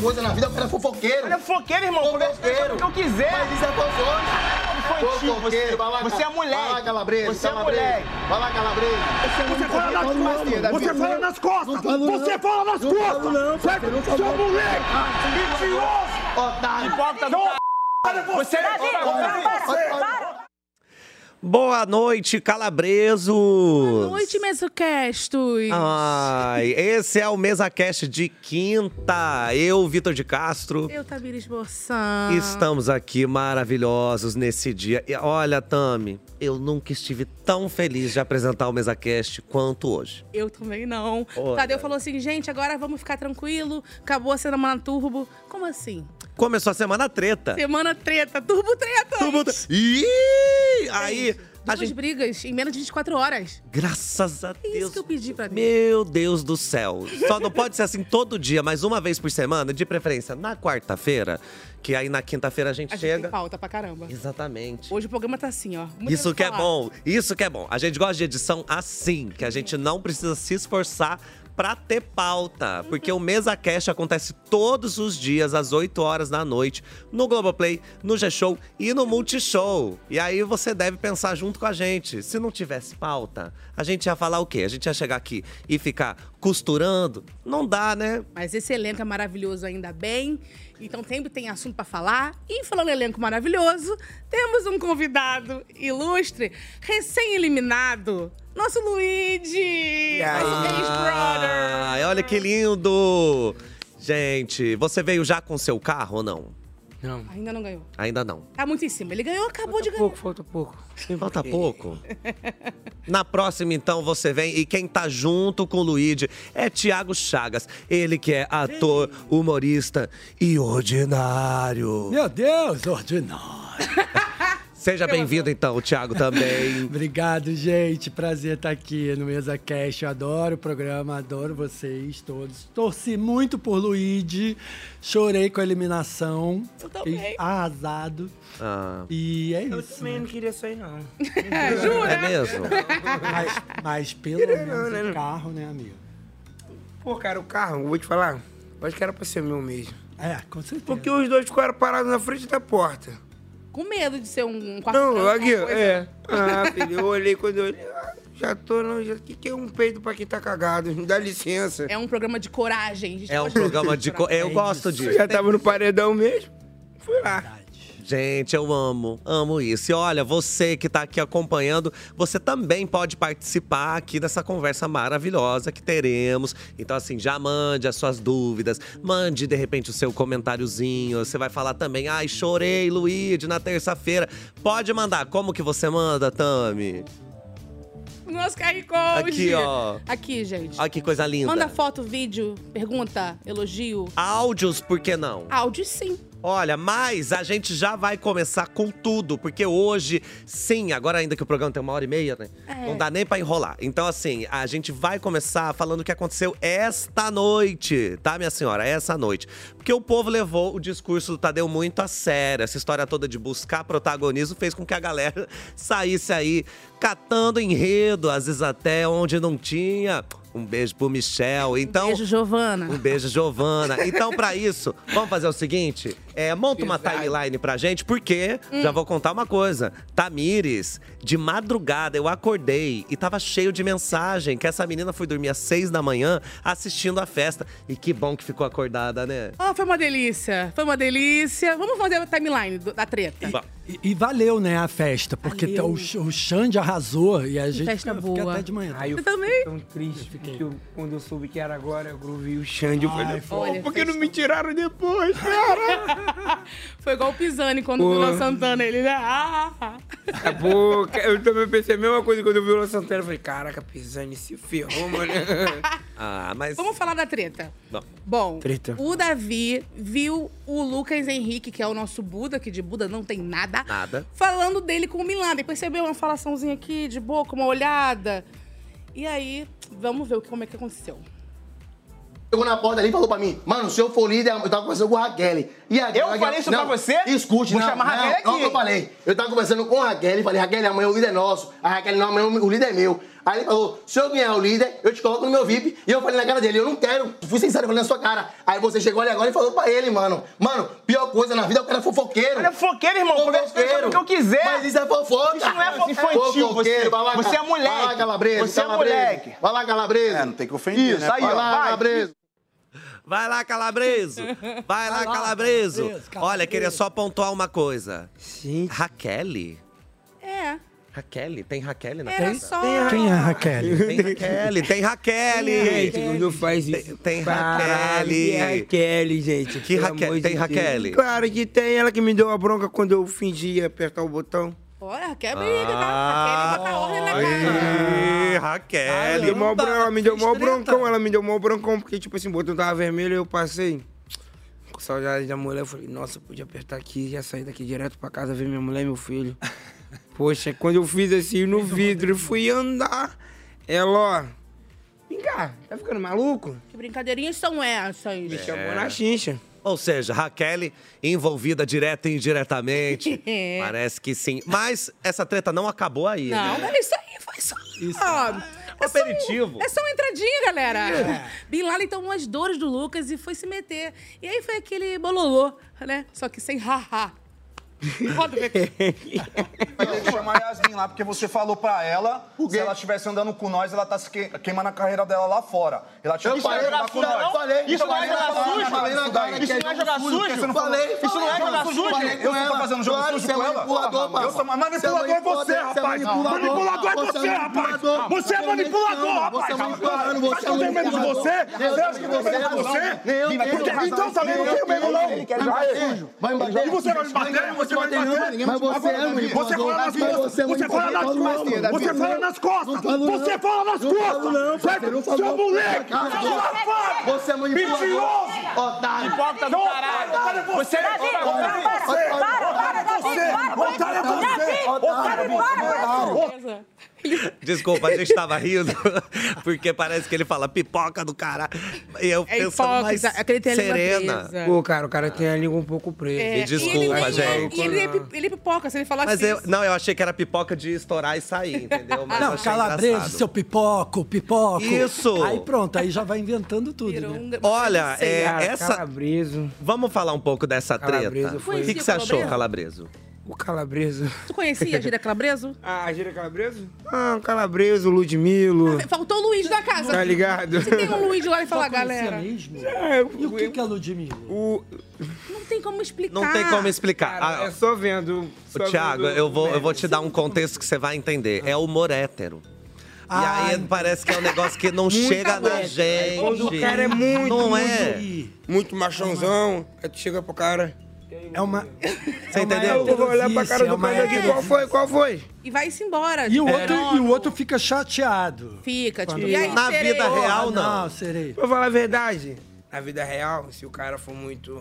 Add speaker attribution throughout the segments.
Speaker 1: coisa na vida, o cara é fofoqueiro.
Speaker 2: Olha, foqueiro, irmão. Conversa com
Speaker 1: Fofoqueiro.
Speaker 2: o que eu quiser.
Speaker 1: Mas isso é fofona.
Speaker 2: Infantil, você,
Speaker 1: Fofoqueiro, vai lá,
Speaker 2: você é mulher.
Speaker 1: Vai lá, Calabresa.
Speaker 2: Você é
Speaker 1: Calabresa.
Speaker 2: mulher.
Speaker 1: Vai lá, Calabresa.
Speaker 3: Você fala nas
Speaker 1: Não,
Speaker 3: costas!
Speaker 1: não,
Speaker 3: Você
Speaker 1: não,
Speaker 3: fala
Speaker 1: não.
Speaker 3: nas costas!
Speaker 1: Não falo, não.
Speaker 3: Você fala nas
Speaker 1: Não falo, não,
Speaker 3: costas!
Speaker 1: você não
Speaker 3: Sai-
Speaker 1: falou.
Speaker 3: Seu moleque! Mentiroso!
Speaker 1: Otário.
Speaker 2: Hipócrita do
Speaker 3: Não,
Speaker 2: c******. Você é
Speaker 4: Davi, para, para, para.
Speaker 5: Boa noite, Calabreso! Boa
Speaker 6: Noite, Mesocastos!
Speaker 5: Ah. Ai, esse é o MesaCast de quinta. Eu, Vitor de Castro,
Speaker 6: Eu, Tamires Borsan.
Speaker 5: estamos aqui maravilhosos nesse dia. E olha, Tami, eu nunca estive tão feliz de apresentar o MesaCast quanto hoje.
Speaker 6: Eu também não.
Speaker 5: Olha.
Speaker 6: Tadeu falou assim, gente, agora vamos ficar tranquilo. Acabou a semana turbo. Como assim?
Speaker 5: Começou a semana treta.
Speaker 6: Semana treta, turbo treta!
Speaker 5: Todo mundo- Ih!
Speaker 6: É
Speaker 5: Aí, a
Speaker 6: Duas
Speaker 5: gente.
Speaker 6: brigas em menos de 24 horas.
Speaker 5: Graças a
Speaker 6: É
Speaker 5: Deus.
Speaker 6: isso que eu pedi pra Deus.
Speaker 5: Meu Deus do céu. Só não pode ser assim todo dia, mas uma vez por semana, de preferência na quarta-feira, que aí na quinta-feira a gente
Speaker 6: A gente
Speaker 5: chega.
Speaker 6: tem pauta pra caramba.
Speaker 5: Exatamente.
Speaker 6: Hoje o programa tá assim, ó. Muito
Speaker 5: Isso
Speaker 6: tempo
Speaker 5: que é
Speaker 6: falar.
Speaker 5: bom, isso que é bom. A gente gosta de edição assim, que a gente não precisa se esforçar pra ter pauta. Porque o Mesa Cash acontece todos os dias, às 8 horas da noite, no Globoplay, no G-Show e no Multishow. E aí você deve pensar junto com a gente. Se não tivesse pauta, a gente ia falar o quê? A gente ia chegar aqui e ficar costurando? Não dá, né?
Speaker 6: Mas esse elenco é maravilhoso ainda bem. Então sempre tem assunto pra falar. E falando em elenco maravilhoso, temos um convidado ilustre, recém-eliminado, nosso Luigi! Nosso ex-brother!
Speaker 5: Ai, Ah, olha que lindo! Gente, você veio já com seu carro ou não?
Speaker 3: Não,
Speaker 6: Ah, Ainda não ganhou.
Speaker 5: Ainda não.
Speaker 6: Tá muito em cima. Ele ganhou, acabou de ganhar.
Speaker 3: pouco, falta pouco.
Speaker 5: Falta pouco. Na próxima, então, você vem. E quem tá junto com o Luigi é Tiago Chagas. Ele que é ator, humorista e ordinário.
Speaker 3: Meu Deus, ordinário!
Speaker 5: Seja bem-vindo, então, Tiago, também.
Speaker 3: Obrigado, gente. Prazer estar aqui no Mesa Cash. Eu adoro o programa, adoro vocês todos. Torci muito por Luigi, chorei com a eliminação.
Speaker 6: Eu também.
Speaker 3: Fiquei Arrasado.
Speaker 5: Ah,
Speaker 3: E é
Speaker 7: Eu
Speaker 3: isso.
Speaker 7: também não queria sair, não.
Speaker 5: é mesmo?
Speaker 3: Mas, mas pelo menos o carro, né, amigo?
Speaker 7: Pô, cara, o carro, vou te falar, eu acho que era pra ser meu mesmo.
Speaker 3: É, com certeza.
Speaker 7: Porque os dois ficaram parados na frente da porta.
Speaker 6: Com medo de ser um quarto.
Speaker 7: Não, aqui, é. Ah, filho, eu olhei quando eu olhei. ah, Já tô, não. já- O que, que é um peito pra quem tá cagado? Me dá licença.
Speaker 6: É um programa de coragem. A gente
Speaker 5: É um
Speaker 6: gosta
Speaker 5: programa de. co- Eu gosto
Speaker 7: Eu
Speaker 5: disso.
Speaker 7: já tava no paredão mesmo. Fui lá.
Speaker 5: Gente, eu amo, amo isso. E olha, você que tá aqui acompanhando, você também pode participar aqui dessa conversa maravilhosa que teremos. Então, assim, já mande as suas dúvidas, mande de repente o seu comentáriozinho. Você vai falar também, ai, chorei, Luíde, na terça-feira. Pode mandar. Como que você manda, Tami?
Speaker 6: do Nosso QR Code.
Speaker 5: Aqui, ó.
Speaker 6: Aqui, gente.
Speaker 5: Olha que coisa linda.
Speaker 6: Manda foto, vídeo, pergunta, elogio.
Speaker 5: Áudios, por que não?
Speaker 6: Áudio, sim.
Speaker 5: Olha, mas a gente já vai começar com tudo, porque hoje, sim, agora ainda que o programa tem uma hora e meia, né?
Speaker 6: É.
Speaker 5: Não dá nem pra enrolar. Então, assim, a gente vai começar falando o que aconteceu esta noite, tá, minha senhora? Essa noite. Porque o povo levou o discurso do Tadeu muito a sério. Essa história toda de buscar protagonismo fez com que a galera saísse aí catando enredo, às vezes até onde não tinha. Um beijo pro Michel. Então.
Speaker 6: Um Beijo, Giovana.
Speaker 5: Um beijo, Giovana. Então, pra isso, vamos fazer o seguinte: é, monta uma timeline pra gente, porque já vou contar uma coisa. Tamires, de madrugada eu acordei e tava cheio de mensagem que essa menina foi dormir às seis da manhã assistindo a festa. E que bom que ficou acordada, né?
Speaker 6: Ah, foi uma delícia. Foi uma delícia. Vamos fazer a timeline do- da treta.
Speaker 5: Bom,
Speaker 3: E, e valeu, né, a festa, porque tá- o, X- o Xande arrasou e a gente
Speaker 6: festa
Speaker 3: fica- fica
Speaker 6: boa.
Speaker 3: até de manhã.
Speaker 7: Aí tá, eu
Speaker 6: Você
Speaker 7: fiquei
Speaker 6: também?
Speaker 7: tão triste, porque eu- quando eu soube que era agora, eu grovi o Xande. Eu falei, pô,
Speaker 6: olha,
Speaker 7: por que não
Speaker 6: festa.
Speaker 7: me tiraram depois, Tá cara?
Speaker 6: Foi igual o Pisani quando
Speaker 7: Pô.
Speaker 6: o Luan Santana. Ele, né? Ah, ah, ah.
Speaker 7: Tá bom, cara, eu também pensei a mesma coisa quando eu vi o Luan Santana. Eu falei, caraca, Pisani se ferrou, mano.
Speaker 5: ah, mas.
Speaker 6: Vamos falar da treta.
Speaker 5: Não.
Speaker 6: Bom,
Speaker 7: Treta.
Speaker 6: o Davi viu o Lucas Henrique, que é o nosso Buda, que de Buda não tem nada.
Speaker 5: Nada.
Speaker 6: Falando dele com o Milanda. E percebeu uma falaçãozinha aqui, de boca, uma olhada. E aí, vamos ver o que- como é que aconteceu.
Speaker 1: é Chegou na porta ali e falou pra mim, mano, se eu for líder, eu tava conversando com o Raquel. E a
Speaker 2: Eu
Speaker 1: Raquel-
Speaker 2: falei isso pra você?
Speaker 1: Escute,
Speaker 2: Vou
Speaker 1: não,
Speaker 2: chamar a
Speaker 1: não,
Speaker 2: Raquel aqui.
Speaker 1: Não, que eu falei. Eu tava conversando com a Raquel e falei, Raquel, amanhã o líder é nosso. A Raquel, não, amanhã o líder é meu. Aí ele falou, se eu ganhar o líder, eu te coloco no meu VIP. E eu falei na cara dele, eu não quero. Fui sincero, eu falei na sua cara. Aí você chegou ali agora e falou pra ele, mano. Mano, pior coisa na vida é o cara fofoqueiro.
Speaker 2: Olha, fofoqueiro, irmão. Converso com ele o que eu quiser.
Speaker 1: Mas isso é fofoca.
Speaker 2: Isso não é fofoca. Infantil,
Speaker 1: Fofoqueiro,
Speaker 2: você.
Speaker 1: vai lá,
Speaker 2: Você é
Speaker 1: Ca-
Speaker 2: moleque.
Speaker 1: Vai lá, Calabresa.
Speaker 2: Você é
Speaker 1: Calabresa.
Speaker 2: moleque.
Speaker 1: Vai lá, Calabresa.
Speaker 2: É, não tem que ofender,
Speaker 1: Isso,
Speaker 2: né?
Speaker 1: aí,
Speaker 2: Vai
Speaker 1: ó.
Speaker 2: lá,
Speaker 1: Vai,
Speaker 2: Calabresa.
Speaker 5: Vai lá, Calabreso! Vai lá,
Speaker 3: Calabreso,
Speaker 5: Calabreso! Olha, queria
Speaker 3: Calabreso.
Speaker 5: só pontuar uma coisa.
Speaker 3: Gente.
Speaker 5: Raquel?
Speaker 6: É.
Speaker 5: Raquel? Tem Raquel na
Speaker 6: Era
Speaker 5: casa?
Speaker 6: só.
Speaker 3: Quem é a Raquel?
Speaker 5: Tem Raquel,
Speaker 7: é
Speaker 5: tem Raquel!
Speaker 7: Gente, não faz isso.
Speaker 5: Tem
Speaker 7: Para, que
Speaker 5: Raquel!
Speaker 7: Raquel, gente.
Speaker 5: Que
Speaker 7: pelo
Speaker 5: Raquel?
Speaker 7: amor de
Speaker 5: Tem
Speaker 7: Deus.
Speaker 5: Raquel?
Speaker 7: Claro que tem. Ela que me deu a bronca quando eu fingi apertar o botão.
Speaker 6: Olha, Raquel briga,
Speaker 5: Ah,
Speaker 6: tá? Raquel bota ordem na casa.
Speaker 5: Ih, Raquel!
Speaker 7: Ela, deu mó
Speaker 3: não dá,
Speaker 7: bron- ela me deu
Speaker 3: fez
Speaker 7: mó
Speaker 3: treta.
Speaker 7: broncão, ela me deu mó broncão, porque tipo assim, o botão tava vermelho e eu passei. Com saudade da mulher, eu falei, nossa, eu podia apertar aqui e já sair daqui direto pra casa ver minha mulher e meu filho. Poxa, quando eu fiz assim no vidro e fui andar, ela, ó. Vem cá, tá ficando maluco?
Speaker 6: Que brincadeirinhas são essas?
Speaker 7: Me chamou na chincha.
Speaker 5: É. Ou seja, Raquel envolvida direta e indiretamente. Parece que sim. Mas essa treta não acabou aí,
Speaker 6: É. Não,
Speaker 5: né?
Speaker 6: mas isso aí foi só. ó, é só um-
Speaker 5: aperitivo.
Speaker 6: É só uma entradinha, galera. Bin Laden tomou as dores do Lucas e foi se meter. E aí foi aquele bololô, né? Só que sem haha. Roda o VT.
Speaker 2: Eu tenho que chamar a Yasmin lá, porque você falou pra ela,
Speaker 1: quê?
Speaker 2: se ela estivesse andando com nós, ela tá se que- queimando a carreira dela lá fora. Ela tinha
Speaker 1: Eu
Speaker 2: que
Speaker 1: falei,
Speaker 2: estudar com
Speaker 1: não,
Speaker 2: nós.
Speaker 1: eu falei.
Speaker 2: Isso não é jogar sujo?
Speaker 1: Falei na cara que
Speaker 2: Isso não é jogar
Speaker 1: porque você
Speaker 2: sujo?
Speaker 1: não falou. Falei,
Speaker 2: Isso não é
Speaker 1: falei,
Speaker 2: jogar
Speaker 1: falei,
Speaker 2: sujo?
Speaker 1: falei com
Speaker 2: Eu não
Speaker 1: ela.
Speaker 2: tô fazendo jogo
Speaker 1: Claro,
Speaker 2: sujo
Speaker 1: você é
Speaker 2: com ela.
Speaker 1: manipulador,
Speaker 2: Porra, Eu sou
Speaker 1: mano.
Speaker 2: manipulador
Speaker 1: Você
Speaker 2: é você,
Speaker 1: é manipulador, você é
Speaker 2: rapaz.
Speaker 1: manipulador.
Speaker 2: Manipulador é
Speaker 1: Você é
Speaker 2: você, rapaz.
Speaker 1: manipulador.
Speaker 2: Você é
Speaker 1: Você é
Speaker 2: manipulador,
Speaker 1: manipulador,
Speaker 2: rapaz.
Speaker 1: você é
Speaker 2: Você
Speaker 1: manipulador,
Speaker 2: acha que eu tenho medo de
Speaker 1: você
Speaker 2: você?
Speaker 1: é
Speaker 2: Você acha que eu tenho medo de
Speaker 1: manipulador.
Speaker 2: você?
Speaker 1: Nem eu tenho
Speaker 2: Porque-
Speaker 1: razão.
Speaker 2: Então também não tenho medo, não.
Speaker 1: Ele quer jogar
Speaker 2: Aí.
Speaker 1: sujo. Vai me bater.
Speaker 2: E você vai me bater? Você vai me bater?
Speaker 1: Mas você é
Speaker 2: Agora,
Speaker 1: manipulador.
Speaker 2: Você fala nas
Speaker 1: Mas
Speaker 2: costas.
Speaker 1: você é
Speaker 2: Você fala nas costas. Você fala
Speaker 1: manipulador.
Speaker 2: nas
Speaker 1: Não
Speaker 2: costas.
Speaker 1: falo
Speaker 2: Você fala
Speaker 1: não.
Speaker 2: nas costas.
Speaker 1: Não falo não,
Speaker 2: Você- é
Speaker 1: parceiro, não falo
Speaker 2: Seu
Speaker 1: não.
Speaker 2: moleque.
Speaker 1: Cara,
Speaker 2: Seu safado.
Speaker 1: Você é manipulador.
Speaker 2: Mentiroso.
Speaker 1: Otário.
Speaker 2: Hipócrita do caralho. Otário é você.
Speaker 4: Davi,
Speaker 2: Otário
Speaker 4: para,
Speaker 2: é você.
Speaker 4: para, para, para, Davi, para com isso.
Speaker 2: Otário é você. Otário é
Speaker 4: Davi, Davi, para com isso.
Speaker 2: você.
Speaker 6: Beleza?
Speaker 5: Desculpa, a gente tava rindo, porque parece que ele fala pipoca do cara. E eu
Speaker 6: É
Speaker 5: pensando, mas
Speaker 6: hipócrita, é que ele tem a língua
Speaker 5: serena.
Speaker 3: É.
Speaker 6: presa.
Speaker 7: Pô, cara, o cara tem a língua um pouco presa.
Speaker 6: É, e ele
Speaker 5: desculpa,
Speaker 6: nem-
Speaker 5: gente.
Speaker 6: E ele, é pi- ele é pipoca, se ele falar
Speaker 5: Mas
Speaker 6: assim.
Speaker 5: eu, não, eu achei que era pipoca de estourar e sair, entendeu? Mas
Speaker 3: Não,
Speaker 5: achei
Speaker 3: calabreso,
Speaker 5: engraçado.
Speaker 3: seu pipoco, pipoco.
Speaker 5: Isso.
Speaker 3: Aí pronto, aí já vai inventando tudo,
Speaker 6: virou
Speaker 3: né?
Speaker 6: um-
Speaker 5: Olha, é,
Speaker 7: Cara,
Speaker 5: essa.
Speaker 7: calabreso.
Speaker 5: Vamos falar um pouco dessa treta.
Speaker 7: Calabreso
Speaker 5: O
Speaker 7: foi-
Speaker 5: que, que você achou, Calabreso?
Speaker 7: O calabreso.
Speaker 6: Tu conhecia a Gira Calabreso?
Speaker 7: Ah, gira calabreso? Ah, um calabreso, Ludmilo.
Speaker 3: é
Speaker 6: Faltou o Luiz da casa.
Speaker 7: Tá ligado?
Speaker 6: Se tem um Luiz lá e
Speaker 3: Só
Speaker 6: fala,
Speaker 3: conhecia
Speaker 6: galera,
Speaker 3: mesmo?
Speaker 7: É,
Speaker 3: E o
Speaker 7: o,
Speaker 3: que, que é Ludmilla?
Speaker 7: o-
Speaker 6: não tem como explicar.
Speaker 5: Não tem como explicar.
Speaker 7: cara,
Speaker 5: Ah,
Speaker 7: é só vendo.
Speaker 5: Ô,
Speaker 7: só
Speaker 5: Thiago,
Speaker 7: vendo
Speaker 5: eu vou, eu
Speaker 7: meme.
Speaker 5: vou te dar um contexto que você vai entender. É humor hétero.
Speaker 3: Ah,
Speaker 5: e aí parece que é um negócio que não chega na
Speaker 7: hétero.
Speaker 5: gente.
Speaker 7: né? Quando o cara é muito,
Speaker 5: Não é.
Speaker 3: Ludmilla.
Speaker 7: Muito machãozão, aí tu chega pro cara.
Speaker 3: É uma.
Speaker 5: Você
Speaker 7: Eu
Speaker 5: entendeu?
Speaker 7: vou olhar pra cara
Speaker 3: É
Speaker 7: do
Speaker 3: uma
Speaker 7: cara aqui, qual foi, qual foi?
Speaker 6: E vai-se embora.
Speaker 3: E o,
Speaker 6: tipo,
Speaker 3: outro,
Speaker 6: pronto.
Speaker 3: e o outro fica chateado.
Speaker 6: Fica, tipo,
Speaker 3: Quando-
Speaker 6: e aí,
Speaker 5: Na
Speaker 6: serei?
Speaker 5: vida real.
Speaker 3: Ah,
Speaker 5: não.
Speaker 3: Não, serei.
Speaker 7: Pra falar a verdade, na vida real, se o cara for muito...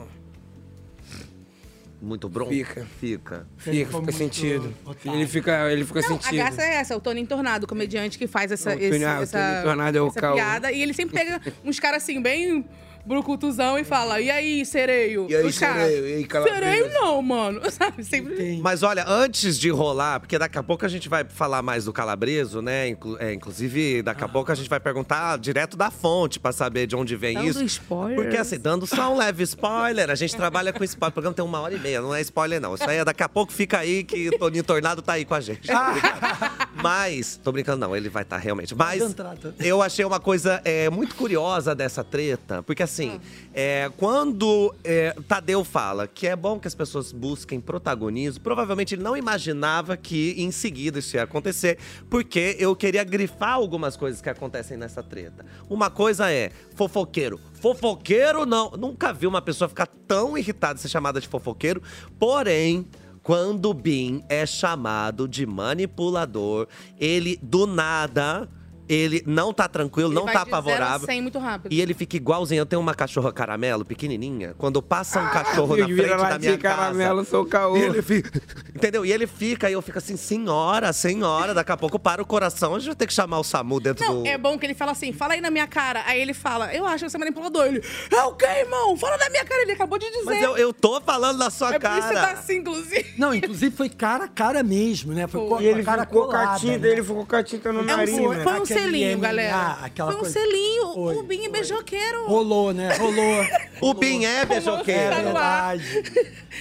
Speaker 5: Muito bronco.
Speaker 7: Fica.
Speaker 5: Fica.
Speaker 7: Fica,
Speaker 3: for
Speaker 7: fica
Speaker 3: muito
Speaker 7: sentido.
Speaker 3: otário.
Speaker 7: Ele fica, ele fica
Speaker 6: Não, a
Speaker 7: sentido.
Speaker 6: graça é essa, é o Tony Tornado, o comediante que faz essa,
Speaker 7: O Tony-
Speaker 6: esse,
Speaker 7: ah, o
Speaker 6: essa,
Speaker 7: Tony Tornado é o
Speaker 6: essa
Speaker 7: Cal.
Speaker 6: piada. E ele sempre pega uns caras assim, bem brucutuzão e fala, e aí, sereio?
Speaker 7: E aí,
Speaker 6: Os caras,
Speaker 7: sereio? E aí, calabresa?
Speaker 6: Sereio não, mano. Sabe, sempre...
Speaker 5: Mas olha, antes de rolar, porque daqui a pouco a gente vai falar mais do calabreso, né? Inclu- é, inclusive, daqui a pouco a gente vai perguntar direto da fonte pra saber de onde vem
Speaker 8: Tá
Speaker 6: Dando
Speaker 5: É isso.
Speaker 6: spoiler.
Speaker 5: Porque assim, dando só um leve spoiler, a gente trabalha com spoiler. O programa tem uma hora e meia, não é spoiler, não. Isso aí é daqui a pouco fica aí que Toninho Tornado tá aí com a gente. Tô brincando. Mas, tô brincando, não, ele vai estar realmente. Mas
Speaker 3: Contrata.
Speaker 5: eu achei uma coisa é, muito curiosa dessa treta, porque assim, é, quando é, Tadeu fala que é bom que as pessoas busquem protagonismo, provavelmente ele não imaginava que em seguida isso ia acontecer, porque eu queria grifar algumas coisas que acontecem nessa treta. Uma coisa é fofoqueiro. Fofoqueiro não. Nunca vi uma pessoa ficar tão irritada de ser chamada de fofoqueiro, porém quando o Bin é chamado de manipulador, ele do nada Ele não tá tranquilo, não
Speaker 7: Um
Speaker 6: vai
Speaker 5: tá
Speaker 6: de zero a
Speaker 5: favorável.
Speaker 6: cem muito rápido.
Speaker 5: E ele fica igualzinho. Eu tenho uma cachorra caramelo pequenininha. Quando passa um
Speaker 6: Ah,
Speaker 5: cachorro na
Speaker 7: Filho,
Speaker 5: frente
Speaker 7: vira
Speaker 5: da minha
Speaker 7: latinha,
Speaker 5: casa.
Speaker 7: caramelo, sou caô.
Speaker 5: E ele fica. Entendeu? E ele fica, e eu fico assim, senhora, senhora, daqui a pouco para o coração, a gente vai ter que chamar o SAMU dentro
Speaker 6: Não,
Speaker 5: Tipo do.
Speaker 6: é bom que ele fala assim, fala aí na minha cara. Aí ele fala, eu acho que você é manipulador. Ele, é o quê, irmão? Fala na minha cara, ele acabou de dizer.
Speaker 5: Mas eu, eu tô falando na sua
Speaker 6: é por isso que você tá
Speaker 5: cara.
Speaker 6: assim, inclusive.
Speaker 3: Não, inclusive foi cara a cara mesmo, né? Foi
Speaker 6: Foi.
Speaker 3: co-
Speaker 7: E ele
Speaker 3: com a cara
Speaker 7: ficou com
Speaker 3: colada,
Speaker 7: a tinta,
Speaker 3: né?
Speaker 7: ele ficou com a tinta no
Speaker 6: É um,
Speaker 7: nariz.
Speaker 6: foi
Speaker 7: né?
Speaker 6: um
Speaker 3: Aquele
Speaker 6: selinho,
Speaker 3: MMA,
Speaker 6: galera.
Speaker 3: aquela
Speaker 6: foi um
Speaker 3: coisa.
Speaker 6: selinho,
Speaker 3: Foi,
Speaker 6: o Binho beijoqueiro.
Speaker 3: Rolou, né? Rolou.
Speaker 5: O Bin é
Speaker 3: É
Speaker 5: beijoqueiro.
Speaker 6: Tá no ar.
Speaker 3: verdade.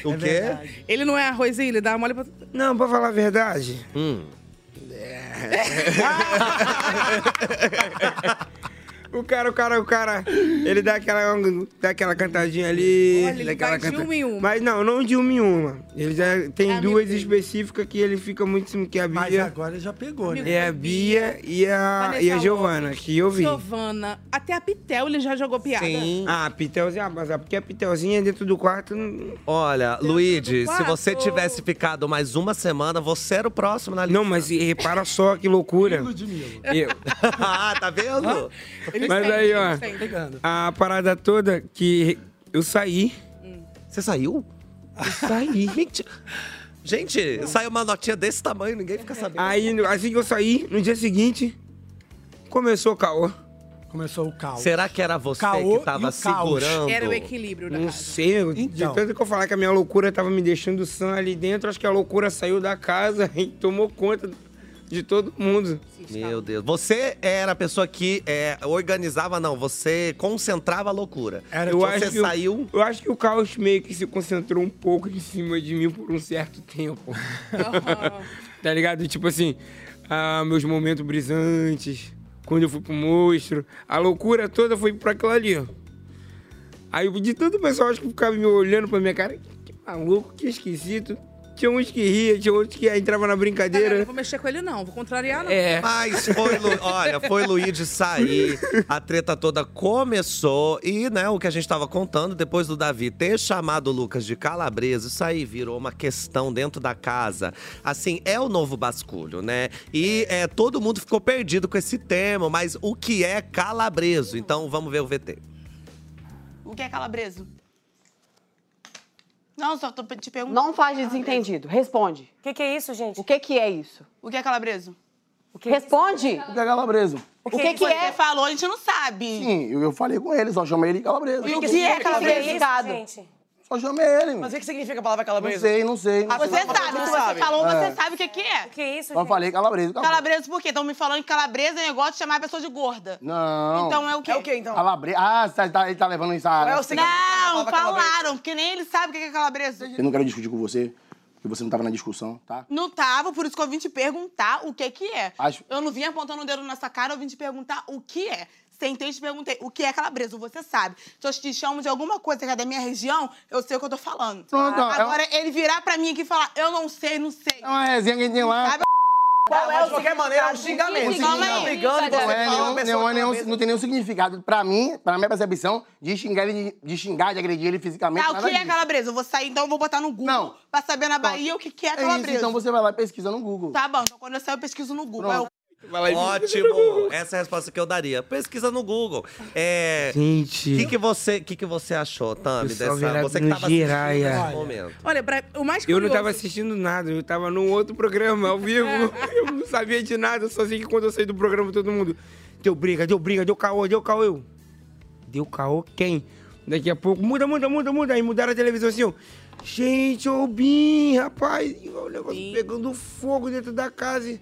Speaker 5: O quê?
Speaker 3: verdade.
Speaker 6: Ele não é arrozinho, ele dá mole pra...
Speaker 7: Não, pra falar a verdade. É. o cara, o cara, o cara, ele dá aquela, dá aquela cantadinha ali.
Speaker 6: Olha, ele
Speaker 7: dá aquela
Speaker 6: vai de uma em uma.
Speaker 7: Mas não, não de uma em uma. Ele já tem
Speaker 6: É
Speaker 7: duas
Speaker 6: amigo.
Speaker 7: específicas que ele fica muito em cima, que é a
Speaker 3: Mas
Speaker 7: Bia.
Speaker 3: agora já pegou, né?
Speaker 7: É a Bia e a,
Speaker 6: Vanessa
Speaker 7: Ah, e a Giovana, que eu vi.
Speaker 6: Giovana, até a Pitel ele já jogou piada.
Speaker 5: Sim.
Speaker 7: Ah, a Pitelzinha, ah, mas é porque a Pitelzinha dentro do quarto. não-
Speaker 5: Olha, Luigi, se
Speaker 6: quarto.
Speaker 5: você tivesse ficado mais uma semana, você era o próximo na lista.
Speaker 7: Não, mas e- repara só que loucura.
Speaker 3: Ludmilla.
Speaker 7: Eu.
Speaker 5: ah, tá vendo?
Speaker 6: Ele
Speaker 7: Mas
Speaker 6: sente,
Speaker 7: aí,
Speaker 6: ele
Speaker 7: ó.
Speaker 6: sente.
Speaker 3: Pegando.
Speaker 7: A parada toda que eu saí.
Speaker 5: Você saiu? Saí. Mentira. Gente, sai uma notinha desse tamanho, ninguém fica sabendo.
Speaker 7: Aí, no- assim que eu saí, no dia seguinte, começou o caô.
Speaker 3: Começou o caos.
Speaker 5: Será que era você
Speaker 3: Caô
Speaker 5: que tava
Speaker 3: e o caos.
Speaker 5: segurando?
Speaker 6: Era o equilíbrio da
Speaker 7: Não
Speaker 6: casa.
Speaker 7: sei, eu-
Speaker 3: Então.
Speaker 7: de tanto que eu falar que a minha loucura tava me deixando sã ali dentro, acho que a loucura saiu da casa e tomou conta de todo mundo.
Speaker 5: Meu Deus. Você era a pessoa que é, organizava, não, você concentrava a loucura.
Speaker 3: Era
Speaker 7: tipo assim,
Speaker 5: tipo,
Speaker 7: Eu
Speaker 5: você
Speaker 7: acho que o-
Speaker 5: saiu.
Speaker 7: eu acho que o caos meio que se concentrou um pouco em cima de mim por um certo tempo. Tá ligado? Tipo assim, ah, meus momentos brisantes, quando eu fui pro monstro, a loucura toda foi pra aquilo ali. ó. Aí de tanto pessoal acho que ficava me olhando pra minha cara, que maluco, que esquisito. Tinha uns que ria, tinha outros que entrava
Speaker 6: Galera,
Speaker 7: na
Speaker 6: não
Speaker 7: brincadeira.
Speaker 6: vou mexer com ele não, vou contrariar não.
Speaker 7: É.
Speaker 5: Mas foi, Lu- olha, foi Luigi sair, a treta toda começou e, né, o que a gente tava contando, depois do Davi ter chamado o Lucas de calabresa, isso aí virou uma questão dentro da casa. Assim, é o novo basculho, né? E é, todo mundo ficou perdido com esse termo, mas o que é calabreso? Então, vamos ver o VT.
Speaker 8: O que é calabreso? Não, só tô te perguntando.
Speaker 9: Não faz de desentendido. Responde.
Speaker 10: O que, que é isso, gente?
Speaker 9: O que que é isso?
Speaker 8: O que é calabreso?
Speaker 9: Responde.
Speaker 1: O que é calabreso?
Speaker 8: O que,
Speaker 9: que
Speaker 8: você
Speaker 9: é?
Speaker 8: falou, a gente não sabe.
Speaker 1: Sim, eu, eu falei com ele, só chamei ele de calabreso.
Speaker 8: E o que é
Speaker 9: que
Speaker 8: calabreso?
Speaker 9: significado?
Speaker 10: gente?
Speaker 1: Só chamei ele, meu.
Speaker 11: Mas o que que significa a palavra
Speaker 1: Não
Speaker 11: calabresa?
Speaker 1: sei, não sei. Não sei.
Speaker 8: Você sabe, se você falou, você sabe o que que é.
Speaker 10: O que é isso,
Speaker 1: Só
Speaker 10: gente?
Speaker 1: falei calabreso. acabou.
Speaker 8: Calabreso por quê? Estão me falando que calabresa é negócio de chamar a pessoa de gorda.
Speaker 1: Não.
Speaker 8: Então é o quê?
Speaker 11: É o que então?
Speaker 1: Calabreso. Ah, você tá, ele tá levando isso a...
Speaker 11: Qual é o significado da
Speaker 8: Não,
Speaker 11: palavra calabresa?
Speaker 8: falaram, porque nem ele sabe o que é calabreso.
Speaker 1: Eu não quero discutir com você, porque você não tava na discussão, tá?
Speaker 8: Não tava, por isso que eu vim te perguntar o que que é.
Speaker 1: Acho-
Speaker 8: Eu não vim apontando o dedo na sua cara, eu vim te perguntar o que é. Você entende? Te perguntei, o que é calabreso? Você sabe. Se eu te chamo de alguma coisa que é da minha região, eu sei o que eu tô falando.
Speaker 1: Pronto, é
Speaker 8: Agora, ele virar pra mim aqui e falar, eu não sei, não sei.
Speaker 1: É uma resenha que a gente tem lá.
Speaker 8: Sabe?
Speaker 11: Não, mas de qualquer maneira, é um xingamento. Você
Speaker 8: Calma
Speaker 11: tá
Speaker 8: aí.
Speaker 11: brigando e você
Speaker 1: Não,
Speaker 11: fala uma
Speaker 1: é nenhum-
Speaker 11: pessoa é
Speaker 1: nenhum- nenhum-
Speaker 11: calabresa.
Speaker 1: não tem nenhum significado. Pra mim, pra minha percepção, de xingar ele, de xingar, de agredir ele fisicamente.
Speaker 8: Tá, o
Speaker 1: nada
Speaker 8: que é
Speaker 1: disso.
Speaker 8: calabresa? Eu vou sair, então eu vou botar no Google
Speaker 1: Não.
Speaker 8: pra saber na Bahia o que, que é
Speaker 1: É isso,
Speaker 8: calabreso.
Speaker 1: então você vai lá e pesquisa no Google.
Speaker 8: Tá bom, então quando eu sair eu pesquiso no Google. É
Speaker 1: Pronto.
Speaker 5: Ótimo! Essa é a resposta que eu daria. Pesquisa no Google. É. O
Speaker 7: Gente,
Speaker 5: que, que, você, que, que você achou, Tami,
Speaker 7: Pessoal
Speaker 5: dessa.
Speaker 7: virado
Speaker 5: Você
Speaker 7: no
Speaker 5: assistindo
Speaker 7: giraia.
Speaker 5: nesse
Speaker 7: Olha.
Speaker 5: momento.
Speaker 6: Olha, pra- o mais
Speaker 7: eu
Speaker 6: curioso...
Speaker 7: não tava assistindo nada, eu tava num outro programa ao vivo. Eu não sabia de nada, eu só sei que quando eu saí do programa todo mundo. Deu briga, deu briga, deu caô, deu caô. Eu. Deu caô quem? Daqui a pouco. Muda, muda, muda, muda. Aí mudaram a televisão assim, ó. Gente, ô Bim, rapaz. e O negócio pegando fogo dentro da casa. e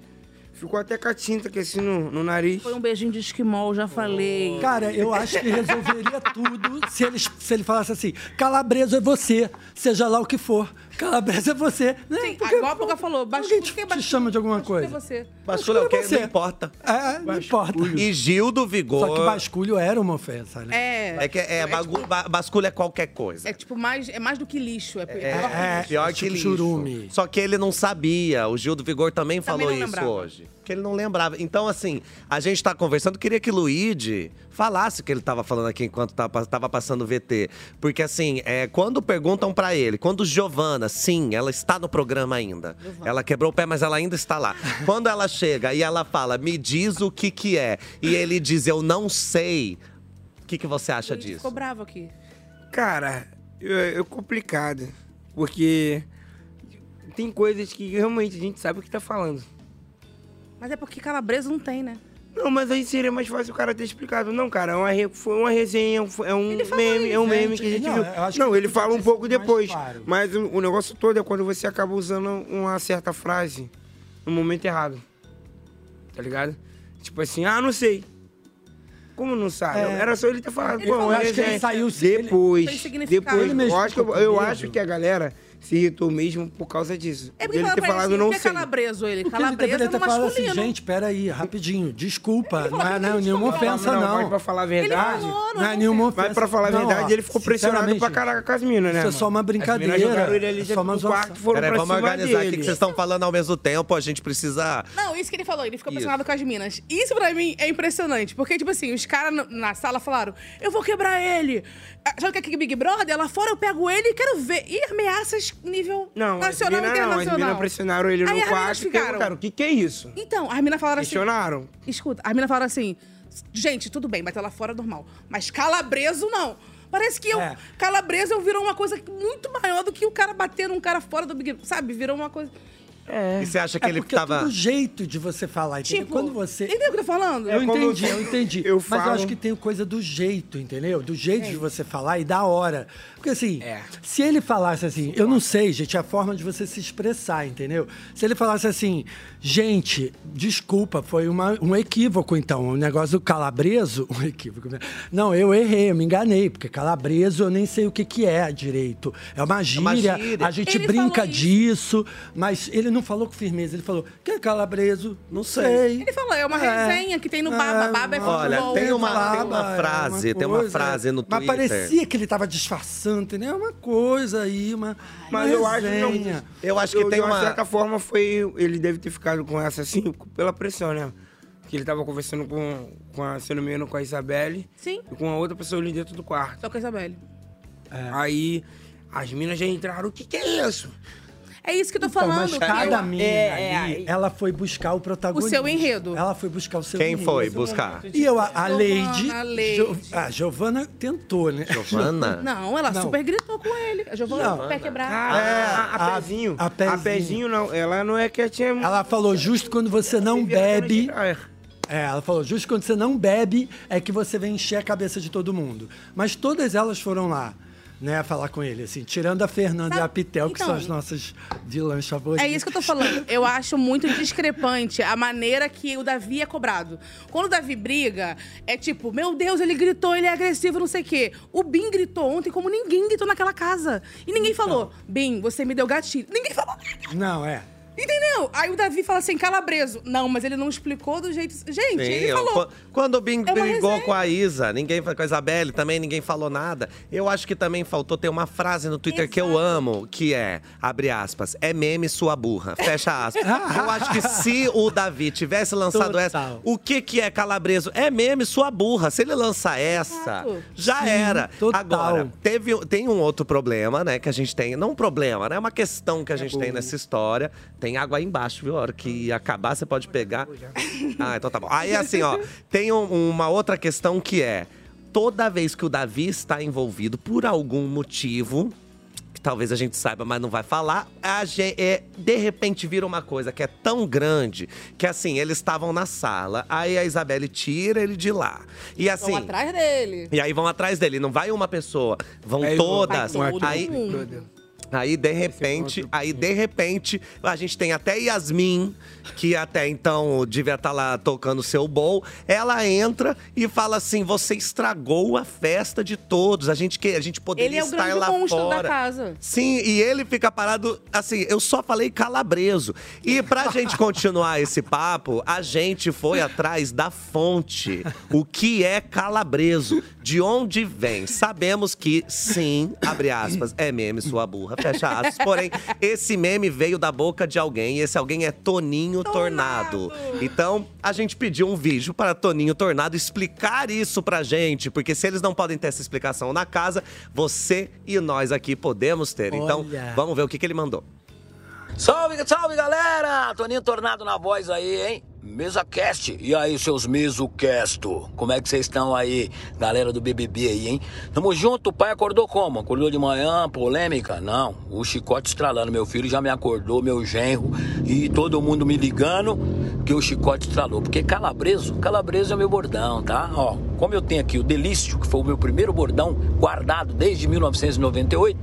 Speaker 7: Ficou até com a tinta aqui assim no, no nariz.
Speaker 6: Foi um beijinho de esquimol, já falei.
Speaker 3: Cara, eu acho que resolveria tudo se ele, se ele falasse assim: calabreso é você, seja lá o que for. Calabreso é você. Né?
Speaker 6: Sim,
Speaker 3: Porque
Speaker 6: igual a Boca falou,
Speaker 3: Alguém
Speaker 6: basculho
Speaker 3: te,
Speaker 6: que é
Speaker 3: te
Speaker 6: basculho,
Speaker 3: chama de alguma
Speaker 6: basculho é
Speaker 3: coisa.
Speaker 6: você.
Speaker 5: Basculho é o
Speaker 3: Basculho
Speaker 5: que?
Speaker 3: é você.
Speaker 5: Não importa.
Speaker 3: É, não importa.
Speaker 5: E Gil do Vigor.
Speaker 3: Só que basculho era uma ofensa, né?
Speaker 6: É,
Speaker 5: É que é, bagu- ba- basculho é qualquer coisa.
Speaker 6: é tipo, mais, é mais do que lixo. É,
Speaker 5: É, pior
Speaker 3: tipo
Speaker 5: que lixo.
Speaker 3: churume.
Speaker 5: Só que ele não sabia. O Gil do Vigor também, falou
Speaker 6: não
Speaker 5: isso
Speaker 6: lembrava.
Speaker 5: hoje. Porque ele não lembrava. Então, assim, a gente tá conversando, queria que o Luigi falasse o que ele tava falando aqui enquanto tava, tava passando o VT. Porque, assim, é, quando perguntam pra ele, quando Giovana, sim, ela está no programa ainda. Ela quebrou o pé, mas ela ainda está lá. quando ela chega e ela fala, me diz o que que é, e ele diz, eu não sei, o que que você acha disso?
Speaker 6: Ficou bravo aqui.
Speaker 7: Cara, é, é complicado. Porque tem coisas que realmente a gente sabe o que tá falando.
Speaker 6: Mas é porque calabresa não tem, né?
Speaker 7: Não, mas aí seria mais fácil o cara ter explicado. Não, cara, é uma, re- foi uma resenha, é um meme, é um
Speaker 3: isso,
Speaker 7: meme
Speaker 3: gente.
Speaker 7: que a gente
Speaker 3: Não,
Speaker 7: viu.
Speaker 3: eu acho
Speaker 7: Não,
Speaker 3: que
Speaker 7: ele fala um pouco depois.
Speaker 3: claro.
Speaker 7: Mas o, o negócio todo é quando você acaba usando uma certa frase no momento errado. Tá ligado? Tipo assim, ah, não sei. Como não sabe?
Speaker 3: É.
Speaker 7: Era só ele ter falado.
Speaker 3: Ele falou, eu acho que ele
Speaker 7: resenha.
Speaker 3: saiu- ele- sem
Speaker 7: depois.
Speaker 3: significado.
Speaker 7: Depois,
Speaker 3: Ele mesmo
Speaker 7: eu acho que, eu,
Speaker 3: ficou com
Speaker 7: eu
Speaker 3: medo.
Speaker 7: acho que a galera se irritou mesmo por causa disso.
Speaker 6: É porque
Speaker 7: ele
Speaker 6: fala
Speaker 7: ter
Speaker 6: pra ele
Speaker 7: falado
Speaker 6: assim,
Speaker 7: não
Speaker 6: o que é
Speaker 7: sei.
Speaker 6: calabresa, ele?
Speaker 3: Ele
Speaker 6: Calabresa
Speaker 3: deveria
Speaker 6: é no
Speaker 3: ter falado assim,
Speaker 6: masculino.
Speaker 3: gente, peraí, rapidinho, desculpa, não é não é nenhuma
Speaker 7: Não,
Speaker 3: ofensa,
Speaker 7: não,
Speaker 3: não.
Speaker 7: mas pra falar a verdade- Ele
Speaker 6: falou, não
Speaker 3: não
Speaker 6: é
Speaker 3: é nenhuma ofensa.
Speaker 7: Mas pra falar a
Speaker 3: Não,
Speaker 7: verdade,
Speaker 3: ó,
Speaker 7: ele ficou pressionado
Speaker 3: sinceramente,
Speaker 7: pra caraca com as minas, né?
Speaker 3: Isso é só uma
Speaker 7: mano?
Speaker 3: brincadeira.
Speaker 7: As minas jogaram ele ali
Speaker 3: É
Speaker 7: dentro
Speaker 3: só uma
Speaker 7: do
Speaker 3: zoação.
Speaker 7: quarto, foram
Speaker 5: Peraí,
Speaker 7: pra
Speaker 5: vamos
Speaker 7: cima
Speaker 5: organizar aqui
Speaker 7: dele.
Speaker 5: que vocês estão falando ao mesmo tempo. A gente precisa.
Speaker 6: Não, isso que ele falou, ele ficou
Speaker 5: Isso.
Speaker 6: impressionado com as minas. Isso pra mim é impressionante, porque, tipo assim, os caras na- na sala falaram: eu vou quebrar ele. Ah, Sabe o que é que Big Brother? Lá fora eu pego ele e quero ver. E ameaças nível
Speaker 7: Não, as
Speaker 6: nacional e
Speaker 7: minas não, as
Speaker 6: internacional.
Speaker 7: minas pressionaram ele
Speaker 6: Aí
Speaker 7: no
Speaker 6: as minas
Speaker 7: quarto e
Speaker 6: ficaram.
Speaker 7: perguntaram, o que que é isso?
Speaker 6: Então, as minas falaram assim.
Speaker 7: Questionaram.
Speaker 6: Escuta, as minas falaram assim: gente, tudo bem, bater lá fora é normal. Mas calabreso não. Parece que eu,
Speaker 3: É.
Speaker 6: calabreso eu virou uma coisa muito maior do que o cara bater num cara fora do Big Sabe? Virou uma coisa.
Speaker 5: E você acha que
Speaker 3: É
Speaker 5: ele
Speaker 3: porque
Speaker 5: tava.
Speaker 3: todo jeito de você falar, entendeu?
Speaker 6: Tipo,
Speaker 3: Quando você...
Speaker 6: Entendeu o que eu tô falando?
Speaker 5: É
Speaker 3: Eu
Speaker 7: É como
Speaker 3: entendi,
Speaker 7: eu-
Speaker 3: eu entendi.
Speaker 7: eu
Speaker 3: Mas eu
Speaker 7: falo-
Speaker 3: acho que tem coisa do jeito, entendeu? Do jeito de você falar e da hora. Porque assim,
Speaker 7: É.
Speaker 3: se ele falasse assim, eu não sei, gente, é a forma de você se expressar, entendeu? Se ele falasse assim, gente, desculpa, foi uma- um equívoco então. O negócio do calabreso, um equívoco. né? Não, eu errei, eu me enganei, porque calabreso eu nem sei o que, que é direito. É uma gíria,
Speaker 5: gíria.
Speaker 3: a gente
Speaker 6: Ele
Speaker 3: brinca
Speaker 6: falou isso.
Speaker 3: disso, mas ele não falou com firmeza, ele falou, que é calabreso? Não sei.
Speaker 6: Ele falou, é uma
Speaker 3: É.
Speaker 6: resenha que tem no Baba. Baba é futebol.
Speaker 5: Olha, tem uma-
Speaker 3: Falava,
Speaker 5: uma
Speaker 3: é
Speaker 5: frase, tem uma
Speaker 3: coisa,
Speaker 5: frase no
Speaker 3: mas
Speaker 5: Twitter.
Speaker 3: parecia que ele tava disfarçando, entendeu? É Uma coisa aí, uma
Speaker 7: Mas
Speaker 3: uma
Speaker 7: eu acho que
Speaker 3: resenha.
Speaker 7: não.
Speaker 5: Eu acho que tem
Speaker 7: de uma
Speaker 5: uma-
Speaker 7: certa forma foi ele deve ter ficado com essa assim pela pressão, né? Que ele tava conversando com, com a, se eu não me engano, com a Isabelle
Speaker 6: Sim.
Speaker 7: e com a outra pessoa ali dentro do quarto.
Speaker 6: Só com a Isabelle.
Speaker 5: É.
Speaker 7: Aí as minas já entraram, o que que é isso?
Speaker 6: É isso que eu tô
Speaker 3: Então,
Speaker 6: falando. É,
Speaker 3: mas
Speaker 6: que
Speaker 3: cada
Speaker 6: eu-
Speaker 3: mina ali, ela foi É, buscar o protagonista.
Speaker 6: O seu enredo.
Speaker 3: Ela foi buscar o seu
Speaker 5: Quem
Speaker 3: enredo.
Speaker 5: foi buscar?
Speaker 3: E eu, a, a
Speaker 6: Giovana,
Speaker 3: Lady.
Speaker 6: a Lady.
Speaker 3: Jo- a Giovana tentou, né?
Speaker 5: Giovana?
Speaker 6: Não, ela
Speaker 3: Não.
Speaker 6: super gritou com ele. Eu já vou
Speaker 3: Não.
Speaker 6: pé quebrado.
Speaker 7: Ah, a, a, pezinho.
Speaker 3: a
Speaker 7: A pezinho.
Speaker 3: pezinho.
Speaker 7: não. Ela não é quietinha.
Speaker 3: Ela falou: justo quando você não bebe.
Speaker 7: Ah, é.
Speaker 3: É, ela falou, justo quando você não bebe, é que você vem encher a cabeça de todo mundo. Mas todas elas foram lá, né, falar com ele, assim, tirando a Fernanda
Speaker 6: Sabe-
Speaker 3: e a Pitel, que são
Speaker 6: então-
Speaker 3: as nossas vilãs favoritas.
Speaker 6: É isso que eu tô falando. Eu acho muito discrepante a maneira que o Davi é cobrado. Quando o Davi briga, é tipo, meu Deus, ele gritou, ele é agressivo, não sei o quê. O Bim gritou ontem como ninguém gritou naquela casa. E ninguém
Speaker 5: Então.
Speaker 6: falou, Bim, você me deu gatilho. Ninguém falou nada.
Speaker 3: Não, é.
Speaker 6: Entendeu? Aí o Davi fala assim, calabreso. Não, mas ele não explicou do jeito. Gente,
Speaker 5: Sim,
Speaker 6: ele
Speaker 5: eu-
Speaker 6: falou.
Speaker 5: quan- quando o Bing
Speaker 6: É uma
Speaker 5: brigou
Speaker 6: resenha.
Speaker 5: com a Isa, ninguém fa- com a Isabelle também, ninguém falou nada. Eu acho que também faltou ter uma frase no Twitter que eu amo, que é, abre aspas, é meme sua burra, fecha aspas. eu acho que se o Davi tivesse lançado
Speaker 3: Total.
Speaker 5: essa, o que que é calabreso? É meme sua burra. Se ele lança essa,
Speaker 6: Exato.
Speaker 5: já
Speaker 3: Sim,
Speaker 5: era.
Speaker 3: total.
Speaker 5: Agora, teve, tem um outro problema, né, que a gente tem, não um problema, né, é uma questão que a gente tem nessa história. Tem água aí embaixo, viu? A hora que acabar, você pode pegar. Ah, então tá bom. Aí, assim, ó, tem um- uma outra questão que é: toda vez que o Davi está envolvido por algum motivo. Que talvez a gente saiba, mas não vai falar. A ge- é, de repente vira uma coisa que é tão grande que assim, eles estavam na sala, aí a Isabelle tira ele de lá. E assim.
Speaker 6: Vão atrás dele.
Speaker 5: E aí vão atrás dele, não vai uma pessoa, É, vão um
Speaker 7: Aí,
Speaker 5: todas.
Speaker 7: com a-
Speaker 5: aí,
Speaker 7: Toda.
Speaker 5: Aí, de repente, aí, de repente, a gente tem até Yasmin, que até então devia estar lá tocando seu bowl. Ela entra e fala assim: você estragou a festa de todos. A gente, que, a gente poderia
Speaker 6: Ele é o
Speaker 5: estar
Speaker 6: grande
Speaker 5: lá
Speaker 6: monstro
Speaker 5: fora.
Speaker 6: da casa.
Speaker 5: Sim, e ele fica parado assim, eu só falei calabreso. E pra gente continuar esse papo, a gente foi atrás da fonte. O que é calabreso? de onde vem. Sabemos que sim, abre aspas, é meme sua burra, fecha aspas. Porém, esse meme veio da boca de alguém e esse alguém é Toninho Tornado. Então, a gente pediu um vídeo para Toninho Tornado explicar isso pra gente, porque se eles não podem ter essa explicação na casa, você e nós aqui podemos ter. Então,
Speaker 10: Olha.
Speaker 5: vamos ver o que que ele mandou.
Speaker 10: Salve, salve galera! Toninho Tornado na voz aí, hein? MesaCast. E aí, seus MesoCasto? Como é que vocês estão aí, galera do BBB aí, hein? Tamo junto, o pai acordou como? Acordou de manhã, polêmica? Não, o chicote estralando. Meu filho já me acordou, meu genro e todo mundo me ligando que o chicote estralou. Porque calabreso, calabreso é meu bordão, tá? Ó, como eu tenho aqui o Delício, que foi o meu primeiro bordão guardado desde 1998,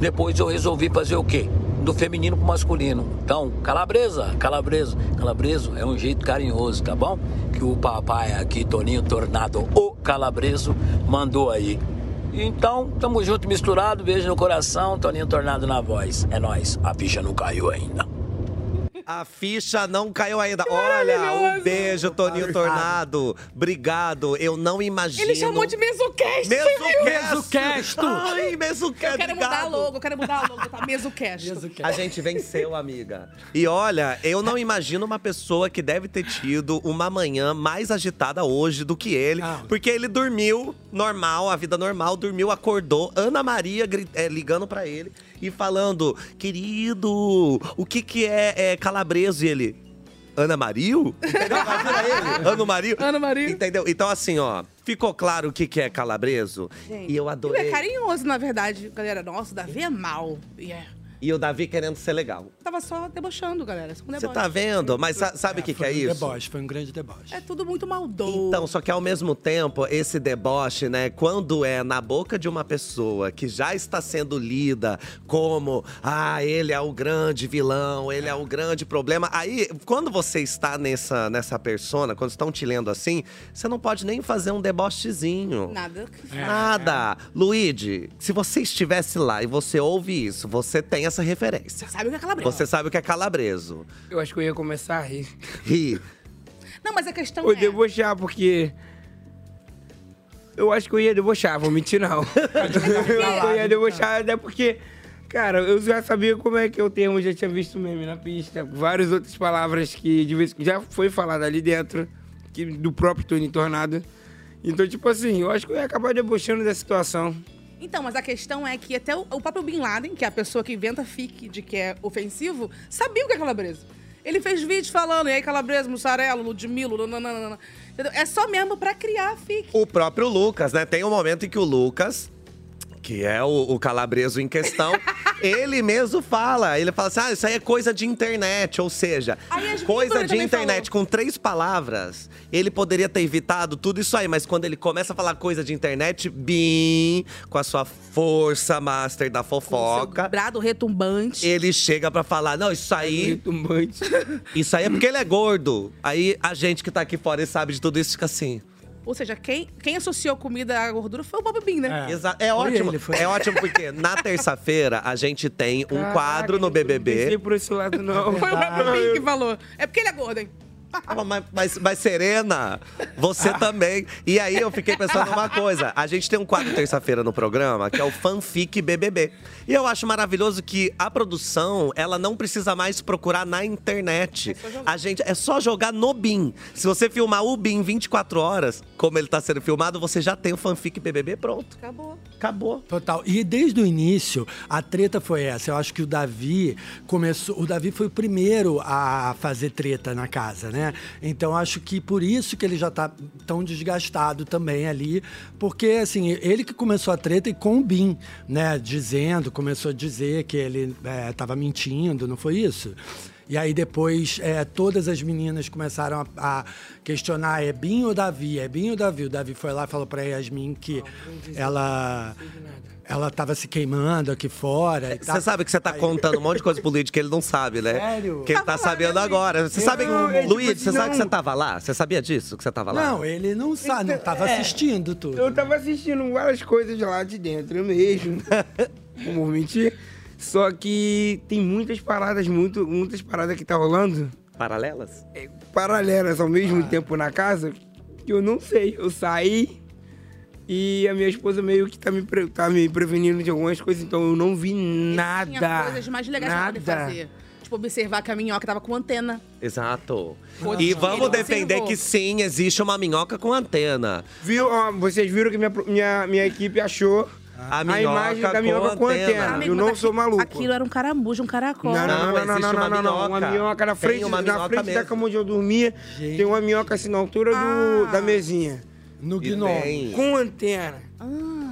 Speaker 10: depois eu resolvi fazer o quê? do feminino pro masculino. Então, calabresa, calabresa, calabreso é um jeito carinhoso, tá bom? Que o papai aqui, Toninho Tornado, o calabreso, mandou aí. Então, tamo junto, misturado, beijo no coração, Toninho Tornado na voz. É nóis, a ficha não caiu ainda.
Speaker 5: A ficha não caiu ainda. Olha, um beijo, Toninho Tornado. Obrigado. Eu não imagino.
Speaker 6: Ele chamou de mesucast, viu?
Speaker 5: Mesucast. Ai, mesucast.
Speaker 6: Eu quero mudar a logo, eu quero mudar a logo, tá? Mesucast.
Speaker 5: A gente venceu, amiga. E olha, eu não imagino uma pessoa que deve ter tido uma manhã mais agitada hoje do que ele.
Speaker 3: Ah.
Speaker 5: Porque ele dormiu normal, a vida normal, dormiu, acordou. Ana Maria gri- eh, ligando pra ele e falando: Querido, o que que é, é calabreso? E ele… Ana Mario? Entendeu? Imagina ele. Ana Mario. Ana Mario. Entendeu? Então assim, ó. Ficou claro o que que é calabreso?
Speaker 6: Gente,
Speaker 5: E eu
Speaker 6: Ele é
Speaker 5: adorei.
Speaker 6: carinhoso, na verdade. Galera, nossa, o Davi é mal. E é.
Speaker 5: E o Davi querendo ser legal.
Speaker 6: Tava só debochando, galera. só com
Speaker 5: Você
Speaker 6: deboche.
Speaker 5: tá vendo? Mas sa- sabe o que, que é
Speaker 3: É foi um
Speaker 5: isso?
Speaker 3: deboche, foi um grande deboche.
Speaker 6: É tudo muito maldoso.
Speaker 5: Então, só que ao mesmo tempo, esse deboche, né, quando é na boca de uma pessoa que já está sendo lida como, ah, ele é o grande vilão, ele é o grande problema. Aí, quando você está nessa, nessa persona, quando estão te lendo assim, você não pode nem fazer um debochezinho.
Speaker 6: Nada.
Speaker 7: É.
Speaker 5: Nada. Luigi, se você estivesse lá e você ouve isso, você tem essa referência.
Speaker 6: Sabe o que é calabreso?
Speaker 5: Você sabe o que é calabreso.
Speaker 7: Eu acho que eu ia começar a rir.
Speaker 5: Ri.
Speaker 6: Não, mas a questão
Speaker 7: Ou
Speaker 6: é.
Speaker 7: debochar, porque. Eu acho que eu ia debochar, vou mentir não. eu acho que eu
Speaker 6: é.
Speaker 7: ia debochar, até porque. Cara, eu já sabia como é que é o termo, já tinha visto meme na pista. Várias outras palavras que de vez em quando já foi falada ali dentro, que, do próprio Tony Tornado. Então, tipo assim, eu acho que eu ia acabar debochando da situação.
Speaker 6: Então, mas a questão é que até o, o próprio Bin Laden, que é a pessoa que inventa fique de que é ofensivo, sabia o que é calabreso. Ele fez vídeo falando, e aí calabreso, mussarelo, ludmilo, nananana. Entendeu? É só mesmo pra criar fique.
Speaker 5: O próprio Lucas, né? Tem um momento em que o Lucas, que é o, o calabreso em questão, ele mesmo fala. Ele fala assim: ah, isso aí é coisa de internet. Ou seja, coisa de internet com três palavras, ele poderia ter evitado tudo isso aí. Mas quando ele começa a falar coisa de internet, bim, com a sua força master da fofoca.
Speaker 6: Brado retumbante.
Speaker 5: Ele chega pra falar, não, isso aí.
Speaker 7: Retumbante.
Speaker 5: Isso aí é porque ele é gordo. Aí a gente que tá aqui fora e sabe de tudo isso fica assim.
Speaker 6: Ou seja, quem, quem associou comida à gordura foi o Bob Bin, né?
Speaker 5: É, Exa- é ótimo. É ótimo porque na terça-feira a gente tem um
Speaker 6: Caraca,
Speaker 5: quadro no BBB.
Speaker 7: por esse lado, não.
Speaker 6: Foi o Bob Bin que falou. É porque ele é gordo, hein?
Speaker 5: Ah, mas, mas, mas, Serena, você também. E aí eu fiquei pensando numa coisa. A gente tem um quadro terça-feira no programa que é o Fanfic BBB. E eu acho maravilhoso que a produção, ela não precisa mais procurar na internet. A gente é só jogar no BIM. Se você filmar o BIM 24 horas, como ele tá sendo filmado, você já tem o Fanfic BBB pronto.
Speaker 6: Acabou.
Speaker 5: Acabou.
Speaker 3: Total. E desde o início, a treta foi essa. Eu acho que o Davi começou. O Davi foi o primeiro a fazer treta na casa, né? Então acho que por isso que ele já tá tão desgastado também ali. Porque, assim, ele que começou a treta e com o Bim, né? Dizendo, começou a dizer que ele é, tava mentindo, não foi isso? E aí depois é, todas as meninas começaram a, a questionar: é Bim ou Davi? É Bim ou Davi? O Davi foi lá e falou pra Yasmin que ela. Ela tava se queimando aqui fora e tal.
Speaker 5: Você sabe que você tá contando um monte de coisa pro Luigi que ele não sabe, né?
Speaker 3: Sério?
Speaker 5: Que ele tá sabendo agora. Você sabe,
Speaker 3: Não, é tipo
Speaker 5: Luigi, você
Speaker 3: assim,
Speaker 5: sabe que
Speaker 3: não.
Speaker 5: você tava lá? Você sabia disso que você tava lá?
Speaker 3: Não, ele não sabe, não tava
Speaker 7: é.
Speaker 3: assistindo tudo.
Speaker 7: Eu tava assistindo várias coisas lá de dentro mesmo. Não vou mentir. Só que tem muitas paradas, muito, muitas paradas que tá rolando.
Speaker 5: Paralelas?
Speaker 3: Ah.
Speaker 7: Paralelas ao mesmo tempo na casa. Que eu não sei. Eu saí E a minha esposa meio que tá me, pre- tá me prevenindo de algumas coisas, então eu não vi nada.
Speaker 6: Tinha coisas mais legais
Speaker 7: nada.
Speaker 6: pra poder fazer. Tipo, observar que a minhoca tava com antena.
Speaker 5: Exato.
Speaker 6: Coisa
Speaker 5: E
Speaker 6: que
Speaker 5: vamos
Speaker 6: ele
Speaker 5: defender
Speaker 6: observou.
Speaker 5: que sim, existe uma minhoca com antena.
Speaker 7: Viu? Ó, vocês viram que minha, pro- minha, minha equipe achou
Speaker 5: A
Speaker 7: a,
Speaker 5: minhoca
Speaker 7: imagem da minhoca com antena.
Speaker 5: antena.
Speaker 7: Eu não sou maluco.
Speaker 6: Aquilo era um caramujo, um caracol.
Speaker 7: Não, não, não, não, não, não, não, não. Uma minhoca na
Speaker 6: Tem
Speaker 7: frente,
Speaker 6: uma
Speaker 7: na
Speaker 6: minhoca
Speaker 7: frente da
Speaker 6: mesmo.
Speaker 7: cama onde eu dormia, tem uma minhoca assim na altura do, da mesinha. No
Speaker 5: gnomo. tem.
Speaker 7: Com antena.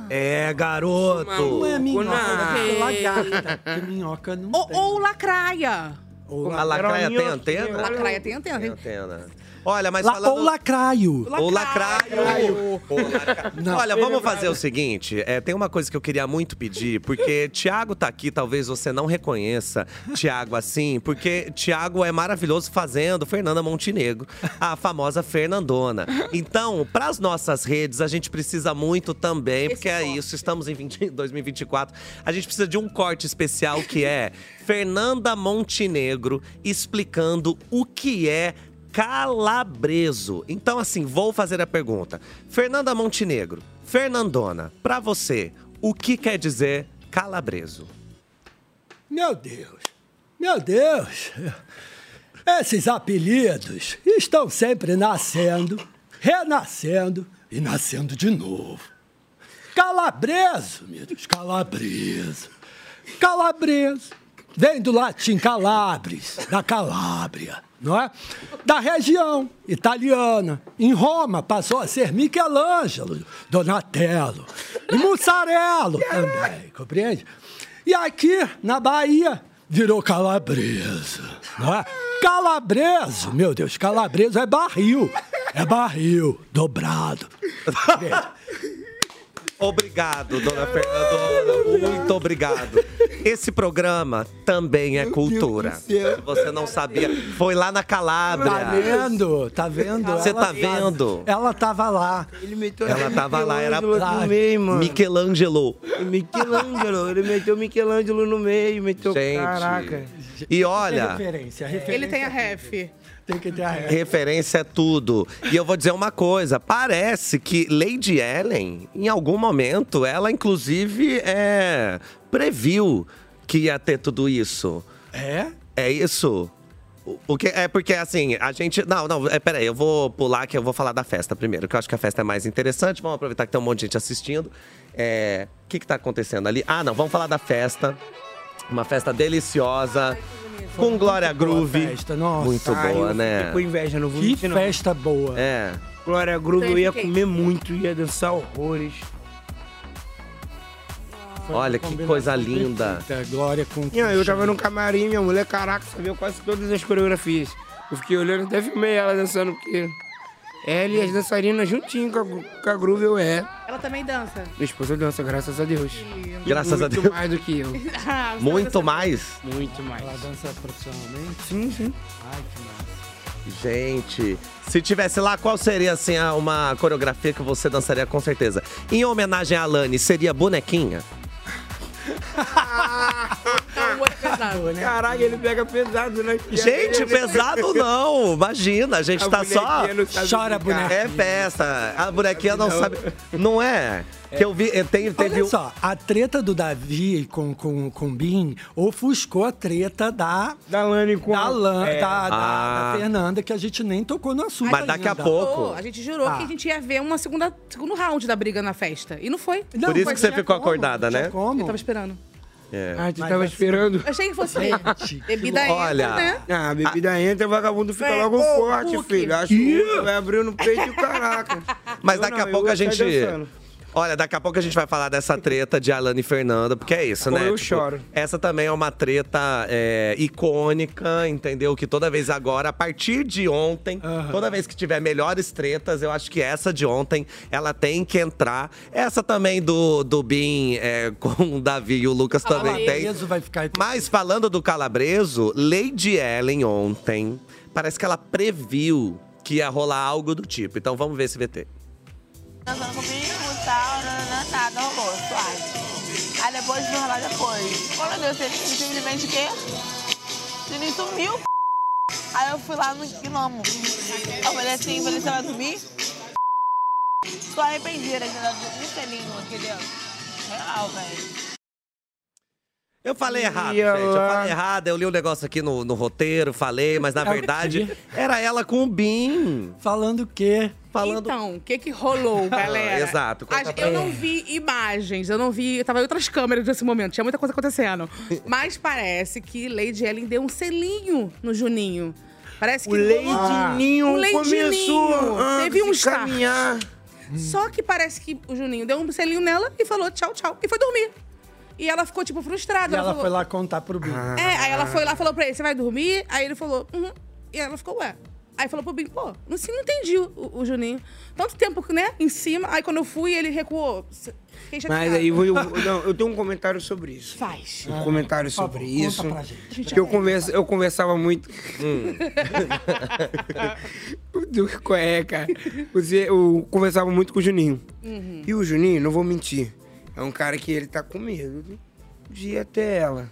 Speaker 5: É, garoto.
Speaker 3: Não é minhoca, é lagarta.
Speaker 6: Que minhoca não ou, ou lacraia.
Speaker 5: A lacraia tem antena?
Speaker 6: Lacraia tem antena.
Speaker 5: Tem antena. Olha, mas
Speaker 3: La-
Speaker 5: falando...
Speaker 3: Ou lacraio.
Speaker 5: Ou lacraio. Ou lacra-
Speaker 3: Não.
Speaker 5: Olha, vamos fazer o seguinte. é, tem uma coisa que eu queria muito pedir, porque Tiago tá aqui, talvez você não reconheça Tiago assim, porque Tiago é maravilhoso fazendo Fernanda Montenegro, a famosa Fernandona. Então, pras nossas redes, a gente precisa muito também, porque é isso, estamos em 20 2024. A gente precisa de um corte especial que é Fernanda Montenegro explicando o que é calabreso. Então, assim, vou fazer a pergunta. Fernanda Montenegro, Fernandona, pra você, o que quer dizer calabreso?
Speaker 3: Meu Deus, meu Deus. Esses apelidos estão sempre nascendo, renascendo e nascendo de novo. Calabreso, meu Deus, calabreso. Calabreso. Vem do latim calabres, da Calábria, não é? Da região italiana. Em Roma passou a ser Michelangelo, Donatello e Mussarello também, compreende? E aqui, na Bahia, virou calabreso, não é? Calabreso, meu Deus, calabreso é barril. É barril, dobrado.
Speaker 5: Obrigado, dona Fernandona. Muito obrigado. Esse programa também é cultura. Se você não sabia, foi lá na Calábria.
Speaker 3: Tá vendo? Tá vendo?
Speaker 5: Você
Speaker 3: Ela
Speaker 5: tá vendo?
Speaker 3: Ela
Speaker 7: Tá
Speaker 3: tava lá.
Speaker 7: Ele meteu
Speaker 5: Ela tava lá, era
Speaker 7: Michelangelo no meio, mano.
Speaker 5: Michelangelo.
Speaker 7: Michelangelo, ele meteu Michelangelo no meio, meteu. Caraca.
Speaker 5: E olha,
Speaker 3: referência,
Speaker 6: Ele tem a ref.
Speaker 3: Tem que ter a ref.
Speaker 5: Referência é tudo. E eu vou dizer uma coisa: parece que Lady Ellen, em algum momento, ela inclusive é, previu que ia ter tudo isso.
Speaker 3: É?
Speaker 5: É isso? O- O que, é porque assim, a gente. Não, não, é, peraí, eu vou pular que eu vou falar da festa primeiro, que eu acho que a festa é mais interessante. Vamos aproveitar que tem um monte de gente assistindo. É, O que, que tá acontecendo ali? Ah, não, vamos falar da festa. Uma festa deliciosa. Com Glória Groove. Muito
Speaker 7: Ai,
Speaker 5: boa,
Speaker 7: eu
Speaker 5: né?
Speaker 7: fiquei com inveja, não vou
Speaker 5: Que
Speaker 7: mentir, não.
Speaker 3: festa boa.
Speaker 5: É.
Speaker 7: Glória Groove, eu
Speaker 5: Então
Speaker 7: ia
Speaker 5: eu fiquei.
Speaker 7: comer muito, ia dançar horrores.
Speaker 5: Olha que coisa linda.
Speaker 3: Glória com.
Speaker 7: Não, eu tava num camarim, minha mulher, caraca, sabia quase todas as coreografias. Eu fiquei olhando, até filmei ela dançando, porque. Ela e as dançarinas juntinho com a, Gru- com a Groove, eu é.
Speaker 6: Ela também dança.
Speaker 7: Minha esposa dança, graças a Deus.
Speaker 5: Graças a
Speaker 7: Muito
Speaker 5: Deus.
Speaker 7: mais do que eu.
Speaker 6: Ah, você
Speaker 5: Muito mais?
Speaker 7: Muito mais.
Speaker 3: Ela dança profissionalmente?
Speaker 7: Sim, sim.
Speaker 3: Ai, que massa.
Speaker 5: Gente, se tivesse lá, qual seria assim a- uma coreografia que você dançaria com certeza? Em homenagem à Alane, seria bonequinha?
Speaker 7: Caraca, ele pega pesado, né?
Speaker 5: Gente, pesado não! Imagina, a gente
Speaker 7: A
Speaker 5: tá só.
Speaker 7: bonequinha não sabe Chora, brincar. bonequinha.
Speaker 5: É festa. A bonequinha não,
Speaker 3: Não.
Speaker 5: sabe. Não é? Que eu vi. eu tenho- Teve,
Speaker 3: Olha
Speaker 5: um-
Speaker 3: só, a treta do Davi com, com, com o Bin ofuscou a treta da.
Speaker 7: Da Lani com
Speaker 3: da, Lan,
Speaker 6: É.
Speaker 3: da, da-
Speaker 5: Ah.
Speaker 3: da Fernanda, que a gente nem tocou no assunto. ainda.
Speaker 6: Jurou, a gente jurou que a gente ia ver uma segunda, segundo round da briga na festa. E não foi.
Speaker 5: Por isso que você ficou acordada, né?
Speaker 6: Eu tava esperando.
Speaker 5: É.
Speaker 7: Ah, tu tava esperando.
Speaker 6: Eu achei que fosse bebida entra,
Speaker 7: Olha.
Speaker 6: né?
Speaker 7: Ah, bebida entra, o vagabundo fica logo
Speaker 6: ô,
Speaker 7: forte,
Speaker 6: Hulk.
Speaker 7: filho. Acho que vai abrir no peito e o caraca.
Speaker 5: Mas
Speaker 7: Eu
Speaker 5: daqui
Speaker 7: não,
Speaker 5: a
Speaker 7: eu
Speaker 5: pouco
Speaker 7: ia
Speaker 5: a gente.
Speaker 7: sair dançando.
Speaker 5: Olha, daqui a pouco a gente vai falar dessa treta de Alane e Fernanda, porque é isso,
Speaker 7: Ou
Speaker 5: né?
Speaker 7: eu choro.
Speaker 5: Essa também é uma treta é, icônica, entendeu? Que toda vez agora, a partir de ontem, toda vez que tiver melhores tretas, eu acho que essa de ontem, ela tem que entrar. Essa também do, do Bin é, com o Davi e o Lucas também tem.
Speaker 3: Calabreso vai ficar.
Speaker 5: Mas falando do calabreso, Lady Ellen ontem, parece que ela previu que ia rolar algo do tipo. Então vamos ver esse VT.
Speaker 8: Dançando comigo e tal, nananã, nada, rolou, suave. Aí depois vim rolar depois. Quando deu, você simplesmente o quê? Ele sumiu, p***. Aí eu fui lá no gnomo. Eu falei assim, falei, você vai dormir? Sou arrependida né? de, de ser língua aqui dentro. Real, velho.
Speaker 5: Eu falei errado,
Speaker 8: E
Speaker 5: gente. Eu
Speaker 8: ela-
Speaker 5: falei errado. Eu li o negócio aqui no, no roteiro, falei, mas na
Speaker 3: É o
Speaker 5: verdade assim.
Speaker 3: quê?
Speaker 5: era ela com o Bim.
Speaker 3: Falando o quê?
Speaker 5: Falando.
Speaker 6: Então, o que que rolou, galera?
Speaker 5: Ah, exato, conta
Speaker 6: As-
Speaker 5: pra
Speaker 6: eu
Speaker 5: mim.
Speaker 6: não vi imagens, eu não vi. Eu tava em outras câmeras nesse momento, tinha muita coisa acontecendo. Mas parece que Lady Ellen deu um selinho no Juninho. Parece que
Speaker 7: O
Speaker 6: rolou-
Speaker 7: Lady Ninho
Speaker 6: o Lady
Speaker 7: começou
Speaker 6: Ninho.
Speaker 7: a
Speaker 6: Teve um
Speaker 7: se caminhar.
Speaker 6: start. Só que parece que o Juninho deu um selinho nela e falou tchau, tchau. E foi dormir. E ela ficou, tipo,
Speaker 3: E
Speaker 6: frustrada.
Speaker 3: ela
Speaker 6: falou,
Speaker 3: foi lá contar pro Bim.
Speaker 6: é, aí ela foi lá e falou pra ele, você vai dormir? Aí ele falou, uhum. E ela ficou, ué. Aí falou pro Bim, pô, não, sei, não entendi o, o Juninho. Tanto tempo, né, em cima. Aí quando eu fui, ele recuou. Fiquei chateada.
Speaker 7: Mas aí eu, eu- não, eu tenho um comentário sobre isso.
Speaker 6: Faz.
Speaker 7: Um comentário sobre isso.
Speaker 3: Conta pra gente.
Speaker 7: Que eu, conversa, eu conversava muito.
Speaker 5: Hum.
Speaker 7: o Duque, qual é, cara? Você, eu conversava muito com o Juninho.
Speaker 11: Uhum.
Speaker 7: E o Juninho, não vou mentir, é um cara que ele tá com medo de ir até ela.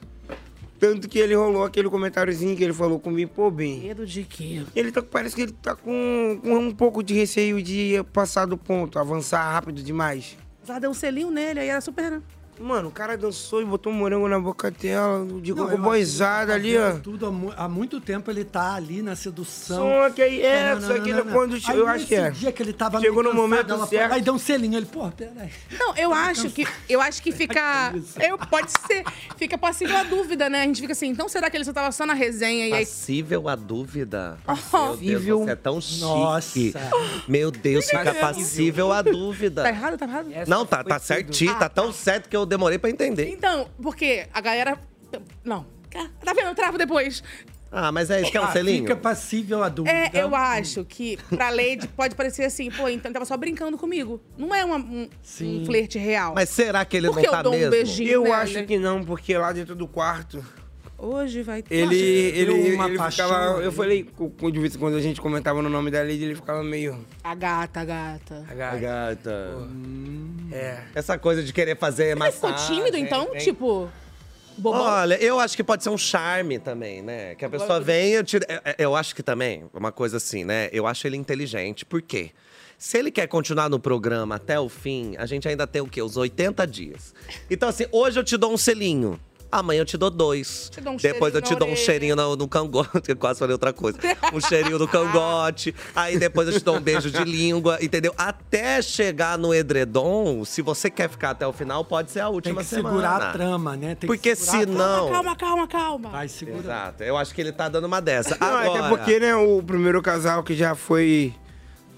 Speaker 7: Tanto que ele rolou aquele comentáriozinho que ele falou comigo, pô, bem.
Speaker 6: Medo de quê?
Speaker 7: Ele tá, parece que ele tá com, com um pouco de receio de passar do ponto, avançar rápido demais.
Speaker 6: Ela deu um selinho nele, aí era super, né?
Speaker 7: Mano, o cara dançou e botou um morango na boca dela, de
Speaker 3: Não, eu acho
Speaker 6: é
Speaker 7: boizada
Speaker 3: que ele
Speaker 7: ali,
Speaker 3: tá
Speaker 7: ó.
Speaker 3: fazendo Tudo, há mu- há muito tempo ele tá ali na sedução.
Speaker 7: Só que aí, é, só que ele quando-
Speaker 3: Aí
Speaker 7: eu acho que
Speaker 3: nesse
Speaker 7: é.
Speaker 3: dia que ele tava
Speaker 7: Chegou
Speaker 3: meio
Speaker 7: no momento
Speaker 3: cansado, ela foi-
Speaker 7: certo.
Speaker 3: Aí deu um selinho, ele, pô, peraí.
Speaker 6: Não, eu acho que eu acho que fica. Eu, pode ser. Fica passível a dúvida, né? A gente fica assim, então será que ele só tava só na resenha e aí.
Speaker 5: Passível a dúvida. Meu Deus,
Speaker 6: Passível.
Speaker 5: você é tão
Speaker 6: Ah, Nossa.
Speaker 5: chique. Meu Deus, fica passível a dúvida.
Speaker 6: Tá errado, tá errado?
Speaker 5: Não, tá, tá certinho, tá tão certo que eu demorei pra entender.
Speaker 6: Então, porque a galera. Não. Tá vendo? Eu travo depois.
Speaker 5: Ah, mas é isso que é um
Speaker 6: Ah,
Speaker 5: selinho?
Speaker 3: Fica passível a dúvida.
Speaker 6: É, eu acho que pra Lady pode parecer assim, pô, então ele tava só brincando comigo. Não é uma- um, um flerte real.
Speaker 5: Mas será que ele
Speaker 6: Por
Speaker 5: não
Speaker 6: que eu
Speaker 5: tá
Speaker 6: dou um
Speaker 5: mesmo?
Speaker 6: beijinho
Speaker 7: Eu
Speaker 6: nela?
Speaker 7: acho que não, porque lá dentro do quarto,
Speaker 6: Hoje vai ter.
Speaker 7: ele, ele,
Speaker 5: um-
Speaker 6: Deu
Speaker 7: ele
Speaker 6: uma paixão
Speaker 7: ficava... Eu
Speaker 6: ali.
Speaker 7: falei, com- com- de vez em quando a gente comentava no nome da Lady, ele ficava meio...
Speaker 6: A gata, a gata.
Speaker 7: A
Speaker 5: A
Speaker 7: gata.
Speaker 5: gata. Hum.
Speaker 7: É.
Speaker 5: Essa coisa de querer fazer
Speaker 6: Ele
Speaker 5: mais.
Speaker 6: ficou
Speaker 7: Ah,
Speaker 6: tímido, então? Tipo. Bobão.
Speaker 5: Olha, eu acho que pode ser um charme também, né? Que a pessoa
Speaker 6: Agora-
Speaker 5: vem e tira. é- é- Eu acho que também, uma coisa assim, né? Eu acho ele inteligente. Por quê? Se ele quer continuar no programa até o fim, a gente ainda tem o quê? Os 80 dias. Então, assim, hoje eu te dou um selinho. Amanhã eu te dou dois.
Speaker 6: Te dou um
Speaker 5: Depois
Speaker 6: cheirinho
Speaker 5: eu te
Speaker 6: na
Speaker 5: dou um
Speaker 6: orelha.
Speaker 5: cheirinho no, no cangote. Eu quase falei outra coisa. Um cheirinho no cangote. Aí depois eu te dou um beijo de língua, entendeu? Até chegar no edredom, se você quer ficar até o final, pode ser a
Speaker 3: Tem
Speaker 5: última
Speaker 3: que
Speaker 5: semana.
Speaker 3: segurar a trama, né? Tem
Speaker 5: Porque
Speaker 3: que segurar a trama.
Speaker 5: senão-
Speaker 6: Calma, calma, calma.
Speaker 3: Vai segurar.
Speaker 5: Exato. Eu acho que ele tá dando uma dessa.
Speaker 7: Não,
Speaker 6: é
Speaker 5: Agora,
Speaker 7: até porque, né, o primeiro casal que já foi...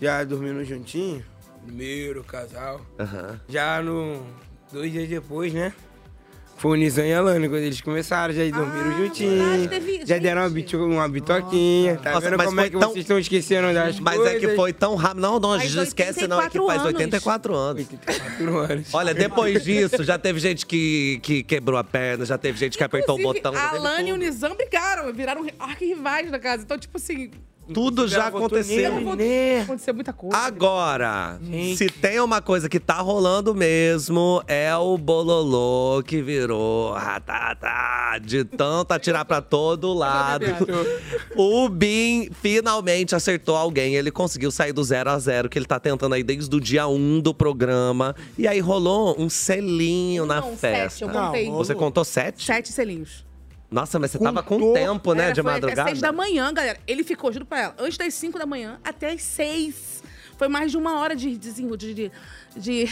Speaker 7: Já dormindo juntinho, primeiro casal,
Speaker 5: Aham.
Speaker 7: já no... Dois dias depois, né? Foi o Nizam e a Lani, quando eles começaram, já dormiram juntinhos. já deram uma, bitu- uma bitoquinha. Tá
Speaker 5: Nossa,
Speaker 7: vendo
Speaker 5: mas
Speaker 7: como é
Speaker 5: foi
Speaker 7: que
Speaker 5: tão-
Speaker 7: vocês estão esquecendo das
Speaker 5: Mas é que
Speaker 7: coisas?
Speaker 5: foi tão rápido. Não, não,
Speaker 7: Faz
Speaker 5: não esquece não, é que faz
Speaker 7: 84
Speaker 5: 84 anos.
Speaker 7: 84 anos.
Speaker 5: Olha, depois disso, já teve gente que, que quebrou a perna, já teve gente que apertou o
Speaker 6: Inclusive,
Speaker 5: botão. já
Speaker 6: A
Speaker 5: teve
Speaker 6: Lana e o Nizam brigaram, viraram arquirrivais da casa. Então, tipo assim.
Speaker 5: Tudo já aconteceu.
Speaker 6: Ela votou- Aconteceu muita coisa.
Speaker 5: Agora, se tem uma coisa que tá rolando mesmo, é o bololô que virou ratatá, de tanto atirar pra todo lado. o Bin finalmente acertou alguém, ele conseguiu sair do zero a zero, que ele tá tentando aí desde o dia 1 um do programa. E aí rolou um selinho na
Speaker 6: Não,
Speaker 5: festa.
Speaker 6: um sete, eu contei. Não,
Speaker 5: Você contou sete?
Speaker 6: Sete selinhos.
Speaker 5: Nossa, mas você tava com tempo, né,
Speaker 3: É,
Speaker 6: Era,
Speaker 5: de
Speaker 6: foi Até
Speaker 5: madrugada?
Speaker 6: seis da manhã, galera. Ele ficou, juro pra ela, antes das cinco da manhã até as seis. Foi mais de uma hora de desenrolo. De, de, de-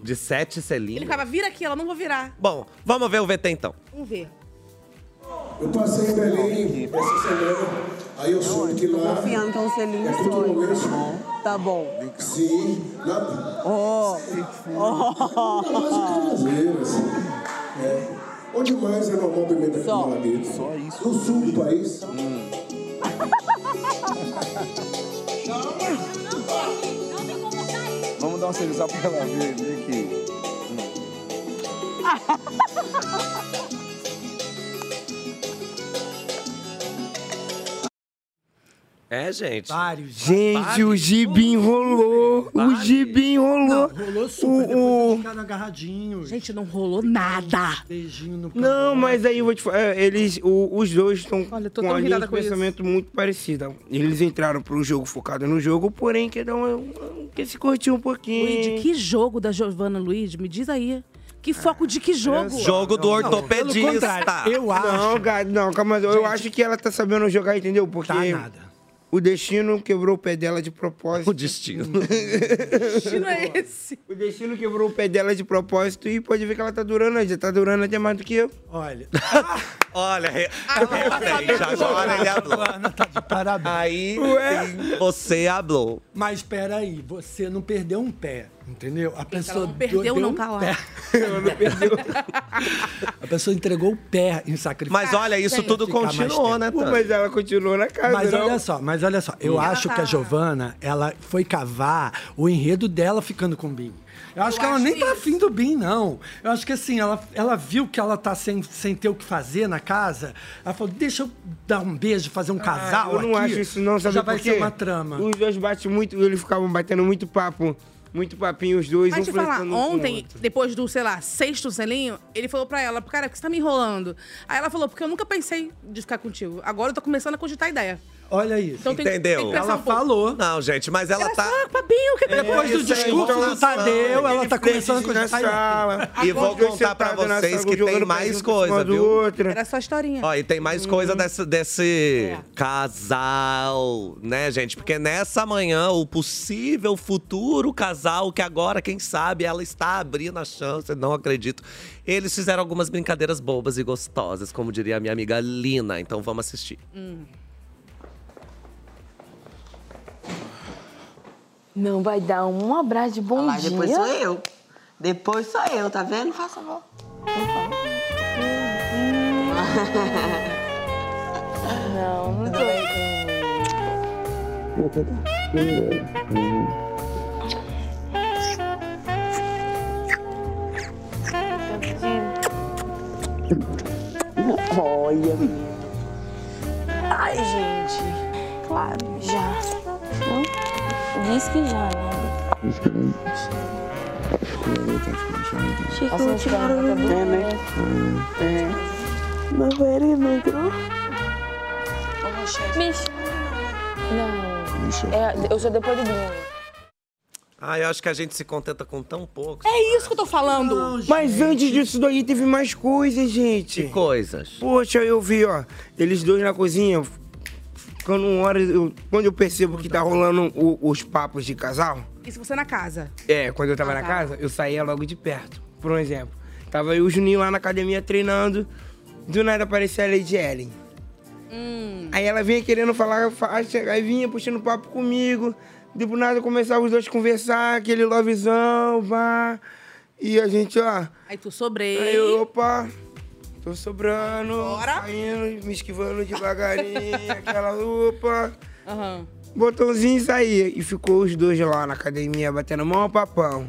Speaker 5: De sete
Speaker 6: Ele
Speaker 5: selinhos.
Speaker 6: ficava, vira aqui, ela não vou virar.
Speaker 5: Bom, vamos ver o VT então.
Speaker 6: Vamos ver.
Speaker 12: Eu passei em Belém essa semana, aí eu soube que lá.
Speaker 9: Confiando que é um selinho
Speaker 12: é
Speaker 9: sonho.
Speaker 12: culturoso.
Speaker 9: Tá bom.
Speaker 12: Sim, na. Oh! É. Onde mais é normal pimenta aqui no Maladeiro? Só isso. No sul do país.
Speaker 1: Hum.
Speaker 2: Vamos dar um serviço pra ela ver, ver que.
Speaker 5: É, gente.
Speaker 3: Vários.
Speaker 7: Gente, o gibi enrolou. O gibi enrolou.
Speaker 3: Rolou
Speaker 7: O-
Speaker 3: super,
Speaker 7: o-
Speaker 3: depois eles ficaram agarradinhos. Gente,
Speaker 6: não rolou nada.
Speaker 3: Beijinho no
Speaker 7: Não, mas aí eu vou te falar. é, Eles, o- os dois estão com
Speaker 3: tô tão
Speaker 7: a linha
Speaker 3: irritada
Speaker 7: de
Speaker 3: com isso.
Speaker 7: pensamento muito parecida. Eles entraram pro jogo focado no jogo, porém cada um, um quer se curtir um pouquinho.
Speaker 6: Luigi, que jogo da Giovanna Luiz? Me diz aí. Que foco de que jogo?
Speaker 7: Pelo contrário, Não, cara, não, calma, eu acho que ela tá sabendo jogar, entendeu? Porque o destino quebrou o pé dela de propósito. O
Speaker 5: destino.
Speaker 6: destino é esse.
Speaker 7: O destino quebrou o pé dela de propósito e pode ver que ela tá durando, já tá durando até mais do que eu.
Speaker 3: Olha. Ah, tá
Speaker 5: Olha, re- repente, agora ele hablou. Aí
Speaker 3: Ué?
Speaker 5: sim, você hablou.
Speaker 3: Mas peraí, você não perdeu um pé, entendeu? A pessoa
Speaker 6: não perdeu,
Speaker 3: deu- deu
Speaker 6: não,
Speaker 3: um
Speaker 6: tá lá.
Speaker 3: pé. A pessoa entregou o pé em sacrifício.
Speaker 5: Mas olha, isso
Speaker 3: Pra
Speaker 5: tudo
Speaker 3: ficar mais
Speaker 5: continuou,
Speaker 3: tempo. é
Speaker 5: né, Tânia?
Speaker 7: Mas ela continuou na casa,
Speaker 3: Mas
Speaker 7: não?
Speaker 3: olha só, mas olha só, eu
Speaker 7: Ela
Speaker 3: acho
Speaker 7: tá-
Speaker 3: que a Giovana, ela foi cavar o enredo dela ficando com o Bin. Eu acho que ela nem tá afim do Bin, não. Eu acho que assim, ela, ela viu que ela tá sem, sem ter o que fazer na casa. Ela falou: deixa eu dar um beijo, fazer um casal.
Speaker 7: Ah, Eu não
Speaker 3: aqui.
Speaker 7: acho isso, não, sabe
Speaker 3: Já
Speaker 7: por
Speaker 3: vai
Speaker 7: quê?
Speaker 3: ser uma trama.
Speaker 7: Os dois batem muito, eles ficavam batendo muito papo, muito papinho, os dois,
Speaker 6: Mas
Speaker 7: um
Speaker 6: te falar,
Speaker 7: flertando com o
Speaker 6: ontem,
Speaker 7: outro.
Speaker 6: depois do, sei lá, sexto selinho, ele falou pra ela, cara, por que você tá me enrolando? Aí ela falou, porque eu nunca pensei de ficar contigo. Agora eu tô começando a cogitar a ideia.
Speaker 3: Olha isso.
Speaker 6: Então tem-
Speaker 5: Entendeu?
Speaker 6: tem que pensar um pouco. Ah,
Speaker 3: falou.
Speaker 5: Não, gente, mas ela, tá.
Speaker 6: Papinho, que
Speaker 5: É,
Speaker 3: Depois do
Speaker 5: isso aí,
Speaker 3: discurso
Speaker 5: então,
Speaker 3: do Tadeu, ela tá
Speaker 5: ele
Speaker 3: começando com
Speaker 5: fez isso na sala. E vou contar pra vocês que tem mais coisa,
Speaker 6: coisas,
Speaker 5: viu?
Speaker 6: Era só historinha.
Speaker 5: Ó, e tem mais coisa dessa- desse casal, né, gente? Porque nessa manhã, o possível futuro casal, que agora, quem sabe, ela está abrindo a chance, não acredito. Eles fizeram algumas brincadeiras bobas e gostosas, como diria a minha amiga Lina. Então vamos assistir.
Speaker 9: Hum. Não vai dar um abraço de bom
Speaker 8: Mas
Speaker 9: dia.
Speaker 8: depois sou eu. Depois sou eu, tá vendo? Faça favor.
Speaker 9: Não, não tô.
Speaker 13: Olha.
Speaker 9: Ai, gente. Claro, já. Não? Diz que já, né? Achei que eu te É, né?
Speaker 13: É. Não verei, meu
Speaker 9: Bicho. Não. É, eu sou depois do Bruno.
Speaker 5: Ah, eu acho que a gente se contenta com tão pouco.
Speaker 6: É isso que eu tô falando.
Speaker 7: Mas antes disso daí teve mais coisas, gente. Que
Speaker 5: coisas?
Speaker 7: Poxa, eu vi, ó, eles dois na cozinha, ficando uma hora, eu- quando eu percebo que tá rolando o- os papos de casal,
Speaker 6: E se você na casa?
Speaker 7: É, quando eu tava
Speaker 6: Ah,
Speaker 7: na
Speaker 6: tá.
Speaker 7: casa, eu saía logo de perto. Por um exemplo, tava eu e o Juninho lá na academia treinando, do nada aparecia a Lady Ellen.
Speaker 6: Hum.
Speaker 7: Aí ela vinha querendo falar, eu fa- aí che- aí vinha puxando papo comigo, de do nada começava os dois a conversar, aquele lovezão, vá. E a gente, ó,
Speaker 6: Aí tu sobrei.
Speaker 7: aí eu, opa, tô sobrando, saindo, me esquivando devagarinho, aquela opa.
Speaker 6: Aham.
Speaker 7: Botãozinho e saía. E ficou os dois lá na academia, batendo mó papão.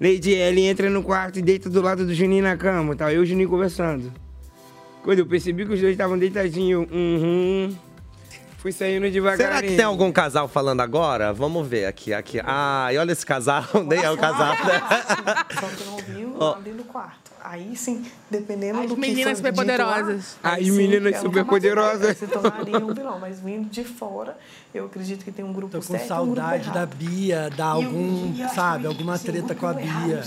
Speaker 7: Lady Ellen entra no quarto e deita do lado do Juninho na cama, tá? Eu e o Juninho conversando. Quando eu percebi que os dois estavam deitadinhos, eu, uhum, fui saindo devagarinho.
Speaker 5: Será que tem algum casal falando agora? Vamos ver aqui, aqui. Ai, olha esse casal, nem é o casal, né?
Speaker 14: Viu?
Speaker 5: Ó.
Speaker 14: Ali no quarto. Aí sim, dependendo
Speaker 6: As
Speaker 14: do que foi
Speaker 6: meninas
Speaker 14: dito
Speaker 6: superpoderosas.
Speaker 14: lá,
Speaker 7: As
Speaker 14: sim,
Speaker 7: meninas
Speaker 14: ela nunca
Speaker 7: superpoderosas.
Speaker 14: mais Se tornaria um vilão, mas vindo de fora, eu acredito que tem um grupo
Speaker 3: Tô com
Speaker 14: certo e um grupo
Speaker 3: saudade da
Speaker 14: errado.
Speaker 3: Bia, dar algum, sabe, alguma treta com a Bia.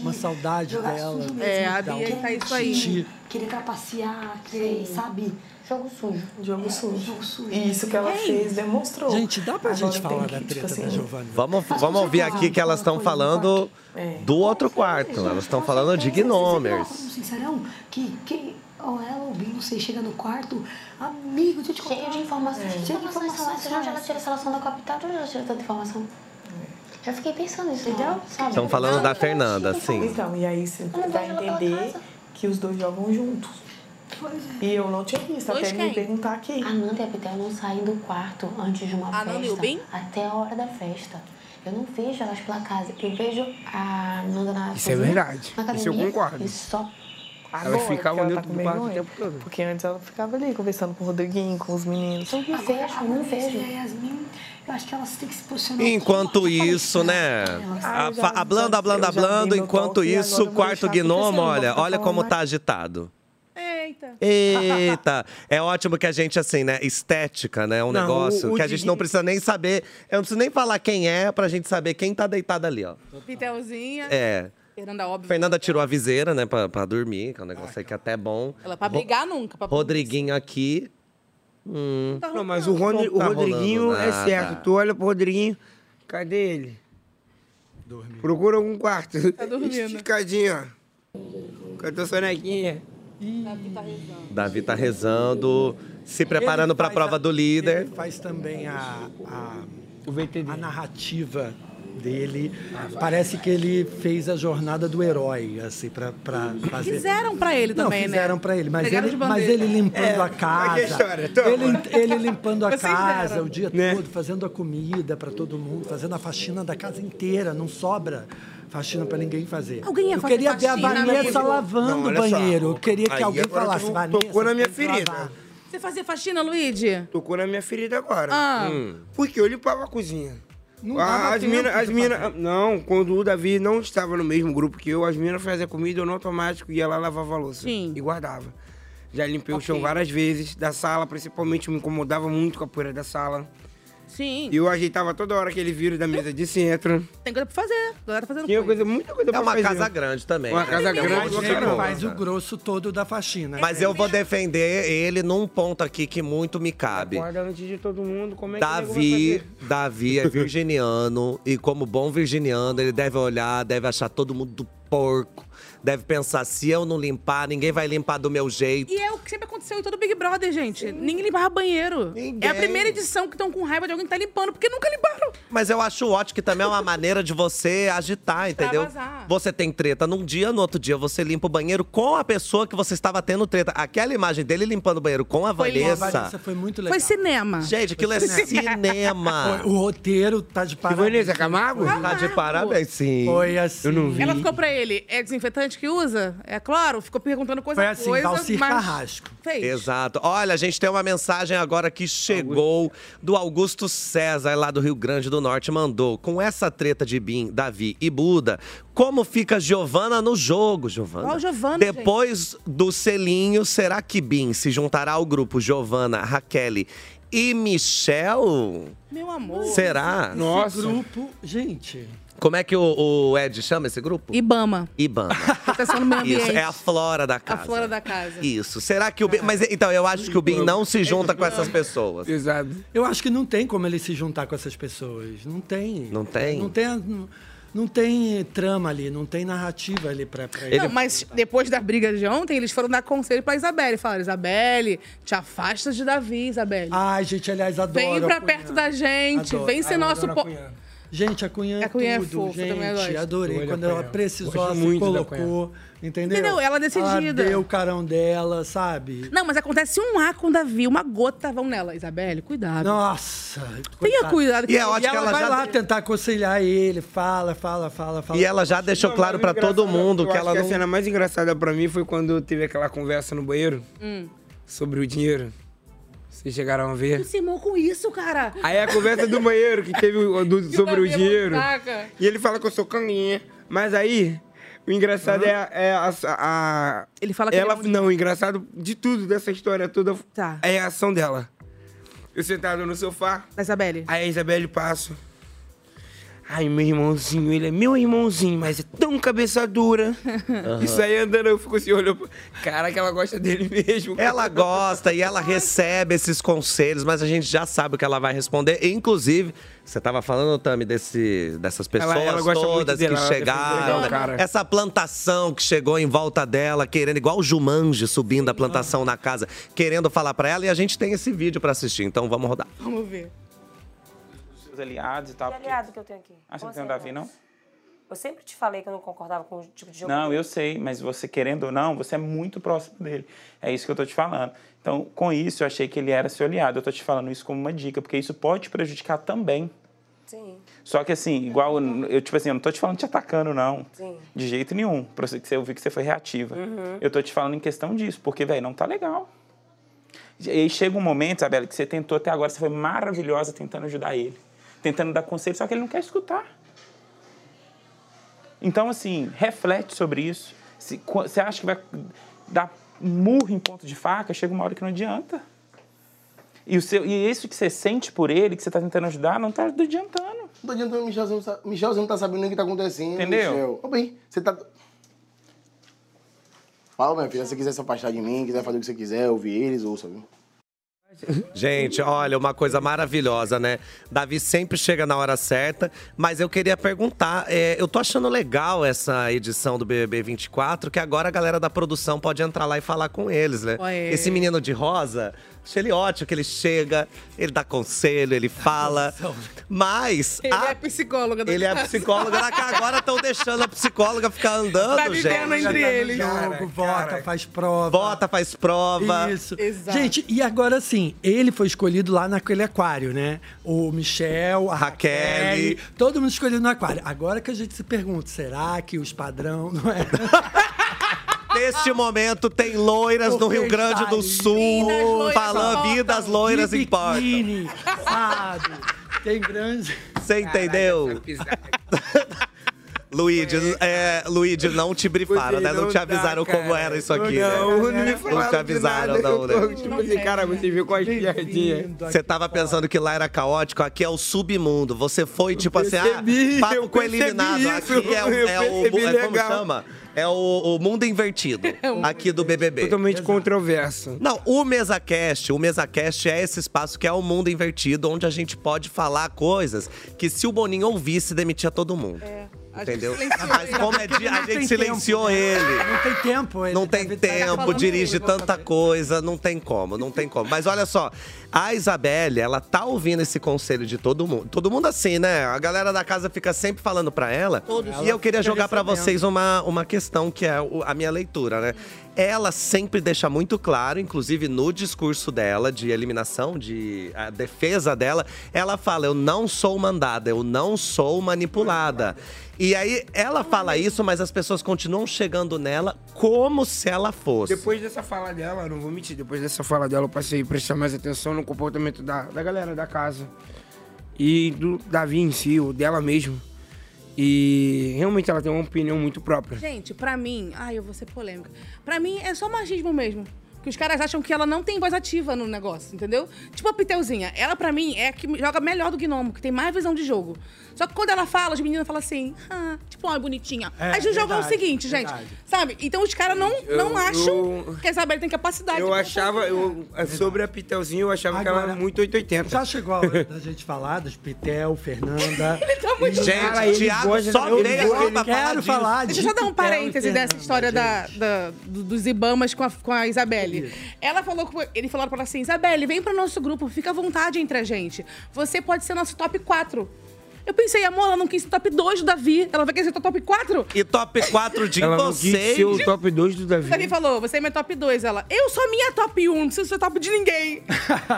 Speaker 3: Uma saudade dela.
Speaker 6: É, a
Speaker 14: então.
Speaker 3: Dar
Speaker 6: Bia
Speaker 15: Então,
Speaker 3: um
Speaker 6: tá isso aí.
Speaker 3: xixi.
Speaker 16: Querer trapacear, querer, sabe? Jogo sujo.
Speaker 15: É,
Speaker 14: Jogo sujo. E isso que ela
Speaker 16: Ei.
Speaker 14: fez demonstrou.
Speaker 3: Gente, dá pra
Speaker 14: Agora
Speaker 3: gente
Speaker 14: tem
Speaker 3: falar
Speaker 14: que,
Speaker 3: da
Speaker 14: tipo
Speaker 3: treta
Speaker 14: assim,
Speaker 3: da Giovanna?
Speaker 5: Vamos, vamos ouvir aqui que elas estão falando
Speaker 16: É.
Speaker 5: do outro quarto. Elas estão falando de gnomers.
Speaker 16: Um sincerão, que quem ou ela ou Binho, você chega no quarto, amigo, deixa eu te contar. Cheio de informação.
Speaker 15: Cheio de informação, senão já ela tira a seleção da capital, já tira tanta informação. Já fiquei pensando nisso, entendeu? Sabe?
Speaker 5: Estão falando da Fernanda,
Speaker 15: Assim.
Speaker 5: sim.
Speaker 14: Então, e aí tá você dá a entender que os dois jogam juntos. E eu não tinha visto,
Speaker 15: Dois
Speaker 14: até me
Speaker 15: quem?
Speaker 14: perguntar aqui.
Speaker 15: A Nanda e a Pitel não saem do quarto antes de uma
Speaker 14: A Nanda e o
Speaker 15: festa.
Speaker 14: Bim?
Speaker 15: Até a hora da festa. Eu não vejo elas pela casa. Eu vejo a Nanda na
Speaker 7: Isso
Speaker 15: cozinha,
Speaker 7: é verdade.
Speaker 15: Na
Speaker 7: Isso eu
Speaker 15: academia,
Speaker 7: concordo.
Speaker 15: E só
Speaker 14: Agora,
Speaker 7: ficavam
Speaker 14: porque ela
Speaker 7: dentro
Speaker 14: tá com
Speaker 7: do quarto o
Speaker 14: vergonha. Porque antes ela ficava ali conversando com o Rodriguinho, com os meninos. Eu
Speaker 16: Agora, agora, se a Yasmin, eu acho que elas têm que se posicionar.
Speaker 5: Enquanto isso, né?
Speaker 16: Ah,
Speaker 5: A,
Speaker 16: eu já-
Speaker 5: fa- Hablando, hablando,
Speaker 16: eu já vi
Speaker 5: hablando.
Speaker 16: meu
Speaker 5: Enquanto
Speaker 16: toque,
Speaker 5: isso,
Speaker 16: agora
Speaker 5: o
Speaker 16: eu vou
Speaker 5: quarto
Speaker 16: deixar, porque
Speaker 5: gnomo,
Speaker 16: senão eu
Speaker 5: olha,
Speaker 16: vou
Speaker 5: olha
Speaker 16: falar
Speaker 5: como
Speaker 16: mais.
Speaker 5: tá agitado.
Speaker 6: Eita.
Speaker 5: Eita! É ótimo que a gente, assim, né? Estética, né? É um
Speaker 7: Não,
Speaker 5: negócio
Speaker 7: o- o
Speaker 5: que a gente
Speaker 7: Didi-
Speaker 5: não precisa nem saber. Eu não preciso nem falar quem é pra gente saber quem tá deitado ali, ó.
Speaker 6: Pitelzinha.
Speaker 5: É.
Speaker 6: Fernanda, óbvio.
Speaker 5: Fernanda tirou a viseira, né? Pra, pra dormir, que é um negócio aí que é até bom.
Speaker 6: Ela pra
Speaker 5: Ro-
Speaker 6: brigar nunca. Pra
Speaker 5: Rodriguinho aqui. Hum.
Speaker 7: Não, mas o, Rony-
Speaker 5: Não
Speaker 7: o
Speaker 5: tá
Speaker 7: Rodriguinho
Speaker 5: rolando
Speaker 7: é
Speaker 3: Ah,
Speaker 5: nada.
Speaker 3: tá.
Speaker 7: certo. Tu olha pro Rodriguinho, cadê ele? Procura algum quarto. Tá
Speaker 6: dormindo.
Speaker 7: Esticadinho, ó. Cantou sonequinha.
Speaker 5: Davi tá rezando, se preparando pra prova do líder.
Speaker 3: Ele faz também a, a, a narrativa dele. Parece que ele fez a jornada do herói, assim, pra, pra fazer.
Speaker 6: Fizeram pra ele
Speaker 3: Não,
Speaker 6: também, né?
Speaker 3: fizeram pra ele, mas
Speaker 6: Pegaram
Speaker 3: ele,
Speaker 6: de
Speaker 3: mas
Speaker 6: bandeja.
Speaker 3: ele limpando
Speaker 6: É,
Speaker 3: a casa.
Speaker 6: aqui é história, toma.
Speaker 3: ele, ele limpando a
Speaker 6: Vocês
Speaker 3: casa
Speaker 6: deram.
Speaker 3: o dia todo, fazendo a comida pra todo mundo, fazendo a faxina da casa inteira, não sobra. Faxina pra ninguém fazer.
Speaker 6: Alguém ia
Speaker 3: Eu
Speaker 6: fazer
Speaker 3: queria ver a
Speaker 6: faxina,
Speaker 3: Vanessa
Speaker 6: amigo?
Speaker 3: lavando
Speaker 7: Não,
Speaker 3: o
Speaker 7: olha só.
Speaker 3: banheiro. Eu queria que
Speaker 7: Aí
Speaker 3: alguém
Speaker 7: agora tu
Speaker 3: falasse,
Speaker 7: não
Speaker 3: Vanessa.
Speaker 7: Tocou na minha
Speaker 3: tem que lavar.
Speaker 7: ferida.
Speaker 6: Você fazia faxina, Luigi?
Speaker 7: Tocou na minha ferida agora.
Speaker 6: Ah. Hum.
Speaker 7: Porque eu limpava a cozinha.
Speaker 6: Não
Speaker 7: Ah,
Speaker 6: dava
Speaker 7: as
Speaker 6: tempo
Speaker 7: minas, as
Speaker 6: de
Speaker 7: mina, não, quando o Davi não estava no mesmo grupo que eu, as minas faziam comida, eu no automático ia lá lavava a louça e guardava. Já limpei o chão várias vezes, da sala, principalmente, me incomodava muito com a poeira da sala.
Speaker 6: Sim.
Speaker 7: E eu ajeitava toda hora aquele vírus da mesa de centro.
Speaker 6: Tem coisa pra fazer. A galera tá fazendo
Speaker 7: Tinha
Speaker 6: coisa.
Speaker 7: coisa, muita coisa
Speaker 5: É
Speaker 7: pra
Speaker 5: uma
Speaker 7: fazer.
Speaker 5: casa grande também.
Speaker 7: Uma casa
Speaker 5: Tem um monte
Speaker 7: grande,
Speaker 5: de
Speaker 7: pra
Speaker 3: Ele
Speaker 7: caramba.
Speaker 3: faz o grosso todo da faxina.
Speaker 5: Mas é eu vou defender ele num ponto aqui que muito me cabe.
Speaker 7: Guarda antes de todo mundo, como é que nego vai
Speaker 5: Davi, Davi é virginiano e como bom virginiano, ele deve olhar, deve achar todo mundo do porco, deve pensar se eu não limpar, ninguém vai limpar do meu jeito.
Speaker 6: E é o que sempre aconteceu em todo Big Brother, gente. Ninguém limpava banheiro. É a primeira edição que estão com raiva de alguém que tá limpando, porque nunca limparam.
Speaker 5: Mas eu acho ótimo que também é uma maneira de você agitar, entendeu?
Speaker 6: Extravasar.
Speaker 5: Você tem treta num dia, no outro dia você limpa o banheiro com a pessoa que você estava tendo treta. Aquela imagem dele limpando o banheiro com a
Speaker 3: Foi
Speaker 5: Vanessa.
Speaker 3: legal. A Vanessa foi muito legal.
Speaker 6: Foi cinema.
Speaker 5: Gente, aquilo é cinema.
Speaker 3: Foi- o roteiro tá de parabéns.
Speaker 7: Vanessa Camargo?
Speaker 5: Tá de parabéns, sim.
Speaker 3: Foi assim. Eu não
Speaker 6: Ela ficou pra ele, é desinfetante que usa? É claro, ficou perguntando coisa
Speaker 5: Foi
Speaker 6: a
Speaker 5: assim,
Speaker 6: coisa,
Speaker 5: Valcir
Speaker 6: mas
Speaker 5: Carrasco.
Speaker 6: Fez.
Speaker 5: Exato. Olha, a gente tem uma mensagem agora que chegou do Augusto César, lá do Rio Grande do Norte, mandou. Com essa treta de Bim, Davi e Buda, como fica Giovana no jogo, Giovana?
Speaker 6: Qual Giovana,
Speaker 5: Depois do selinho, será que Bim se juntará ao grupo Giovana, Raquel e Michel?
Speaker 6: Meu amor.
Speaker 5: Será?
Speaker 3: Nossa. grupo, gente.
Speaker 5: Como é que o, o Ed chama esse grupo?
Speaker 6: Ibama.
Speaker 5: Ibama.
Speaker 6: Proteção do tá meio ambiente.
Speaker 5: Isso, é a é. flora da casa.
Speaker 6: A flora da casa.
Speaker 5: Isso. Será que o Bin. Mas então, eu acho que o Bin não se junta com essas pessoas.
Speaker 7: Exato.
Speaker 3: assim. Eu acho que não tem como ele se juntar com essas pessoas. Não tem.
Speaker 5: Não tem?
Speaker 3: Não tem, não, não tem trama ali, não tem narrativa ali pra, pra
Speaker 6: Não, mas depois da briga de ontem, eles foram dar conselho pra Isabelle. Falaram, Isabelle, te afasta de Davi, Isabelle.
Speaker 3: Ai, gente, aliás, adoro.
Speaker 6: Vem
Speaker 3: a
Speaker 6: pra
Speaker 3: Cunha.
Speaker 6: perto da gente,
Speaker 3: Adoro.
Speaker 6: vem ser
Speaker 3: Ai, eu
Speaker 6: nosso...
Speaker 3: adoro a
Speaker 6: po-
Speaker 3: Cunha. Gente, a Cunha é
Speaker 6: A Cunha é
Speaker 3: tudo,
Speaker 6: fofa,
Speaker 3: gente.
Speaker 6: também gosto.
Speaker 3: Adorei.
Speaker 6: Olha
Speaker 3: Quando
Speaker 6: pra
Speaker 3: ela
Speaker 6: ela.
Speaker 3: precisou,
Speaker 6: Gosto
Speaker 3: ela se
Speaker 6: muito da
Speaker 3: colocou. Entendeu?
Speaker 6: Entendeu? Ela é decidida.
Speaker 3: Ela deu o carão dela, sabe?
Speaker 6: Não, mas acontece um A com Davi, uma gota, vão nela. Isabelle, cuidado.
Speaker 3: Nossa.
Speaker 6: Tenha cuidado.
Speaker 5: E é ótimo que ela
Speaker 3: vai
Speaker 5: já
Speaker 3: lá tentar aconselhar ele, fala, fala, fala, fala.
Speaker 5: E ela já deixou claro pra todo mundo
Speaker 7: Eu
Speaker 5: que
Speaker 7: acho
Speaker 5: ela
Speaker 7: que
Speaker 5: não.
Speaker 7: a cena mais engraçada pra mim foi quando teve aquela conversa no banheiro
Speaker 6: Hum.
Speaker 7: sobre o dinheiro. Vocês chegaram a ver?
Speaker 6: Tu se mou com isso, cara.
Speaker 5: é
Speaker 7: Aí é a conversa do banheiro que teve o- do-
Speaker 6: Davi
Speaker 7: sobre o
Speaker 6: é muito
Speaker 7: dinheiro.
Speaker 6: fraca.
Speaker 7: E ele fala que eu sou caninha. Mas aí, o engraçado é, a, é a- a-
Speaker 6: Ele fala que
Speaker 7: ela.
Speaker 6: ele é um-
Speaker 7: Não, o engraçado de tudo dessa história toda
Speaker 6: Tá.
Speaker 7: é a ação dela. Eu sentado no sofá.
Speaker 6: Da Isabelle.
Speaker 7: Aí a Isabelle passa. Ai, meu irmãozinho, ele é meu irmãozinho, mas é tão cabeça dura.
Speaker 5: Aham.
Speaker 7: Isso aí andando, eu fico assim, olhando. Caraca, ela gosta dele mesmo.
Speaker 5: Ela gosta e ela recebe esses conselhos, mas a gente já sabe o que ela vai responder. Inclusive, você tava falando, Tami, desse, dessas pessoas
Speaker 7: Ela- ela gosta muito
Speaker 5: todas
Speaker 7: dela,
Speaker 5: que
Speaker 7: ela é
Speaker 5: chegaram.
Speaker 7: legal, cara.
Speaker 5: Essa plantação que chegou em volta dela, querendo, igual o Jumanji subindo a plantação na casa, querendo falar pra ela. E a gente tem esse vídeo pra assistir, então vamos rodar.
Speaker 6: Vamos ver.
Speaker 13: Os aliados e tal.
Speaker 17: Que
Speaker 13: porque-
Speaker 17: aliado que eu tenho aqui?
Speaker 13: Ah, você
Speaker 17: Como
Speaker 13: não tem o
Speaker 17: assim,
Speaker 13: Davi, não?
Speaker 17: Eu sempre te falei que eu não concordava com o tipo de jogo.
Speaker 13: Não, eu sei, mas você querendo ou não, você é muito próximo dele. É isso que eu tô te falando. Então, com isso, eu achei que ele era seu aliado. Eu tô te falando isso como uma dica, porque isso pode te prejudicar também.
Speaker 17: Sim.
Speaker 13: Só que assim, igual eu, eu, tipo assim, eu não tô te falando te atacando, não.
Speaker 17: Sim.
Speaker 13: De jeito nenhum. Pra você, que você- eu vi que você foi reativa.
Speaker 17: Uhum.
Speaker 13: Eu tô te falando em questão disso, porque, velho, não tá legal. E aí chega um momento, Isabela, que você tentou até agora, você foi maravilhosa tentando ajudar ele. Tentando dar conselho, só que ele não quer escutar. Então, assim, reflete sobre isso. Se, co- você acha que vai dar murro em ponto de faca, chega uma hora que não adianta. E, o seu, e isso que você sente por ele, que você tá tentando ajudar, não tá adiantando.
Speaker 1: Não tô adiantando, Michel, você não, sabe, Michel, você não tá sabendo nem o que tá acontecendo.
Speaker 13: Entendeu?
Speaker 1: Michel. Ô, bem, você tá. Fala, minha filha, se você quiser se afastar de mim, quiser fazer o que você quiser, ouvir eles, ouça, viu?
Speaker 5: Gente, olha, uma coisa maravilhosa, né? Davi sempre chega na hora certa, mas eu queria perguntar: é, eu tô achando legal essa edição do BBB 24, que agora a galera da produção pode entrar lá e falar com eles, né?
Speaker 18: Oi.
Speaker 5: Esse menino de rosa, achei ele ótimo, que ele chega, ele dá conselho, ele fala. Mas.
Speaker 6: Ele é psicóloga da
Speaker 5: Ah, Ele é
Speaker 6: casa.
Speaker 5: psicóloga da casa. Agora estão deixando a psicóloga ficar andando,
Speaker 6: Tá
Speaker 5: gente.
Speaker 6: vivendo entre eles.
Speaker 3: Jogo, vota, faz prova.
Speaker 5: Vota, faz prova.
Speaker 3: Isso.
Speaker 6: Exato.
Speaker 3: Gente, e agora assim, ele foi escolhido lá naquele aquário, né? O Michel, a Raquel, todo mundo escolhido no aquário. Agora que a gente se pergunta, será que os padrão não é?
Speaker 5: Neste momento tem loiras no Rio Grande do Sul
Speaker 3: tá
Speaker 5: falando vidas loiras importam.
Speaker 3: sabe? Tem grandes.
Speaker 5: Você entendeu? Luigi, é, Luigi, não te brifaram, né? Não te avisaram como era isso aqui.
Speaker 7: tá, Não,
Speaker 5: né?
Speaker 7: não me falaram
Speaker 5: te avisaram,
Speaker 7: de nada.
Speaker 5: não,
Speaker 7: Eu tô,
Speaker 5: né?
Speaker 7: Tipo assim, cara, você viu com as piadinhas.
Speaker 5: Você tava pensando que lá era caótico, aqui é o submundo. Você foi, tipo assim,
Speaker 7: percebi,
Speaker 5: ah, papo
Speaker 7: eu
Speaker 5: com
Speaker 7: percebi
Speaker 5: eliminado.
Speaker 7: isso,
Speaker 5: aqui é, o-
Speaker 7: eu
Speaker 5: é o.
Speaker 7: percebi
Speaker 5: é como
Speaker 7: legal. É
Speaker 5: chama? É o, o mundo invertido aqui do BBB.
Speaker 7: Totalmente controverso.
Speaker 5: Não, o MesaCast, o MesaCast é esse espaço que é o mundo invertido, onde a gente pode falar coisas que se o Boninho ouvisse, demitia todo mundo.
Speaker 7: É,
Speaker 5: Entendeu? Mas como é dia, a gente silenciou ele.
Speaker 3: Não tem tempo, ele.
Speaker 5: Não tem tempo,
Speaker 3: falando
Speaker 5: dirige
Speaker 3: muito,
Speaker 5: tanta coisa, não tem como, não tem como. Mas olha só, a Isabelle, ela tá ouvindo esse conselho de todo mundo. Todo mundo assim, né? A galera da casa fica sempre falando pra ela.
Speaker 18: Todos.
Speaker 5: E eu queria
Speaker 18: Ela fica
Speaker 5: jogar pra
Speaker 18: recebendo.
Speaker 5: vocês uma, uma questão que é o- a minha leitura, né? Ela sempre deixa muito claro, inclusive no discurso dela de eliminação, de a defesa dela, ela fala: "Eu não sou mandada, eu não sou manipulada". E aí ela fala isso, mas as pessoas continuam chegando nela como se ela fosse.
Speaker 7: Depois dessa fala dela, não vou mentir, depois dessa fala dela eu passei a prestar mais atenção no comportamento da, da galera da casa. E do Davi em si, ou dela mesmo. E realmente ela tem uma opinião muito própria.
Speaker 6: Gente, pra mim, ai, eu vou ser polêmica. Pra mim é só machismo mesmo. Que os caras acham que ela não tem voz ativa no negócio, entendeu? Tipo a Piteuzinha. Ela, pra mim, é a que joga melhor do gnomo, que tem mais visão de jogo. Só que quando ela fala, as meninas falam assim, ah, tipo, olha, bonitinha.
Speaker 7: É,
Speaker 6: Mas o jogo é o
Speaker 7: verdade,
Speaker 6: seguinte,
Speaker 7: verdade.
Speaker 6: gente. Sabe? Então os caras não,
Speaker 7: Eu-
Speaker 6: não acham
Speaker 7: eu-
Speaker 6: que a Isabelle tem capacidade.
Speaker 7: Eu
Speaker 6: pra
Speaker 7: achava,
Speaker 6: fazer.
Speaker 7: eu, é sobre a Pitelzinha, eu achava que ela
Speaker 3: Agora,
Speaker 7: era muito 880.
Speaker 3: Já chegou a hora né? da gente falar dos Pitel, Fernanda.
Speaker 6: Ele tá muito
Speaker 5: Gente, Thiago só veio aqui pra falar
Speaker 3: Quero
Speaker 5: disso.
Speaker 3: falar
Speaker 6: Deixa eu
Speaker 3: de
Speaker 6: só dar um
Speaker 3: Pitel e
Speaker 6: parêntese
Speaker 3: Fernanda.
Speaker 6: dessa história da, da- do- dos Ibamas com a, com a Isabelle. Ela falou, com- ele falou pra ela assim, Isabelle, vem pro nosso grupo, fica à vontade entre a gente. Você pode ser nosso top 4. Eu pensei, amor, ela não quis ser top 2 do Davi, ela vai querer ser top 4?
Speaker 5: E top 4 de
Speaker 7: ela não quis
Speaker 5: vocês.
Speaker 7: ser o top 2 do
Speaker 6: O
Speaker 7: Davi.
Speaker 6: Davi falou, você é minha top 2. Ela, eu sou minha top 1, não preciso ser top de ninguém.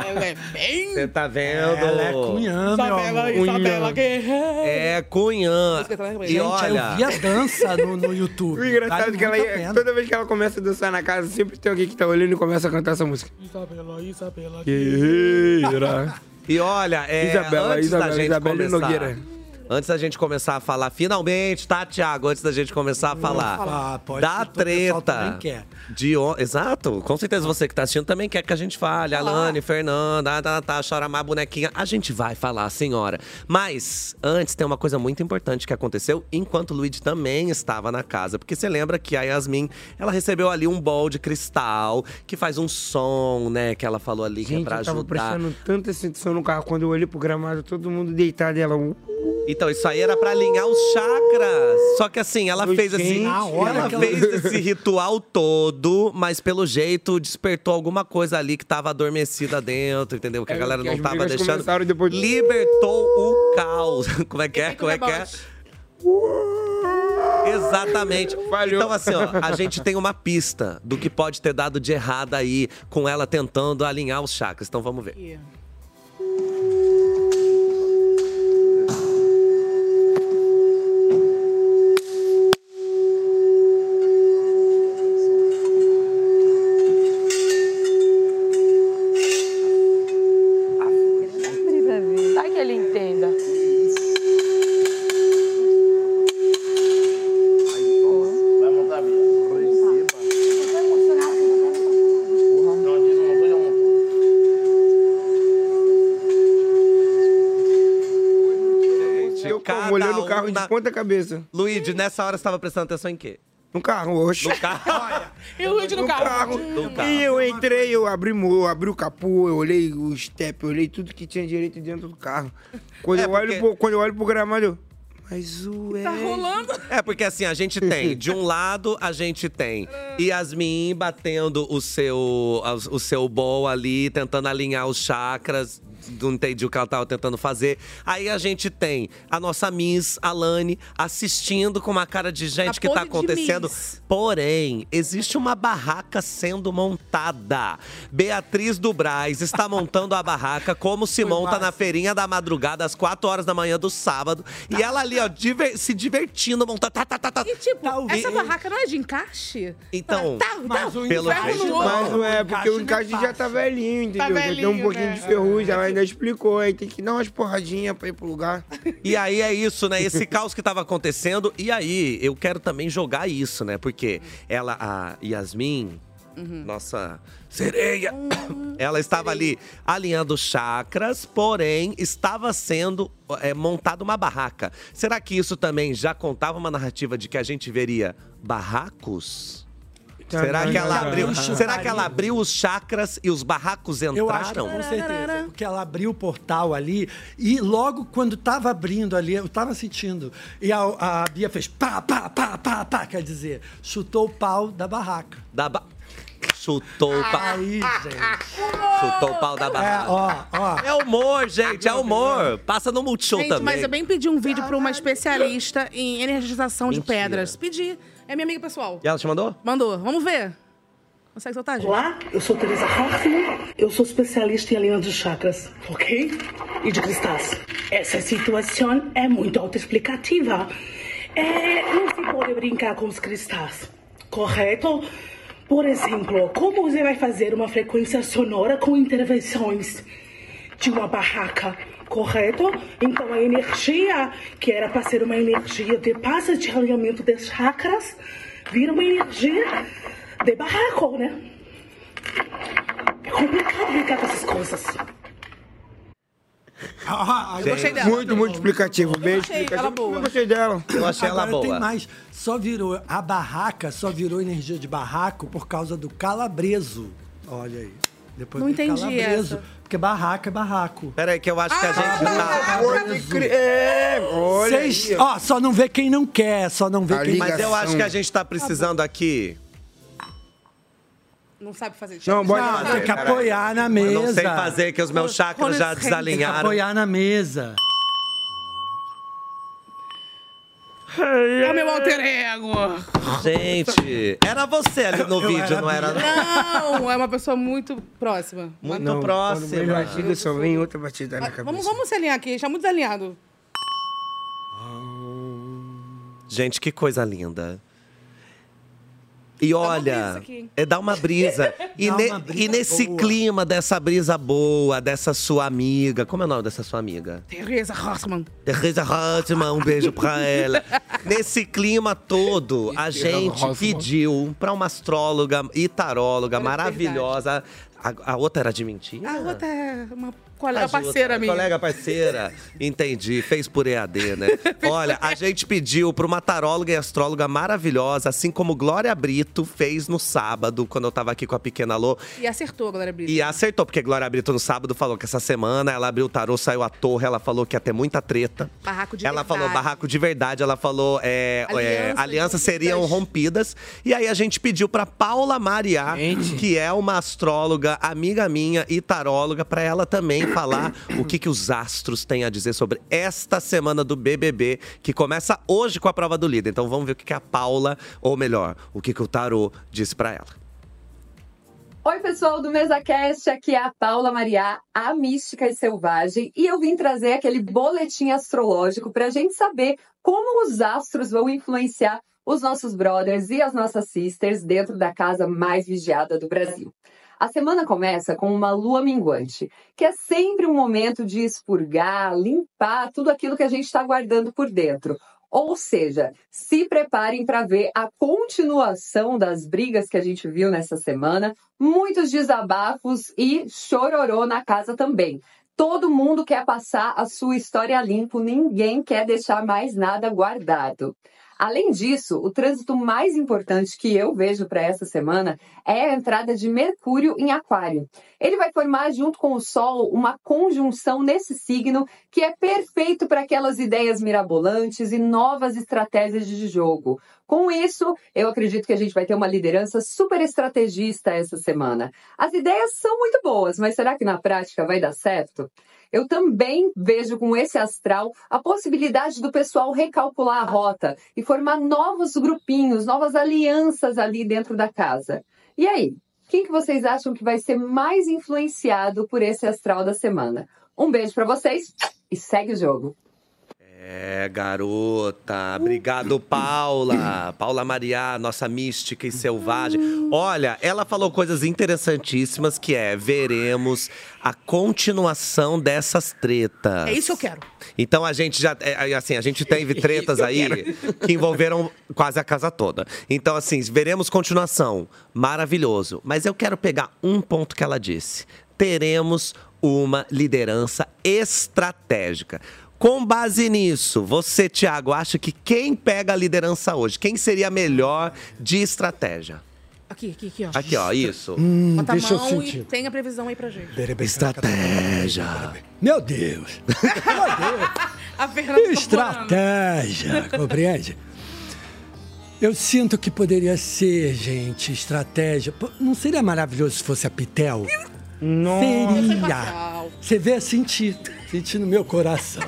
Speaker 6: ela é bem...
Speaker 5: Você tá vendo?
Speaker 3: Ela é cunhã, meu
Speaker 6: Isabela,
Speaker 3: amor.
Speaker 6: Isabela Guerreiro.
Speaker 5: É cunhã.
Speaker 7: é
Speaker 3: Gente,
Speaker 5: E
Speaker 3: eu
Speaker 5: olha.
Speaker 3: vi a dança no, no YouTube.
Speaker 7: O engraçado
Speaker 3: Vale
Speaker 7: é que ela,
Speaker 3: muito a
Speaker 7: ia-
Speaker 3: pena.
Speaker 7: toda vez que ela começa a dançar na casa, sempre tem alguém que tá olhando e começa a cantar essa música.
Speaker 6: Isabela, Isabela.
Speaker 7: Guerreira.
Speaker 5: E olha, é,
Speaker 6: um
Speaker 7: Isabela,
Speaker 5: antes
Speaker 7: Isabela,
Speaker 5: da gente
Speaker 7: Isabela
Speaker 5: começar,
Speaker 7: Nogueira.
Speaker 5: Antes da gente começar a falar, finalmente, tá, Thiago? Antes da gente começar a falar,
Speaker 3: falar, pode
Speaker 5: da
Speaker 3: que o pessoal
Speaker 5: treta
Speaker 3: também quer.
Speaker 5: de on... Exato, com certeza você que tá assistindo também quer que a gente fale. Alane, Fernanda, ah, tá, tá, chora má bonequinha. A gente vai falar, senhora. Mas antes tem uma coisa muito importante que aconteceu enquanto o Luigi também estava na casa. Porque você lembra que a Yasmin, ela recebeu ali um bol de cristal que faz um som, né? Que ela falou ali que é
Speaker 7: Gente,
Speaker 5: pra
Speaker 7: eu tava
Speaker 5: ajudar.
Speaker 7: prestando tanta atenção no carro. Quando eu olhei pro gramado, todo mundo deitado e ela... um-
Speaker 5: Então, isso aí era pra alinhar os chakras. Só que assim, ela
Speaker 7: Gente,
Speaker 5: fez assim.
Speaker 7: na hora
Speaker 5: Ela
Speaker 7: que ela-
Speaker 5: fez esse ritual todo, mas pelo jeito despertou alguma coisa ali que tava adormecida dentro, entendeu? Que a
Speaker 7: É,
Speaker 5: galera
Speaker 7: porque
Speaker 5: não
Speaker 7: as
Speaker 5: tava
Speaker 7: brigas
Speaker 5: deixando.
Speaker 7: começaram depois-
Speaker 5: Libertou o caos. Como é que é? Como é que é? Exatamente. Então, assim, ó, a gente tem uma pista do que pode ter dado de errado aí com ela tentando alinhar os chakras. Então vamos ver.
Speaker 19: Tá
Speaker 7: carro de ponta cabeça.
Speaker 5: Luigi, nessa hora você estava prestando atenção em quê?
Speaker 7: No carro, oxe.
Speaker 5: No carro.
Speaker 6: E o Luigi no carro.
Speaker 5: No carro.
Speaker 7: E eu entrei, eu abri, mo- eu abri o capô, eu olhei o step, eu olhei tudo que tinha direito dentro do carro. Quando,
Speaker 5: É,
Speaker 7: eu, olho
Speaker 5: porque-
Speaker 7: pro, quando eu olho pro gramado, eu... Mas o Tá
Speaker 6: rolando.
Speaker 5: É, porque assim, a gente tem, de um lado, a gente tem Yasmin batendo o seu, as- o seu bol ali, tentando alinhar os chakras. Não entendi o que ela tava tentando fazer. Aí a gente tem a nossa Miss, Alane, assistindo com uma cara de gente
Speaker 18: A
Speaker 5: que
Speaker 18: pose
Speaker 5: tá
Speaker 18: de
Speaker 5: acontecendo. Porém, existe uma barraca sendo montada. Beatriz do Braz está montando a barraca como se monta na feirinha da madrugada, às 4 horas da manhã do sábado. E ela ali, ó, diver- se divertindo, montando. Tá, tá, tá, tá.
Speaker 6: E tipo, essa barraca não é de encaixe?
Speaker 5: Então,
Speaker 6: Tá, tá,
Speaker 5: mas o
Speaker 6: ferro
Speaker 5: encaixe
Speaker 6: no
Speaker 5: não.
Speaker 6: outro.
Speaker 7: Mas não é, porque o
Speaker 5: encaixe
Speaker 7: encaixe
Speaker 5: não
Speaker 7: já tá velhinho, entendeu? já tem um
Speaker 5: velhinho,
Speaker 7: pouquinho
Speaker 5: né?
Speaker 7: de ferrugem, ela ainda explicou. Aí tem que dar umas porradinhas pra ir pro lugar.
Speaker 5: E aí é isso, né? Esse caos que tava acontecendo. E aí, eu quero também jogar isso, né? Porque ela, a Yasmin, nossa sereia, ela estava ali alinhando chakras, porém estava sendo é, montada uma barraca. Será que isso também já contava uma narrativa de que a gente veria barracos? Será que ela abriu? Será que ela abriu os chakras e os barracos entraram?
Speaker 3: Eu acho que, com certeza. Porque ela abriu o portal ali e logo quando tava abrindo ali, eu tava sentindo. E a, a Bia fez pá, pá, pá, pá, pá, quer dizer, chutou o pau da barraca.
Speaker 5: Da ba- Chutou o pau.
Speaker 3: Aí, gente.
Speaker 5: Chutou o pau da
Speaker 3: É,
Speaker 5: barraca.
Speaker 3: ó, ó.
Speaker 5: É humor, gente, é humor. Passa no Multishow
Speaker 6: Gente,
Speaker 5: também.
Speaker 6: mas eu bem pedi um vídeo pra uma especialista em energização de pedras. Pedi. É minha amiga pessoal.
Speaker 5: E ela te mandou?
Speaker 6: Mandou. Vamos ver. Consegue soltar, gente?
Speaker 20: Olá, eu sou Teresa Hoffman, eu sou especialista em alinhamento de chakras, ok? E de cristais. Essa situação é muito autoexplicativa. É, não se pode brincar com os cristais, correto? Por exemplo, como você vai fazer uma frequência sonora com intervenções de uma barraca, correto? Então a energia, que era para ser uma energia de passa de alinhamento de chakras, vira uma energia de barraco, né? É complicado brincar com essas coisas.
Speaker 3: eu gostei dela.
Speaker 7: Muito, muito explicativo. Bem explicativo. Eu gostei dela.
Speaker 5: Eu achei ela
Speaker 3: Agora
Speaker 5: boa.
Speaker 3: tem mais. Só virou. A barraca só virou energia de barraco por causa do calabreso. Olha aí. Depois
Speaker 6: Não
Speaker 3: tem
Speaker 6: entendi
Speaker 3: calabreso.
Speaker 6: essa.
Speaker 3: Porque barraca é barraco.
Speaker 5: Peraí, que eu acho que a gente tá.
Speaker 7: É, olha
Speaker 3: Vocês-
Speaker 7: aí, ó.
Speaker 3: ó, só não vê quem não quer, só não vê quem
Speaker 5: Mas eu acho que a gente tá precisando aqui.
Speaker 6: Não sabe fazer. Deixa
Speaker 3: Não,
Speaker 6: eu-
Speaker 3: bora fazer, Tem que
Speaker 5: peraí.
Speaker 3: apoiar na mesa.
Speaker 5: Eu não sei fazer, que os meus chakras já
Speaker 3: Tem que
Speaker 5: desalinharam.
Speaker 3: apoiar na mesa.
Speaker 6: É o meu alter ego.
Speaker 5: Gente, era você ali no vídeo, não era?
Speaker 6: Não, é uma pessoa muito próxima.
Speaker 5: Muito
Speaker 7: Não, Quando vem
Speaker 5: próximo.
Speaker 7: batida, só vem outra batida
Speaker 3: É
Speaker 7: na cabeça.
Speaker 6: Vamos, vamos se alinhar aqui, já muito desalinhado.
Speaker 5: Gente, que coisa linda. E olha,
Speaker 6: aqui, hein?
Speaker 5: é dar uma brisa. E,
Speaker 3: Dá
Speaker 5: ne-
Speaker 3: uma brisa
Speaker 5: e nesse
Speaker 3: boa.
Speaker 5: clima dessa brisa boa, dessa sua amiga. Como é o nome dessa sua amiga?
Speaker 6: Teresa Hoffman.
Speaker 5: Teresa Rothman, um beijo pra ela. Nesse clima todo, a gente
Speaker 18: Rothman.
Speaker 5: pediu pra uma astróloga e taróloga maravilhosa. A, a outra era de mentira?
Speaker 6: A outra é uma colega
Speaker 5: Ajuda,
Speaker 6: parceira minha.
Speaker 5: é Colega parceira. Entendi. Fez por EAD, né? Olha, a gente pediu para uma taróloga e astróloga maravilhosa, assim como Glória Brito fez no sábado, quando eu tava aqui com a pequena Lô.
Speaker 6: E acertou, galera Brito.
Speaker 5: E acertou, porque Glória Brito no sábado falou que essa semana ela abriu o tarô, saiu à torre, ela falou que ia ter muita treta.
Speaker 6: Barraco de
Speaker 5: Ela
Speaker 6: verdade.
Speaker 5: falou barraco de verdade, ela falou é, é, alianças seriam rompidas. E aí a gente pediu pra Paula Mariá, que é uma astróloga, amiga minha e taróloga, pra ela também falar o que, que os astros têm a dizer sobre esta semana do BBB, que começa hoje com a prova do líder. Então vamos ver o que, que a Paula, ou melhor, o que, que o tarô disse pra ela.
Speaker 21: Oi, pessoal do MesaCast, aqui é a Paula Mariá, a mística e selvagem, e eu vim trazer aquele boletim astrológico para a gente saber como os astros vão influenciar os nossos brothers e as nossas sisters dentro da casa mais vigiada do Brasil. A semana começa com uma lua minguante, que é sempre um momento de expurgar, limpar tudo aquilo que a gente está guardando por dentro. Ou seja, se preparem para ver a continuação das brigas que a gente viu nessa semana, muitos desabafos e chororô na casa também. Todo mundo quer passar a sua história a limpo, ninguém quer deixar mais nada guardado. Além disso, o trânsito mais importante que eu vejo para essa semana é a entrada de Mercúrio em Aquário. Ele vai formar, junto com o Sol, uma conjunção nesse signo que é perfeito para aquelas ideias mirabolantes e novas estratégias de jogo. Com isso, eu acredito que a gente vai ter uma liderança super estrategista essa semana. As ideias são muito boas, mas será que na prática vai dar certo? Eu também vejo com esse astral a possibilidade do pessoal recalcular a rota e formar novos grupinhos, novas alianças ali dentro da casa. E aí, quem que vocês acham que vai ser mais influenciado por esse astral da semana? Um beijo para vocês e segue o jogo.
Speaker 5: É, garota. Obrigado, Paula. Paula Maria, nossa mística e selvagem. Olha, ela falou coisas interessantíssimas que é veremos a continuação dessas tretas.
Speaker 6: É isso que eu quero.
Speaker 5: Então a gente já. é, é, assim, a gente teve tretas
Speaker 6: Eu
Speaker 5: aí que envolveram quase a casa toda. Então, assim, veremos continuação. Maravilhoso. Mas eu quero pegar um ponto que ela disse. Teremos uma liderança estratégica. Com base nisso, você, Tiago, acha que quem pega a liderança hoje? Quem seria melhor de estratégia?
Speaker 6: Aqui, aqui, aqui,
Speaker 3: Hum,
Speaker 6: ó.
Speaker 5: Aqui, ó, isso.
Speaker 6: Bota a mão e tem a previsão aí pra gente.
Speaker 5: Estratégia.
Speaker 3: Meu Deus.
Speaker 6: A Fernanda tá
Speaker 3: Estratégia, compreende? Eu sinto que poderia ser, gente, estratégia. Pô, Não seria maravilhoso se fosse a Pitel? Seria. Você vê assim, ti- senti no meu coração.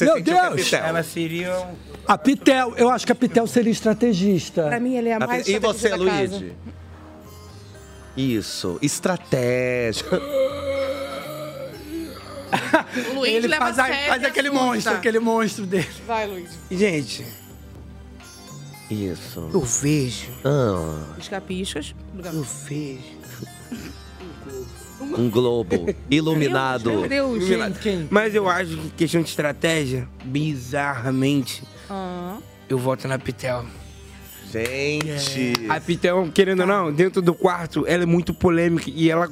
Speaker 3: meu Deus!
Speaker 7: Ela seria. um-
Speaker 3: A Pitel, eu acho que a Pitel seria estrategista.
Speaker 6: Pra mim, ele é a
Speaker 5: A
Speaker 6: mais
Speaker 5: Pi- E você,
Speaker 6: estrategista da casa.
Speaker 5: Luigi? Isso, estratégia.
Speaker 6: O Luigi
Speaker 3: Ele
Speaker 6: leva
Speaker 3: faz,
Speaker 6: a
Speaker 3: a-
Speaker 6: sério
Speaker 3: faz
Speaker 6: e
Speaker 3: aquele
Speaker 6: assusta.
Speaker 3: monstro, aquele monstro dele.
Speaker 6: Vai, Luigi.
Speaker 7: Gente,
Speaker 5: Isso.
Speaker 7: eu vejo.
Speaker 5: Ah,
Speaker 6: Escapistas.
Speaker 7: Eu vejo.
Speaker 5: um globo iluminado.
Speaker 7: Iluminado. Mas eu acho que questão de estratégia, bizarramente,
Speaker 6: Ah.
Speaker 7: eu voto na Pitel. É.
Speaker 5: Gente.
Speaker 7: A Pitel, querendo ou não, dentro do quarto, ela é muito polêmica e ela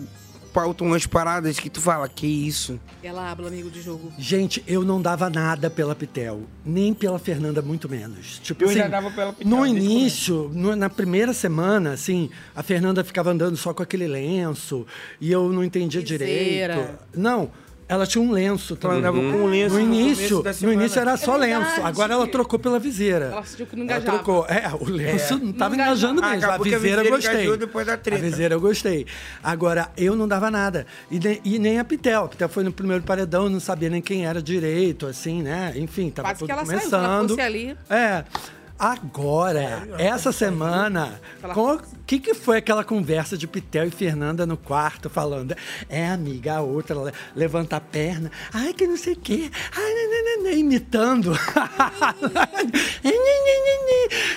Speaker 7: pauta umas paradas que tu fala, que isso?
Speaker 6: Ela habla, amigo de jogo.
Speaker 3: Gente, eu não dava nada pela Pitel, nem pela Fernanda, muito menos. Tipo,
Speaker 7: Eu
Speaker 3: assim,
Speaker 7: já dava pela Pitel
Speaker 3: No
Speaker 7: desde o
Speaker 3: início, no- na primeira semana, assim, a Fernanda ficava andando só com aquele lenço e eu não entendia
Speaker 6: Piseira.
Speaker 3: direito. Não, ela tinha um lenço também.
Speaker 7: andava com um lenço
Speaker 3: No
Speaker 7: no
Speaker 3: início,
Speaker 7: começo da
Speaker 3: no
Speaker 7: semana.
Speaker 3: início era
Speaker 7: É
Speaker 3: só lenço.
Speaker 7: verdade.
Speaker 3: Agora ela trocou pela viseira.
Speaker 6: Ela sentiu que não
Speaker 3: Ela
Speaker 6: engajava.
Speaker 3: trocou. É, o lenço
Speaker 6: É.
Speaker 3: não tava
Speaker 6: Não engajava.
Speaker 3: engajando mesmo. A
Speaker 6: Acabou que a
Speaker 3: viseira eu
Speaker 6: viseira
Speaker 3: gostei.
Speaker 6: engajou
Speaker 7: depois da
Speaker 3: A viseira eu gostei. Agora, eu não dava nada. E nem, e nem a Pitel. A Pitel foi no primeiro paredão, eu não sabia nem quem era direito, assim, né? Enfim, tava
Speaker 6: Quase
Speaker 3: tudo
Speaker 6: que ela saiu, se ela
Speaker 3: começando.
Speaker 6: fosse ali.
Speaker 3: É. Agora, essa semana, o que, que foi aquela conversa de Pitel e Fernanda no quarto falando? É, amiga, a outra le- levanta a perna. Ai, que não sei o quê. Ai, né, nã, nã, nã, nã, imitando. né,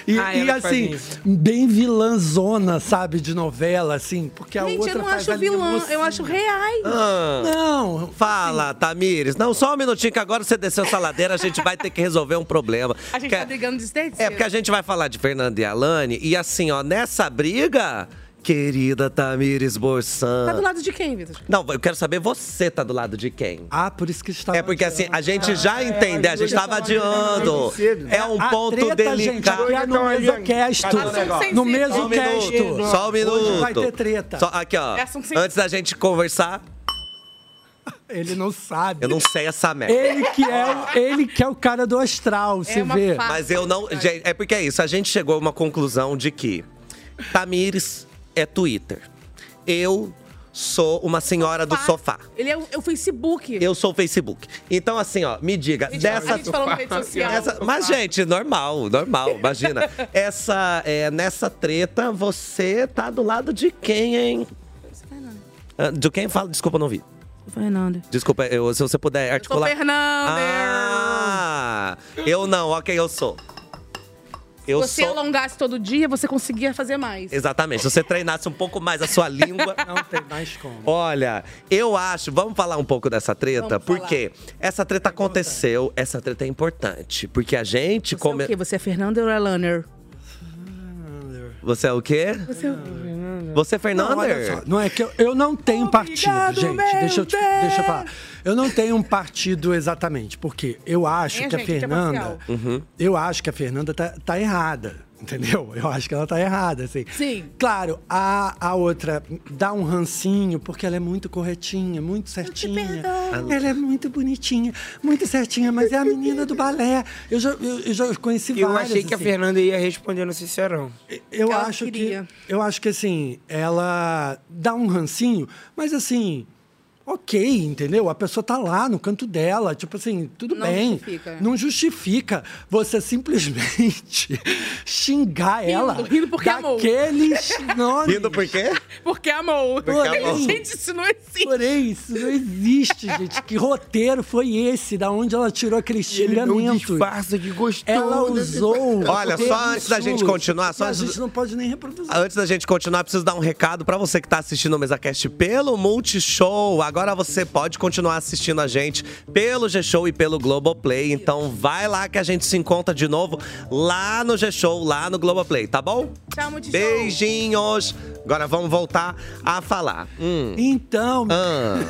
Speaker 3: e
Speaker 7: Ah,
Speaker 3: e,
Speaker 7: ela faz
Speaker 3: assim,
Speaker 7: isso.
Speaker 3: bem vilãzona, sabe, de novela, assim. Porque a
Speaker 6: Gente,
Speaker 3: outra
Speaker 6: eu não
Speaker 3: faz
Speaker 6: acho
Speaker 3: ali assim, né?
Speaker 6: vilã,
Speaker 3: mocinha.
Speaker 6: eu acho reais.
Speaker 5: Ah.
Speaker 3: Não.
Speaker 5: Fala, Tamires. Não, só um minutinho que agora você desceu essa ladeira, a gente vai ter que resolver um problema.
Speaker 6: A gente
Speaker 5: Que-
Speaker 6: tá brigando de state?
Speaker 5: É, porque a gente vai falar de Fernanda e Alane, e assim, ó, nessa briga, querida Tamires Borsan.
Speaker 3: É.
Speaker 6: Tá do lado de quem, Vitor?
Speaker 5: Não, eu quero saber você tá do lado de quem.
Speaker 3: Ah, por isso que estava.
Speaker 5: É porque assim, a gente já entendeu, a gente
Speaker 3: Ah, é, já
Speaker 5: tava
Speaker 3: tava adiando
Speaker 5: adiando.
Speaker 3: muito cedo.
Speaker 5: É um
Speaker 3: A
Speaker 5: ponto
Speaker 3: treta, gente,
Speaker 5: delicado.
Speaker 3: aqui é no mesoquesto.
Speaker 5: Cadê o negócio?
Speaker 3: No
Speaker 5: Só um minuto,
Speaker 3: mesoquesto.
Speaker 5: Só um minuto.
Speaker 3: Hoje vai ter treta.
Speaker 5: Só- aqui, ó.
Speaker 3: É assunto sem-
Speaker 5: Antes da gente conversar,
Speaker 3: Ele não sabe.
Speaker 5: eu não sei essa merda.
Speaker 3: Ele que é, o- ele que é o cara do astral, você vê.
Speaker 5: Mas eu não. Gente, é porque é isso. A gente chegou a uma conclusão de que Tamires é Twitter. Eu sou uma senhora do sofá.
Speaker 6: Ele é o, é o Facebook.
Speaker 5: Eu sou o Facebook. Então, assim, ó, me diga.
Speaker 6: Gente,
Speaker 5: dessa,
Speaker 6: a gente falando rede social.
Speaker 5: Essa- mas, gente, normal, normal. Imagina. Essa, é, nessa treta, você tá do lado de quem, hein?
Speaker 6: tá
Speaker 5: Ah, De quem fala? Desculpa, não vi.
Speaker 6: Fernanda.
Speaker 5: Desculpa, eu- se você puder
Speaker 6: Sou
Speaker 5: articular.
Speaker 6: Fernanda.
Speaker 5: Ah, eu não, ó, quem eu sou. Eu
Speaker 6: Se você é
Speaker 5: sou.
Speaker 6: alongasse todo dia, você conseguia fazer mais.
Speaker 5: Exatamente. Se você treinasse um pouco mais a sua língua.
Speaker 3: Não tem mais como.
Speaker 5: Olha, eu acho. Vamos falar um pouco dessa treta,
Speaker 6: Vamos
Speaker 5: porque essa treta aconteceu, essa treta é importante. Porque a gente. Você,
Speaker 6: é O quê? Você é Fernanda ou é Lanner?
Speaker 5: você é o quê?
Speaker 6: Você é o-
Speaker 5: Você, Fernanda?
Speaker 3: Não, olha só, não é que eu, eu não tenho partido, gente. Deixa eu, te- deixa eu falar. Eu não tenho um partido exatamente, porque eu acho
Speaker 18: Minha
Speaker 3: que a
Speaker 18: gente, que é
Speaker 3: Fernanda.
Speaker 18: parcial.
Speaker 5: Uhum.
Speaker 3: Eu acho que a Fernanda tá, tá errada. Entendeu? Eu acho que ela tá errada, assim.
Speaker 6: Sim.
Speaker 3: Claro, a, a outra dá um rancinho, porque ela é muito corretinha, muito certinha.
Speaker 18: perdoo.
Speaker 3: Ela é muito bonitinha, muito certinha, mas é a menina do balé. Eu já, eu, eu já conheci
Speaker 7: Eu
Speaker 3: várias,
Speaker 7: achei que a
Speaker 3: assim.
Speaker 7: Fernanda ia responder no Sincerão.
Speaker 3: Eu
Speaker 7: Ela
Speaker 3: acho
Speaker 7: queria.
Speaker 3: que eu acho que assim, ela dá um rancinho, mas assim, OK, entendeu? A pessoa tá lá no canto dela, tipo assim, tudo
Speaker 6: Não
Speaker 3: bem.
Speaker 6: justifica.
Speaker 3: Não justifica você simplesmente xingar
Speaker 6: Rindo,
Speaker 3: ela.
Speaker 6: rindo porque amou.
Speaker 3: daqueles nomes.
Speaker 5: Rindo por quê?
Speaker 6: Porque amou.
Speaker 3: Porque amou.
Speaker 6: Gente, isso não existe.
Speaker 3: Porém, isso não existe, gente. Que roteiro foi esse? Da onde ela tirou aquele xingamento? Disfarça
Speaker 7: de gostoso.
Speaker 3: Ela usou.
Speaker 5: Olha, só
Speaker 3: roteiro
Speaker 5: antes da gente
Speaker 3: sujo.
Speaker 5: continuar, só
Speaker 3: E a
Speaker 5: antes do-
Speaker 3: gente não pode nem reproduzir.
Speaker 5: Ah, Antes da gente continuar, preciso dar um recado pra você que tá assistindo o MesaCast pelo Multishow. Agora você pode continuar assistindo a gente pelo G-Show e pelo Globoplay. Então vai lá que a gente se encontra de novo lá no G-Show, lá no Globoplay, tá bom?
Speaker 6: Tchau, Multishow.
Speaker 5: Beijinhos! Agora vamos voltar a falar. Hum.
Speaker 3: Então,
Speaker 5: Ah.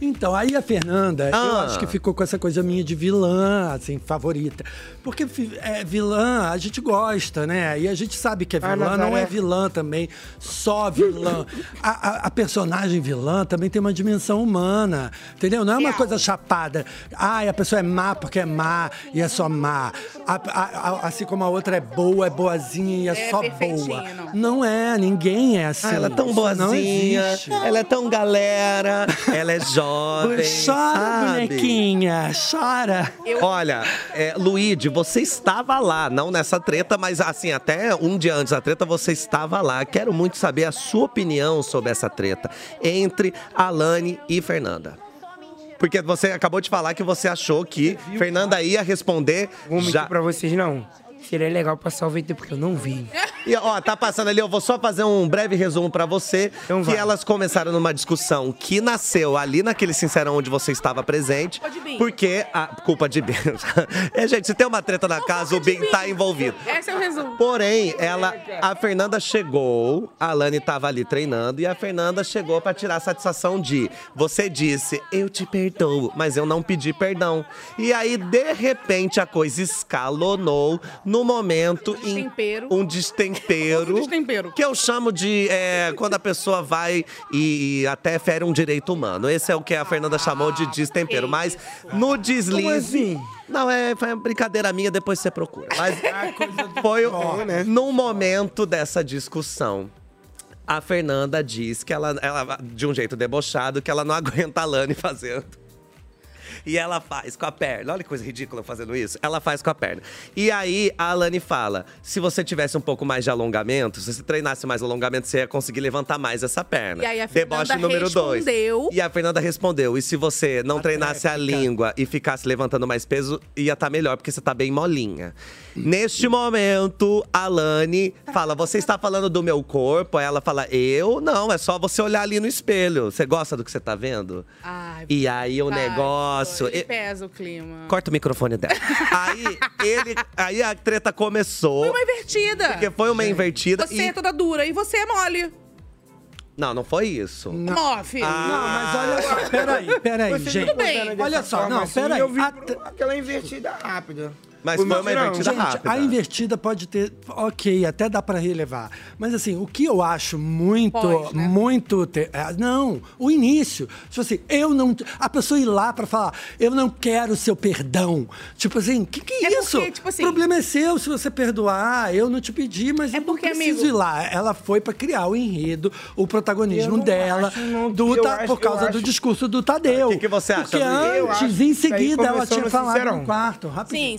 Speaker 3: Então, aí a Fernanda, eu
Speaker 5: Ah.
Speaker 3: acho que ficou com essa coisa minha de vilã, assim, favorita. Porque fi- é, vilã a gente gosta, né? E a gente sabe que é
Speaker 7: Ah,
Speaker 3: vilã, não
Speaker 7: Nazaré.
Speaker 3: é vilã também, só vilã. a, a- a personagem vilã também tem uma dimensão humana, entendeu? Não é uma coisa chapada. Ai, a pessoa é má porque é má e é só má. A- a- a- assim como a outra é boa, é boazinha e é,
Speaker 5: É
Speaker 3: só boa.
Speaker 5: perfeitinha,
Speaker 3: Não. é, ninguém é assim.
Speaker 5: Ah, ela é tão
Speaker 3: Isso não
Speaker 5: boazinha,
Speaker 3: existe.
Speaker 5: ela é tão galera, ela é jovem.
Speaker 3: Chora,
Speaker 5: sabe?
Speaker 3: bonequinha, chora.
Speaker 5: Olha, é, Luíde, você estava lá, não nessa treta, mas assim, até um dia antes da treta, você estava lá. Quero muito saber a sua opinião sobre essa treta entre Alane e Fernanda. Porque você acabou de falar que você achou que Fernanda ia responder.
Speaker 7: Vou mentir pra vocês, não. Seria legal passar o vídeo porque eu não vi.
Speaker 5: E ó, tá passando ali, eu vou só fazer um breve resumo pra você. que elas começaram numa discussão que nasceu ali naquele sincerão onde você estava presente.
Speaker 6: Culpa de Bim.
Speaker 5: Porque a culpa de Bim. é, gente, se tem uma treta na casa, o Bim tá envolvido.
Speaker 3: Ah.
Speaker 6: Esse é o resumo.
Speaker 5: Porém, ela, a Fernanda chegou, a Alane tava ali treinando e a Fernanda chegou pra tirar a satisfação de você disse, eu te perdoo, mas eu não pedi perdão. E aí, de repente, a coisa escalonou no momento em
Speaker 6: Destempero.
Speaker 5: um destempero, que eu chamo de é, quando a pessoa vai e, e até fere um direito humano. Esse é o que a Fernanda chamou de destempero, mas no deslize.
Speaker 7: assim?
Speaker 5: Não, é, foi uma brincadeira minha, depois você procura. Mas foi o- num momento dessa discussão. A Fernanda diz que ela, ela, de um jeito debochado, que ela não aguenta a Lani fazendo. E ela faz com a perna. Olha que coisa ridícula eu fazendo isso. Ela faz com a perna. E aí a Alane fala: se você tivesse um pouco mais de alongamento, se você treinasse mais alongamento, você ia conseguir levantar mais essa perna.
Speaker 6: E aí a Fernanda
Speaker 5: Deboche número dois.
Speaker 6: respondeu.
Speaker 5: E a Fernanda respondeu: e se você não treinasse a língua e ficasse levantando mais peso, ia estar melhor, porque você tá bem molinha. Neste momento, a Alane fala: você está falando do meu corpo? Aí ela fala: eu? Não, é só você olhar ali no espelho. Você gosta do que você tá vendo?
Speaker 6: Ai,
Speaker 5: E aí o
Speaker 6: vai,
Speaker 5: negócio.
Speaker 6: Ele
Speaker 5: e-
Speaker 6: pesa o clima.
Speaker 5: Corta o microfone dela. aí ele. Aí a treta começou.
Speaker 6: Foi uma invertida.
Speaker 5: Porque foi uma invertida.
Speaker 6: Você
Speaker 5: e-
Speaker 6: é toda dura e você é mole.
Speaker 5: Não, não foi isso. Ah.
Speaker 6: Mó, filho.
Speaker 3: Não, mas olha só, peraí, peraí,
Speaker 7: Vocês
Speaker 3: gente.
Speaker 7: me botaram dessa
Speaker 3: Olha só,
Speaker 7: forma
Speaker 3: não,
Speaker 7: assim,
Speaker 3: peraí.
Speaker 7: Eu vi
Speaker 3: A-
Speaker 7: por aquela invertida rápida.
Speaker 5: Mas
Speaker 7: Por
Speaker 5: foi
Speaker 7: mim,
Speaker 5: uma
Speaker 7: não.
Speaker 5: invertida
Speaker 3: Gente, a invertida pode ter. Ok, até dá pra relevar. Mas assim, o que eu acho muito.
Speaker 7: Pós, né?
Speaker 3: Muito. te- é, não, o início. Tipo assim, eu não. A pessoa ir lá pra falar, eu não quero seu perdão. Tipo assim, o que, que é, isso?
Speaker 7: tipo assim
Speaker 3: o problema é seu se você perdoar. Eu não te pedi,
Speaker 7: É
Speaker 3: mas eu não preciso ir lá. Ela foi pra criar o enredo, o
Speaker 7: Eu
Speaker 3: protagonismo
Speaker 7: não
Speaker 3: dela,
Speaker 7: acho, não.
Speaker 3: do
Speaker 7: Eu
Speaker 3: ta-
Speaker 7: acho,
Speaker 3: por causa
Speaker 7: eu
Speaker 3: do
Speaker 7: acho.
Speaker 3: discurso do
Speaker 5: Tá,
Speaker 3: Tadeu. O que,
Speaker 5: você
Speaker 3: Porque
Speaker 7: Luiz? assim? Eu acho
Speaker 3: antes,
Speaker 7: que
Speaker 3: em
Speaker 7: isso aí
Speaker 3: seguida, ela
Speaker 7: começou
Speaker 3: tinha
Speaker 7: no
Speaker 3: falado
Speaker 7: Sincerão.
Speaker 3: no quarto, rapidinho.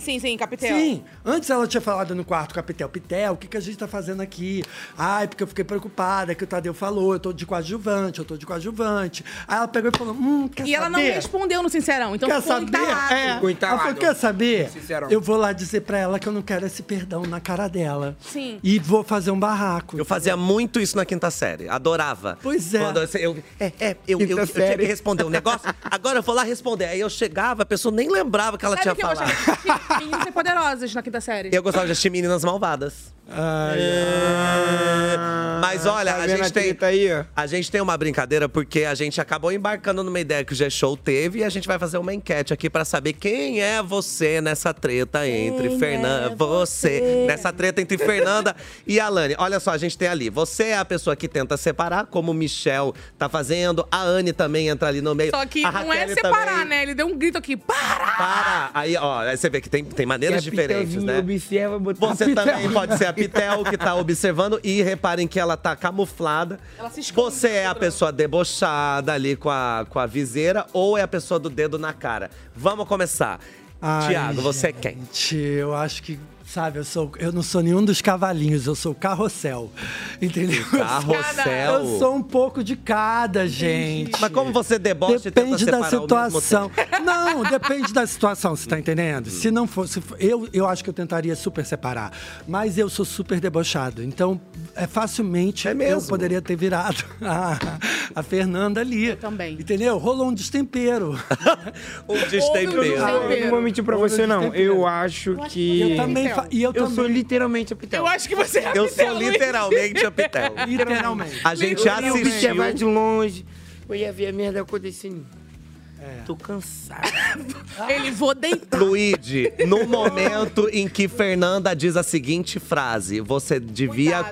Speaker 6: Sim, sim, sim, Capitel.
Speaker 3: Sim, antes ela tinha falado no quarto, Capitel, Pitel, o que, que a gente tá fazendo aqui? Ai, porque eu fiquei preocupada, que o Tadeu falou, eu tô de coadjuvante, eu tô de coadjuvante. Aí ela pegou e falou, hum, quer
Speaker 6: E ela não
Speaker 3: saber?
Speaker 6: respondeu no Sincerão, então
Speaker 3: quer
Speaker 6: ficou
Speaker 3: saber?
Speaker 6: entalado.
Speaker 3: É. Ela falou, quer saber? Eu vou lá dizer pra ela que eu não quero esse perdão na cara dela.
Speaker 6: Sim.
Speaker 3: E vou fazer um barraco.
Speaker 5: Eu fazia muito isso na quinta série. Adorava.
Speaker 3: Pois é.
Speaker 5: Quando eu, eu- é, é, eu, eu,
Speaker 3: Quinta
Speaker 5: eu tinha que
Speaker 3: série.
Speaker 5: responder um negócio, agora eu vou lá responder. Aí eu chegava, a pessoa nem lembrava que ela
Speaker 6: Sabe
Speaker 5: tinha
Speaker 6: o que eu
Speaker 5: falado.
Speaker 6: gostava? Meninas e Poderosas na quinta série.
Speaker 5: Eu gostava de assistir Meninas Malvadas. É. Mas olha,
Speaker 7: Tá
Speaker 5: a
Speaker 7: vendo a
Speaker 5: gente, tem,
Speaker 7: treta aí, ó?
Speaker 5: a gente tem uma brincadeira porque a gente acabou embarcando numa ideia que o G-Show teve e a gente vai fazer uma enquete aqui pra saber quem é você nessa treta entre
Speaker 18: é
Speaker 5: Fernanda. você. Nessa treta entre Fernanda e Alane. Olha só, a gente tem ali. Você é a pessoa que tenta separar, como o Michel tá fazendo, a Anne também entra ali no meio.
Speaker 6: Só que
Speaker 5: a
Speaker 6: não é
Speaker 5: Raquel
Speaker 6: separar,
Speaker 5: também.
Speaker 6: né? Ele deu um grito aqui, para!
Speaker 5: Para! Aí, ó, aí você vê que tem, tem maneiras
Speaker 7: é
Speaker 5: diferentes, né?
Speaker 7: Observa, botar
Speaker 5: Você
Speaker 7: pitel.
Speaker 5: também pode ser a Pitel que tá observando e reparem que ela tá camuflada. Você é a pessoa debochada ali com a, com a viseira ou é a pessoa do dedo na cara? Vamos começar.
Speaker 3: Ai,
Speaker 5: Tiago, você é quem?
Speaker 3: Gente, eu acho que, sabe, eu, sou, eu não sou nenhum dos cavalinhos, eu sou o carrossel. Entendeu? Eu sou- um
Speaker 5: Carrossel?
Speaker 3: Eu sou um pouco de cada, gente.
Speaker 5: Mas como você debocha e tenta
Speaker 3: Depende da
Speaker 5: separar ao mesmo Hum.
Speaker 3: situação. Não, depende da situação, você tá entendendo? Se não fosse. Eu, eu acho que eu tentaria super separar. Mas eu sou super debochado. Então, é facilmente eu poderia ter virado a, a Fernanda ali. Eu também. Entendeu? Rolou um destempero.
Speaker 5: um
Speaker 3: destempero. um
Speaker 7: Eu não vou mentir pra você, não. Eu acho que.
Speaker 3: Eu também fa- e eu
Speaker 7: sou
Speaker 3: também-
Speaker 7: literalmente a Pitel.
Speaker 3: é Eu acho que você é a
Speaker 5: Eu sou Pitel, Luiz. literalmente a Pitel.
Speaker 3: Literalmente.
Speaker 5: A gente
Speaker 7: Eu ia
Speaker 5: assistiu-
Speaker 7: observar é de longe. Eu ia ver a merda acontecendo. Tô cansado.
Speaker 6: Ele vou deitar.
Speaker 5: Luigi, no momento em que Fernanda diz a seguinte frase, você devia.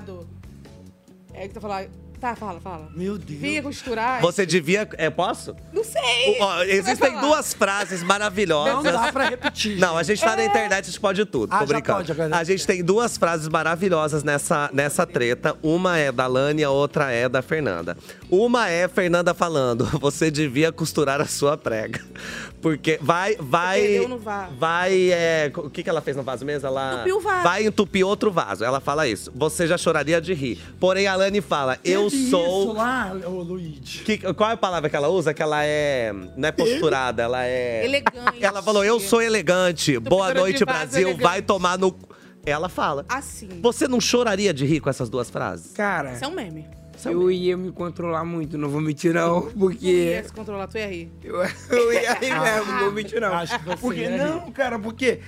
Speaker 6: É que tu falar. Tá, fala, fala.
Speaker 3: Meu Deus.
Speaker 6: Via costurar.
Speaker 5: Você devia. É, posso?
Speaker 6: Não sei. Você
Speaker 5: Ó,
Speaker 6: vai
Speaker 5: existem
Speaker 6: falar.
Speaker 5: duas frases maravilhosas.
Speaker 3: Não dá pra repetir.
Speaker 5: Não, a gente tá
Speaker 6: É.
Speaker 5: na internet, a gente pode tudo.
Speaker 3: Ah,
Speaker 5: Tô
Speaker 3: já
Speaker 5: brincando.
Speaker 3: pode, agora.
Speaker 5: a gente tem duas frases maravilhosas nessa, nessa treta. Uma é da Lani, a outra é da Fernanda. Uma é Fernanda falando: você devia costurar a sua prega. Porque vai. vai
Speaker 6: Perdeu no vaso.
Speaker 5: Vai. é, co- o que, que ela fez no vaso mesmo? Ela.
Speaker 6: Entupiu o vaso.
Speaker 5: Vai entupir outro vaso. Ela fala isso. Você já choraria de rir. Porém, a Lani fala:
Speaker 3: Teve
Speaker 5: eu sou.
Speaker 3: é Isso lá, ô Luigi.
Speaker 5: Que- qual é a palavra que ela usa? Que ela é. Não é posturada, ela é.
Speaker 6: Elegante.
Speaker 5: Ela falou: Eu sou elegante. Boa
Speaker 6: Tupidora
Speaker 5: noite,
Speaker 6: de vaso
Speaker 5: Brasil.
Speaker 6: elegante."
Speaker 5: Vai tomar no. cu." Ela fala.
Speaker 6: Assim.
Speaker 5: Você não choraria de rir com essas duas frases?
Speaker 7: Cara.
Speaker 6: Isso é um meme.
Speaker 7: Eu ia me controlar muito, não vou mentir não, porque.
Speaker 6: Ia se controlar, tu ia rir. Ah.
Speaker 7: Eu ia rir mesmo, não vou mentir não. Porque
Speaker 6: ia
Speaker 7: não, cara, porque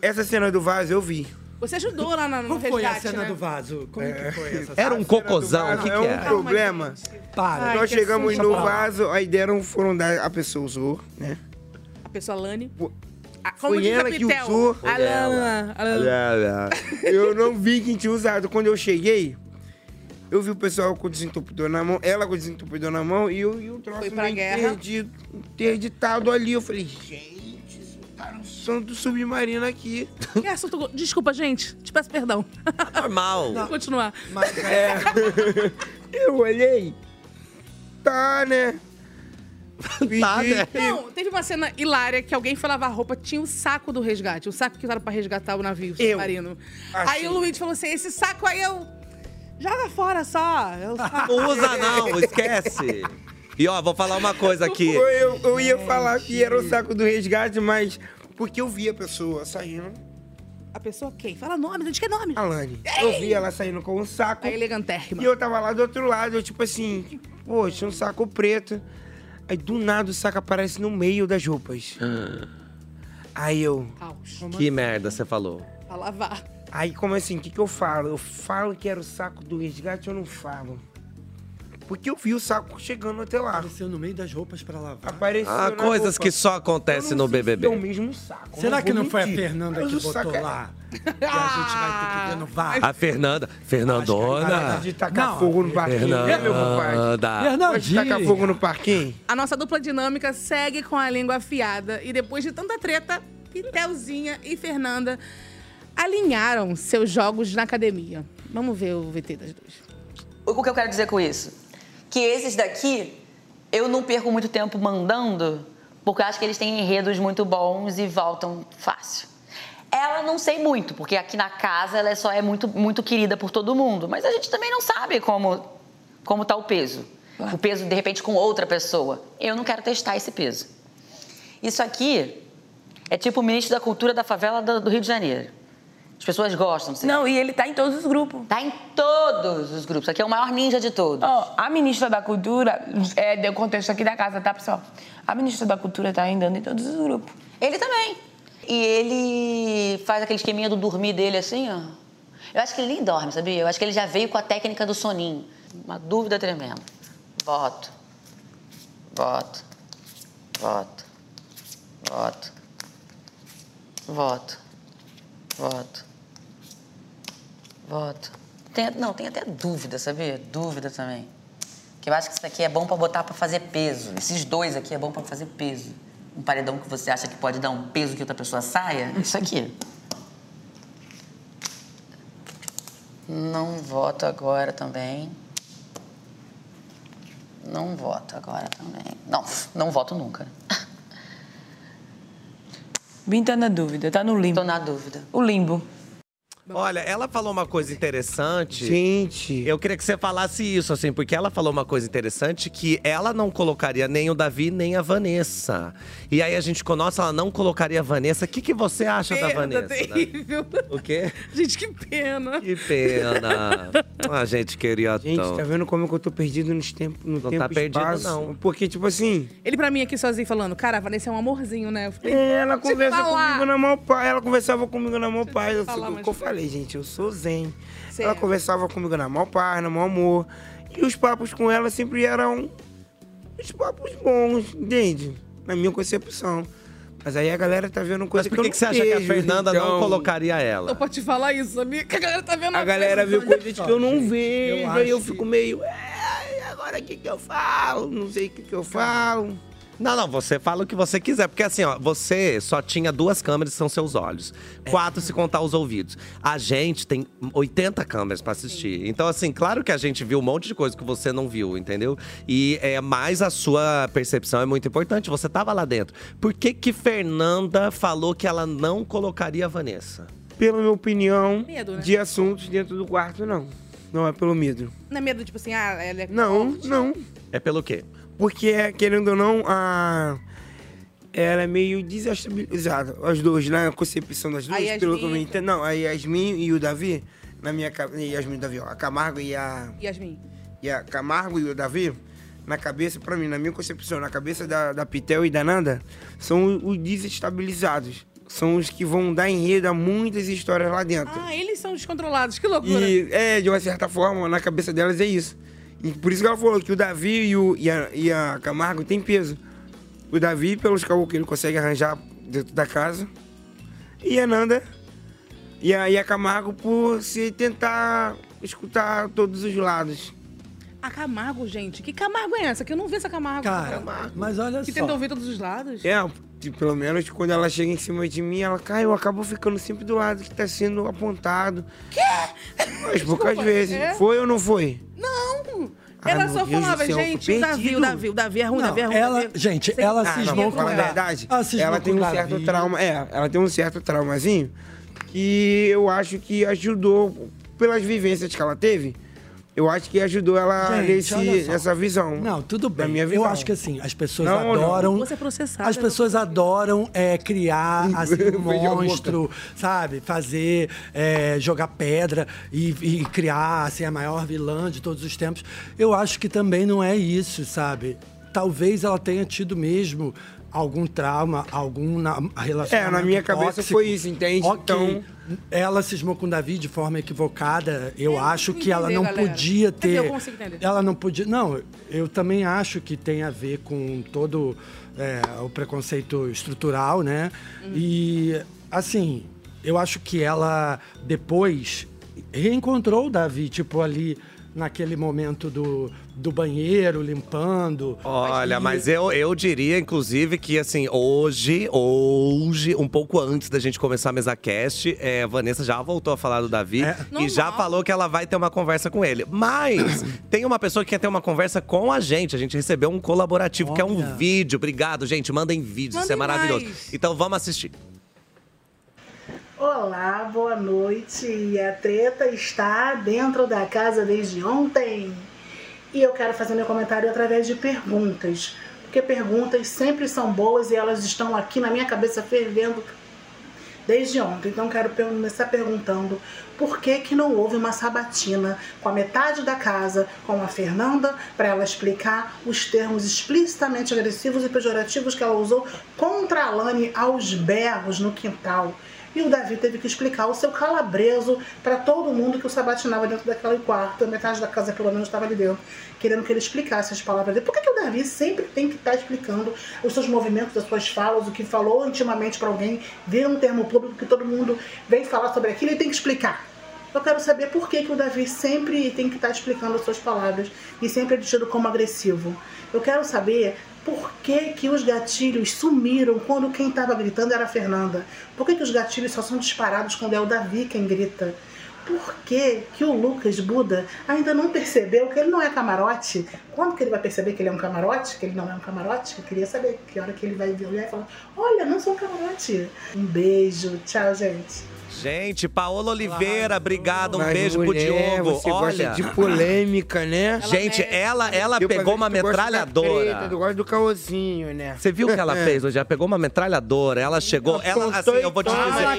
Speaker 7: essa cena do vaso eu vi.
Speaker 6: Você ajudou lá na, no resgate, né?
Speaker 3: vaso? Como
Speaker 7: que foi
Speaker 3: essa
Speaker 5: Era um cocôzão, o que
Speaker 7: é
Speaker 5: que
Speaker 7: um
Speaker 5: era?
Speaker 7: problema.
Speaker 3: Para.
Speaker 6: Ai,
Speaker 7: Nós
Speaker 6: que
Speaker 7: chegamos
Speaker 6: susto.
Speaker 7: no
Speaker 6: Deixa pra lá.
Speaker 7: vaso, aí deram, um, foram dar, a pessoa usou, né?
Speaker 6: A pessoa Lani. A-
Speaker 7: Foi
Speaker 6: diz a
Speaker 7: ela que
Speaker 6: Pitel,
Speaker 7: usou.
Speaker 6: A Lana.
Speaker 5: Ah,
Speaker 6: a Lana.
Speaker 7: Eu não vi quem tinha usado. Quando eu cheguei, eu vi o pessoal com o desentupidor na mão, ela com o desentupidor na mão e eu, e o Um troço
Speaker 6: Foi pra
Speaker 7: meio
Speaker 6: guerra.
Speaker 7: interdi- interditado ali. Eu falei, gente, soltaram o som do submarino aqui.
Speaker 6: Que assunto go- Desculpa, gente. Te peço perdão.
Speaker 5: É Normal.
Speaker 6: Vou continuar.
Speaker 7: É. Eu olhei. Tá, né?
Speaker 5: Tá, né?
Speaker 6: Não, teve uma cena hilária que alguém foi lavar a roupa, tinha o saco do resgate, o saco que usaram pra resgatar o navio submarino. Aí
Speaker 5: achei.
Speaker 6: o Luiz falou assim: esse saco aí eu. Joga fora só. Eu só-
Speaker 5: Não usa, não, esquece. E ó, vou falar uma coisa aqui.
Speaker 7: Eu, eu- eu ia falar que era o saco do resgate, mas porque eu vi a pessoa saindo.
Speaker 6: A pessoa quem? Fala nome, diz que é nome.
Speaker 7: Alane. Eu vi ela saindo com um saco.
Speaker 6: A elegantérrima.
Speaker 7: E eu tava lá do outro lado, eu tipo assim, poxa, um saco preto. Aí do nada o saco aparece no meio das roupas. Aí eu.
Speaker 5: Que merda você falou.
Speaker 6: Pra lavar.
Speaker 7: Aí como assim, o que, que eu falo? Eu falo que era o saco do resgate ou não falo? Porque eu vi o saco chegando até lá.
Speaker 3: Apareceu no meio das roupas pra lavar.
Speaker 7: Apareceu.
Speaker 5: Ah,
Speaker 7: na
Speaker 5: coisas
Speaker 7: roupa.
Speaker 5: que só acontecem no
Speaker 7: É o
Speaker 5: BBB.
Speaker 7: mesmo saco.
Speaker 3: Será que
Speaker 7: vou
Speaker 3: não foi a
Speaker 7: mentir.
Speaker 3: Fernanda
Speaker 7: Mas
Speaker 3: que
Speaker 7: o
Speaker 3: botou
Speaker 7: saco é-
Speaker 3: lá? E a gente vai ter que ver no VAR.
Speaker 7: Ah.
Speaker 5: A Fernanda. Fernandona.
Speaker 7: tá de tacar fogo no parquinho, né, meu compadre?
Speaker 5: Fernanda.
Speaker 7: Pode tacar fogo no parquinho?
Speaker 6: A nossa dupla dinâmica segue com a língua afiada e depois de tanta treta, Pitelzinha e Fernanda alinharam seus jogos na academia. Vamos ver o VT das duas.
Speaker 22: O que eu quero dizer com isso? Que esses daqui, eu não perco muito tempo mandando, porque eu acho que eles têm enredos muito bons e voltam fácil. Ela não sei muito, porque aqui na casa ela só é muito, muito querida por todo mundo, mas a gente também não sabe como, como tá o peso. O peso, de repente, com outra pessoa. Eu não quero testar esse peso. Isso aqui é tipo o ministro da cultura da favela do do Rio de Janeiro. As pessoas gostam. Não, e ele tá em todos os grupos. Tá em todos os grupos. Aqui é o maior ninja de todos.
Speaker 19: Ó, a ministra da Cultura, é, deu contexto aqui da casa, tá, pessoal? A ministra da Cultura tá andando em todos os grupos.
Speaker 22: Ele também. E ele faz aquele esqueminha do dormir dele assim, ó. Eu acho que ele nem dorme, sabia? Eu acho que ele já veio com a técnica do soninho. Uma dúvida tremenda. Voto. Voto. Voto. Voto. Voto. Voto. Voto. Tem- não, tem até dúvida, sabia? Dúvida também. Que eu acho que isso aqui é bom pra botar pra fazer peso. Esses dois aqui é bom pra fazer peso. Um paredão que você acha que pode dar um peso que outra pessoa saia, isso aqui. Não voto agora também. Não voto agora também. Não, não voto nunca.
Speaker 19: Bim tá na dúvida, tá no limbo. Tô
Speaker 22: na dúvida.
Speaker 19: O limbo.
Speaker 5: Olha, ela falou uma coisa interessante. Gente. Eu queria que você falasse isso, assim, porque ela falou uma coisa interessante que ela não colocaria nem o Davi, nem a Vanessa. E aí a gente ficou, nossa, ela não colocaria a Vanessa. O que, que você acha da Vanessa? Davi?
Speaker 6: terrível.
Speaker 5: O quê?
Speaker 6: Gente, que pena.
Speaker 5: Que Pena. A gente queria
Speaker 7: Gente,
Speaker 5: tanto.
Speaker 7: tá vendo como é que eu tô perdido nos tempo, no tempo
Speaker 5: tá
Speaker 7: e
Speaker 5: perdido,
Speaker 7: espaço?
Speaker 5: não.
Speaker 7: Porque, tipo assim,
Speaker 6: Ele pra mim aqui sozinho falando, cara, a Vanessa é um amorzinho, né? Eu falei,
Speaker 7: É, ela
Speaker 6: "Te
Speaker 7: conversa
Speaker 6: falar."
Speaker 7: comigo né?" na mão pai, ela conversava comigo na mão pai. Eu,
Speaker 6: falar,
Speaker 7: sou-
Speaker 6: mas-
Speaker 7: que eu falei, gente, eu sou zen. Ela conversava comigo na mão paz, na mão amor. E os papos com ela sempre eram os papos bons, entende? Na minha concepção. Mas aí a galera tá vendo coisa
Speaker 5: Por
Speaker 7: eu
Speaker 5: que,
Speaker 7: não
Speaker 5: que você acha que a
Speaker 7: vejo,
Speaker 5: Fernanda não
Speaker 7: então.
Speaker 5: colocaria ela?
Speaker 6: Só pode falar isso, amiga, que a galera tá vendo
Speaker 7: A galera
Speaker 6: viu
Speaker 7: vê coisas que eu não vejo,
Speaker 6: eu
Speaker 7: aí eu
Speaker 6: acho
Speaker 7: fico meio. "Ai, agora o que, que eu falo? Não sei o que, que eu falo.
Speaker 5: Não, não, você fala o que você quiser. Porque assim, ó, você só tinha duas câmeras que são seus olhos. Quatro se contar os ouvidos. A gente tem 80 câmeras pra assistir. Então, assim, claro que a gente viu um monte de coisa que você não viu, entendeu? E é mais a sua percepção é muito importante. Você tava lá dentro. Por que que Fernanda falou que ela não colocaria a Vanessa?
Speaker 7: Pela minha opinião
Speaker 6: Medo, né?
Speaker 7: de assuntos dentro do quarto, não. Não é pelo medo.
Speaker 6: Não é medo, tipo assim, ah, ela é.
Speaker 7: Não, não.
Speaker 5: É pelo quê?
Speaker 7: Porque, querendo ou não, a... ela é meio desestabilizada. As duas, né? A concepção das duas,
Speaker 6: Yasmin-
Speaker 7: pelo que eu me entendo. Não, a Yasmin e o Davi, na minha cabeça. Yasmin e o Davi, ó. A Camargo e a.
Speaker 6: Yasmin.
Speaker 7: E a Camargo e o Davi, na cabeça, pra mim, na minha concepção, na cabeça da, da Pitel e da Nanda, são os desestabilizados. São os que vão dar enredo a muitas histórias lá dentro.
Speaker 6: Ah, eles são descontrolados, que loucura.
Speaker 7: E é, de uma certa forma, na cabeça delas é isso. E por isso que ela falou que o Davi e, o- e a, e a Camargo tem peso. O Davi, pelos cabos que ele consegue arranjar dentro da casa. E a Nanda e a, e a Camargo por se tentar escutar todos os lados.
Speaker 6: A Camargo, gente, que Camargo é essa? Que eu não vi essa Camargo.
Speaker 7: Cara,
Speaker 3: mas
Speaker 6: que
Speaker 3: olha
Speaker 7: só.
Speaker 6: Que tentou ouvir todos os lados.
Speaker 7: É, de- pelo menos quando ela chega em cima de mim, ela cai, eu acabo ficando sempre do lado que tá sendo apontado. Quê? Mas poucas
Speaker 6: Desculpa,
Speaker 7: vezes.
Speaker 6: é?
Speaker 7: Foi ou não foi?
Speaker 6: Não!
Speaker 7: Ah,
Speaker 6: ela
Speaker 7: meu
Speaker 6: só
Speaker 7: Deus do
Speaker 6: falava,
Speaker 7: céu, eu tô
Speaker 6: gente, o Davi,
Speaker 7: perdido.
Speaker 6: o Davi, o Davi é ruim, o Davi é ruim. o Davi é ruim.
Speaker 3: gente, ela cismou com
Speaker 7: a
Speaker 3: ela.
Speaker 7: verdade.
Speaker 3: Ela cismou
Speaker 7: Ela tem
Speaker 3: com
Speaker 7: um
Speaker 3: o
Speaker 7: certo
Speaker 3: Davi.
Speaker 7: trauma. É, ela tem um certo traumazinho que eu acho que ajudou pelas vivências que ela teve. Eu acho que ajudou ela
Speaker 3: Gente,
Speaker 7: nesse,
Speaker 3: olha só.
Speaker 7: essa visão.
Speaker 3: Não, tudo bem.
Speaker 7: minha
Speaker 3: Eu
Speaker 7: visão.
Speaker 3: acho que assim, as pessoas
Speaker 7: Não, não.
Speaker 3: adoram.
Speaker 7: Você é
Speaker 6: processada,
Speaker 3: As pessoas adoram é, criar assim, um
Speaker 7: Veio a boca.
Speaker 3: monstro, sabe? Fazer, é, jogar pedra e, e criar assim, a maior vilã de todos os tempos. Eu acho que também não é isso, sabe? Talvez ela tenha tido mesmo algum trauma, algum na- relacionamento
Speaker 7: É, na minha cabeça
Speaker 3: tóxico.
Speaker 7: foi isso, entende?
Speaker 3: Ok,
Speaker 7: Então-
Speaker 3: Ela cismou com o Davi de forma equivocada. Eu, acho que ela
Speaker 6: entender,
Speaker 3: não
Speaker 6: galera.
Speaker 3: podia
Speaker 6: Quer dizer,
Speaker 3: ter.
Speaker 6: eu consigo entender.
Speaker 3: Ela não podia. Não, eu também acho que tem a ver com todo é, o preconceito estrutural, né?
Speaker 6: Uhum.
Speaker 3: E, assim, eu acho que ela depois reencontrou o Davi, tipo, ali naquele momento do, do banheiro, limpando.
Speaker 5: Olha, mas eu, eu diria, inclusive, que assim, hoje, hoje, um pouco antes da gente começar a mesa cast, é, a Vanessa já voltou a falar do Davi
Speaker 7: É.
Speaker 5: e já falou que ela vai ter uma conversa com ele. Mas tem uma pessoa que quer ter uma conversa com a gente. A gente recebeu um colaborativo, que é um vídeo. Obrigado, gente. Mandem vídeos, isso é
Speaker 4: Mandem
Speaker 5: maravilhoso. Então vamos assistir.
Speaker 4: Olá, boa noite. A treta está dentro da casa desde ontem. E eu quero fazer meu comentário através de perguntas. Porque perguntas sempre são boas e elas estão aqui na minha cabeça fervendo desde ontem. Então quero per- começar perguntando por que que não houve uma sabatina com a metade da casa, com a Fernanda, para ela explicar os termos explicitamente agressivos e pejorativos que ela usou contra a Lani aos berros no quintal. E o Davi teve que explicar o seu calabreso para todo mundo que o sabatinava dentro daquela quarto, metade da casa pelo menos estava ali dentro, querendo que ele explicasse as palavras dele. Por que, que o Davi sempre tem que estar explicando os seus movimentos, as suas falas, o que falou intimamente para alguém, vira um termo público que todo mundo vem falar sobre aquilo e tem que explicar? Eu quero saber por que, que o Davi sempre tem que estar explicando as suas palavras e sempre é tido como agressivo. Eu quero saber por que, que os gatilhos sumiram quando quem estava gritando era a Fernanda. Por que, que os gatilhos só são disparados quando é o Davi quem grita? Por que, que o Lucas Buda ainda não percebeu que ele não é camarote? Quando que ele vai perceber que ele é um camarote? Que ele não é um camarote? Eu queria saber que hora que ele vai olhar e falar: Olha, não sou um camarote. Um beijo. Tchau, gente.
Speaker 5: Gente, Paola Oliveira, obrigada. Um
Speaker 7: Mas,
Speaker 5: beijo
Speaker 7: mulher,
Speaker 5: pro Diogo.
Speaker 7: Você
Speaker 5: Olha.
Speaker 7: gosta de polêmica, né?
Speaker 5: Gente, ela, ela
Speaker 7: Deu pra
Speaker 5: pegou
Speaker 7: ver
Speaker 5: uma
Speaker 7: que tu gosta da
Speaker 5: metralhadora.
Speaker 7: treta, Tu gosta do caosinho, né?
Speaker 5: Você viu o que ela
Speaker 7: É.
Speaker 5: fez hoje? Ela pegou uma metralhadora, ela chegou. Ela, assim, eu vou te
Speaker 7: Fala,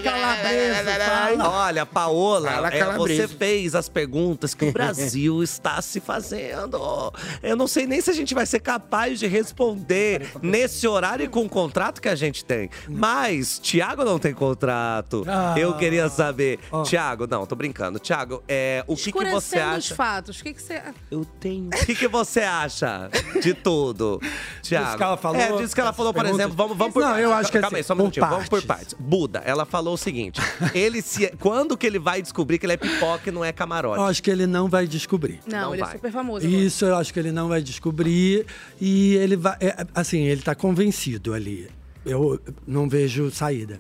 Speaker 5: dizer. Olha, Paola,
Speaker 7: Fala,
Speaker 5: é, você
Speaker 7: Calabresa.
Speaker 5: fez as perguntas que o Brasil está se fazendo. Eu não sei nem se a gente vai ser capaz de responder nesse horário e com o contrato que a gente tem. Mas, Tiago não tem contrato.
Speaker 6: Ah.
Speaker 5: Eu queria saber.
Speaker 7: Ah.
Speaker 5: Tiago, não, tô brincando. Tiago, é, o que, que você
Speaker 6: Escurecendo os
Speaker 5: acha?
Speaker 6: fatos. O que, que você.
Speaker 5: Eu tenho. O que, que você acha de tudo, Tiago?
Speaker 3: que ela falou,
Speaker 5: É, disso que ela
Speaker 3: as
Speaker 5: falou, por
Speaker 3: perguntas.
Speaker 5: exemplo, vamos, vamos por
Speaker 3: Não, eu acho que é
Speaker 5: Calma aí,
Speaker 3: assim,
Speaker 5: só um
Speaker 3: por
Speaker 5: minutinho, vamos por partes. Buda, ela falou o seguinte, ele se, quando que ele vai descobrir que ele é pipoca e não é camarote?
Speaker 3: Eu acho que ele não vai descobrir.
Speaker 6: Não, ele é super famoso. agora.
Speaker 3: Isso eu acho que ele não vai descobrir. E ele vai. é, assim, ele tá convencido ali. Eu não vejo saída.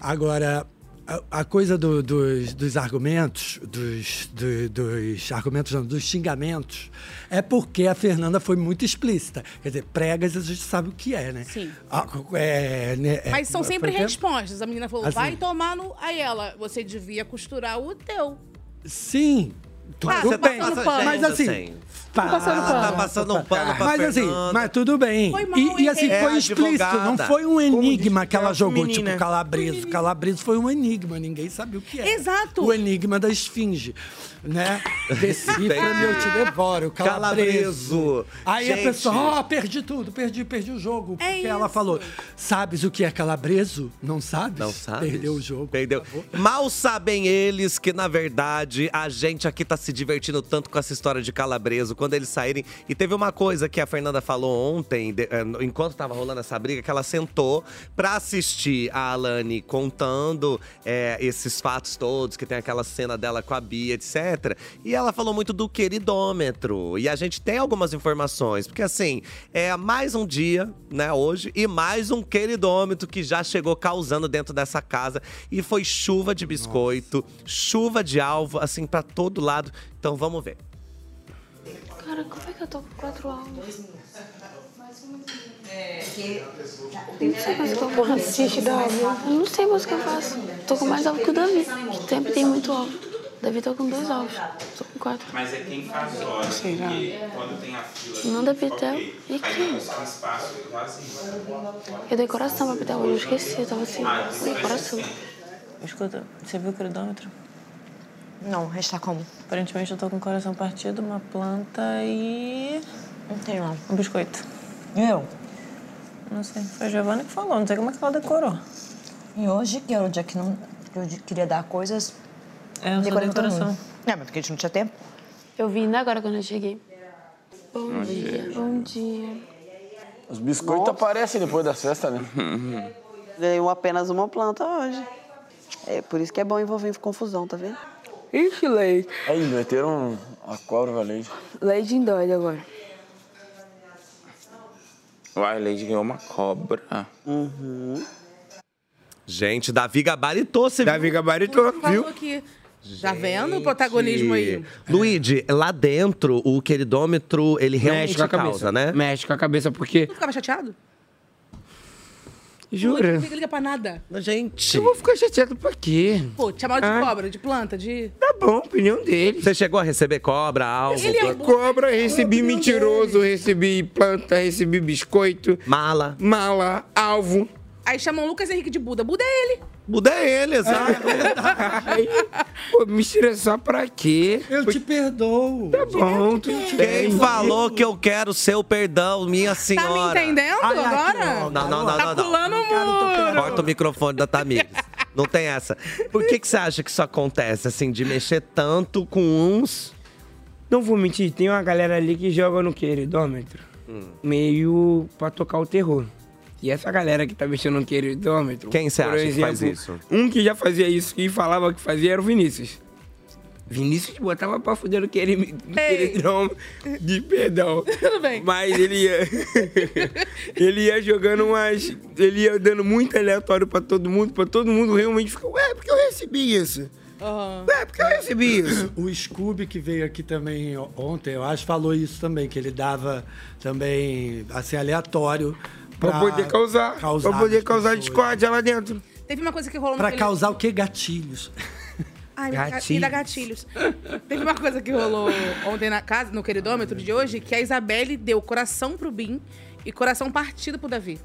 Speaker 3: Agora. a- A coisa do- dos, dos argumentos, dos, do- dos argumentos, não, dos xingamentos, é porque a Fernanda foi muito explícita. Quer dizer, pregas a gente sabe o que é, né? é, Sim.
Speaker 6: Mas são sempre respostas. A menina falou,
Speaker 3: Assim.
Speaker 6: vai tomar no. Aí ela, você devia costurar o teu.
Speaker 3: Sim. Tudo
Speaker 6: Ah, você tá
Speaker 3: bem.
Speaker 6: passando pano.
Speaker 3: Mas assim.
Speaker 6: Gente,
Speaker 3: pá-
Speaker 6: tá passando pano.
Speaker 5: Tá passando um pano pra
Speaker 3: Mas assim,
Speaker 5: Fernanda.
Speaker 3: mas tudo bem.
Speaker 5: Foi mal,
Speaker 3: e, e, assim,
Speaker 5: hein? É
Speaker 3: foi
Speaker 5: a
Speaker 3: explícito. Não
Speaker 5: advogada.
Speaker 3: foi um enigma que ela
Speaker 6: é,
Speaker 3: jogou,
Speaker 5: menino, né?
Speaker 3: tipo calabreso. Calabreso foi um enigma, ninguém sabia o que era.
Speaker 6: Exato.
Speaker 3: O enigma da esfinge, né? Decifra-me, eu te devoro. Calabreso.
Speaker 5: Calabreso.
Speaker 3: Aí a
Speaker 5: Gente.
Speaker 3: pessoa, ó, perdi tudo, perdi, perdi o jogo.
Speaker 6: É
Speaker 3: Porque ela falou, sabes o que é calabreso? Não sabes?
Speaker 5: Não sabe?
Speaker 3: Perdeu o jogo.
Speaker 5: Perdeu. Mal sabem eles que, na verdade, a gente aqui tá se divertindo tanto com essa história de calabreso. Quando eles saírem. E teve uma coisa que a Fernanda falou ontem, de- eh, no- enquanto tava rolando essa briga, que ela sentou pra assistir a Alane contando eh, esses fatos todos, que tem aquela cena dela com a Bia, etc. E ela falou muito do queridômetro. E a gente tem algumas informações, porque assim, é mais um dia, né, hoje, e mais um queridômetro que já chegou causando dentro dessa casa. E foi chuva de biscoito, chuva de alvo, assim, pra todo lado. Então vamos ver.
Speaker 15: Cara, como é que eu tô com quatro alvos?
Speaker 9: Não sei mais o que eu faço. Assiste da
Speaker 15: Eu não sei mais o que eu faço. Tô com mais alvo que o Davi. Sempre tem muito alvo. Davi tá com dois alvos. Tô com quatro.
Speaker 10: Mas é quem faz hora,
Speaker 15: Sei lá.
Speaker 10: porque quando tem a fila.
Speaker 15: Não dá pitel. E
Speaker 10: Aí
Speaker 15: quem?
Speaker 10: depois tem espaço, é vazio.
Speaker 15: Eu dei coração pra pitar hoje. Eu esqueci, eu tava assim. Eu dei coração.
Speaker 14: Escuta, você viu o credômetro?
Speaker 18: Não, a gente tá como?
Speaker 14: Aparentemente eu tô com o coração partido, uma planta e.
Speaker 18: Não tem lá.
Speaker 14: Um biscoito.
Speaker 18: Eu?
Speaker 14: Não sei. Foi a Giovana que falou, não sei como é que ela decorou.
Speaker 18: E hoje, que era o dia que, não, que eu queria dar coisas.
Speaker 14: É, eu só dei
Speaker 18: decorei
Speaker 14: o
Speaker 18: todo mundo.
Speaker 14: coração.
Speaker 18: É, mas porque a gente não tinha tempo.
Speaker 15: Eu vi ainda agora quando eu cheguei. Bom,
Speaker 18: Bom
Speaker 15: dia.
Speaker 18: dia.
Speaker 15: Bom dia.
Speaker 23: Os biscoitos aparecem depois da festa, né?
Speaker 11: Ganhou apenas uma planta hoje. É por isso que é bom envolver em confusão, tá vendo?
Speaker 23: Ixi, leite. Aí, meteram um a cobra, leite.
Speaker 18: Leite indóide agora.
Speaker 10: Uai, Lady ganhou uma cobra. Uhum.
Speaker 5: Gente, Davi gabaritou, você Davi gabaritou,
Speaker 6: Falou que. Tá vendo o protagonismo aí?
Speaker 5: Luigi, lá dentro, o queridômetro, ele realmente
Speaker 7: Mexe com a cabeça,
Speaker 5: causa, né?
Speaker 7: Mexe com a cabeça, porque.
Speaker 6: Tu ficava chateado?
Speaker 7: Jura?
Speaker 6: Não liga- liga pra nada.
Speaker 5: Gente.
Speaker 7: Eu vou ficar chateado pra quê?
Speaker 6: Pô, te chamaram de
Speaker 7: Ah.
Speaker 6: cobra, de planta, de.
Speaker 7: Tá bom, opinião dele.
Speaker 5: Você chegou a receber cobra, alvo?
Speaker 6: Ele é-
Speaker 7: Cobra, recebi mentiroso, recebi planta, recebi biscoito.
Speaker 5: Mala.
Speaker 7: Mala, alvo.
Speaker 6: Aí chamam o Lucas Henrique de Buda. Buda é ele.
Speaker 5: Buda é ele, exato.
Speaker 7: Pô, me estressar pra quê?
Speaker 3: Eu te perdoo.
Speaker 7: Tá bom, tudo
Speaker 5: Quem falou que eu quero seu perdão, minha senhora?
Speaker 6: Tá me entendendo
Speaker 5: Ai, ai,
Speaker 6: agora?
Speaker 5: Não, não, não, não.
Speaker 6: Tá
Speaker 5: não.
Speaker 6: pulando o muro.
Speaker 5: Corta o microfone da Tamires. Não tem essa. Por que, que você acha que isso acontece, assim, de mexer tanto com um? uns?
Speaker 7: Não vou mentir, tem uma galera ali que joga no queridômetro. Meio pra tocar o terror. Hum. E essa galera que tá mexendo no queridômetro.
Speaker 5: Quem você
Speaker 7: por
Speaker 5: acha que faz isso?
Speaker 7: Um que já fazia isso e falava que fazia era o Vinícius. Vinícius botava pra fuder no queri- no queridômetro. De perdão.
Speaker 6: Tudo bem.
Speaker 7: Mas ele ia. ele ia jogando umas. Ele ia dando muito aleatório pra todo mundo, pra todo mundo realmente ficar, ué, porque eu recebi isso? É, porque eu recebi isso.
Speaker 3: O Scooby, que veio aqui também o- ontem, eu acho, falou isso também, que ele dava também, assim, aleatório.
Speaker 7: Pra poder causar, pra poder
Speaker 3: nas
Speaker 7: causar
Speaker 3: pessoas.
Speaker 7: discórdia lá dentro.
Speaker 6: Teve uma coisa que rolou
Speaker 3: Pra
Speaker 6: naquele-
Speaker 3: causar o quê? Gatilhos.
Speaker 6: Ai, me dá- me
Speaker 3: Gatilhos.
Speaker 6: dá gatilhos. Teve uma coisa que rolou ontem na casa, no queridômetro de hoje, que a Isabelle deu coração pro Bim e coração partido pro Davi.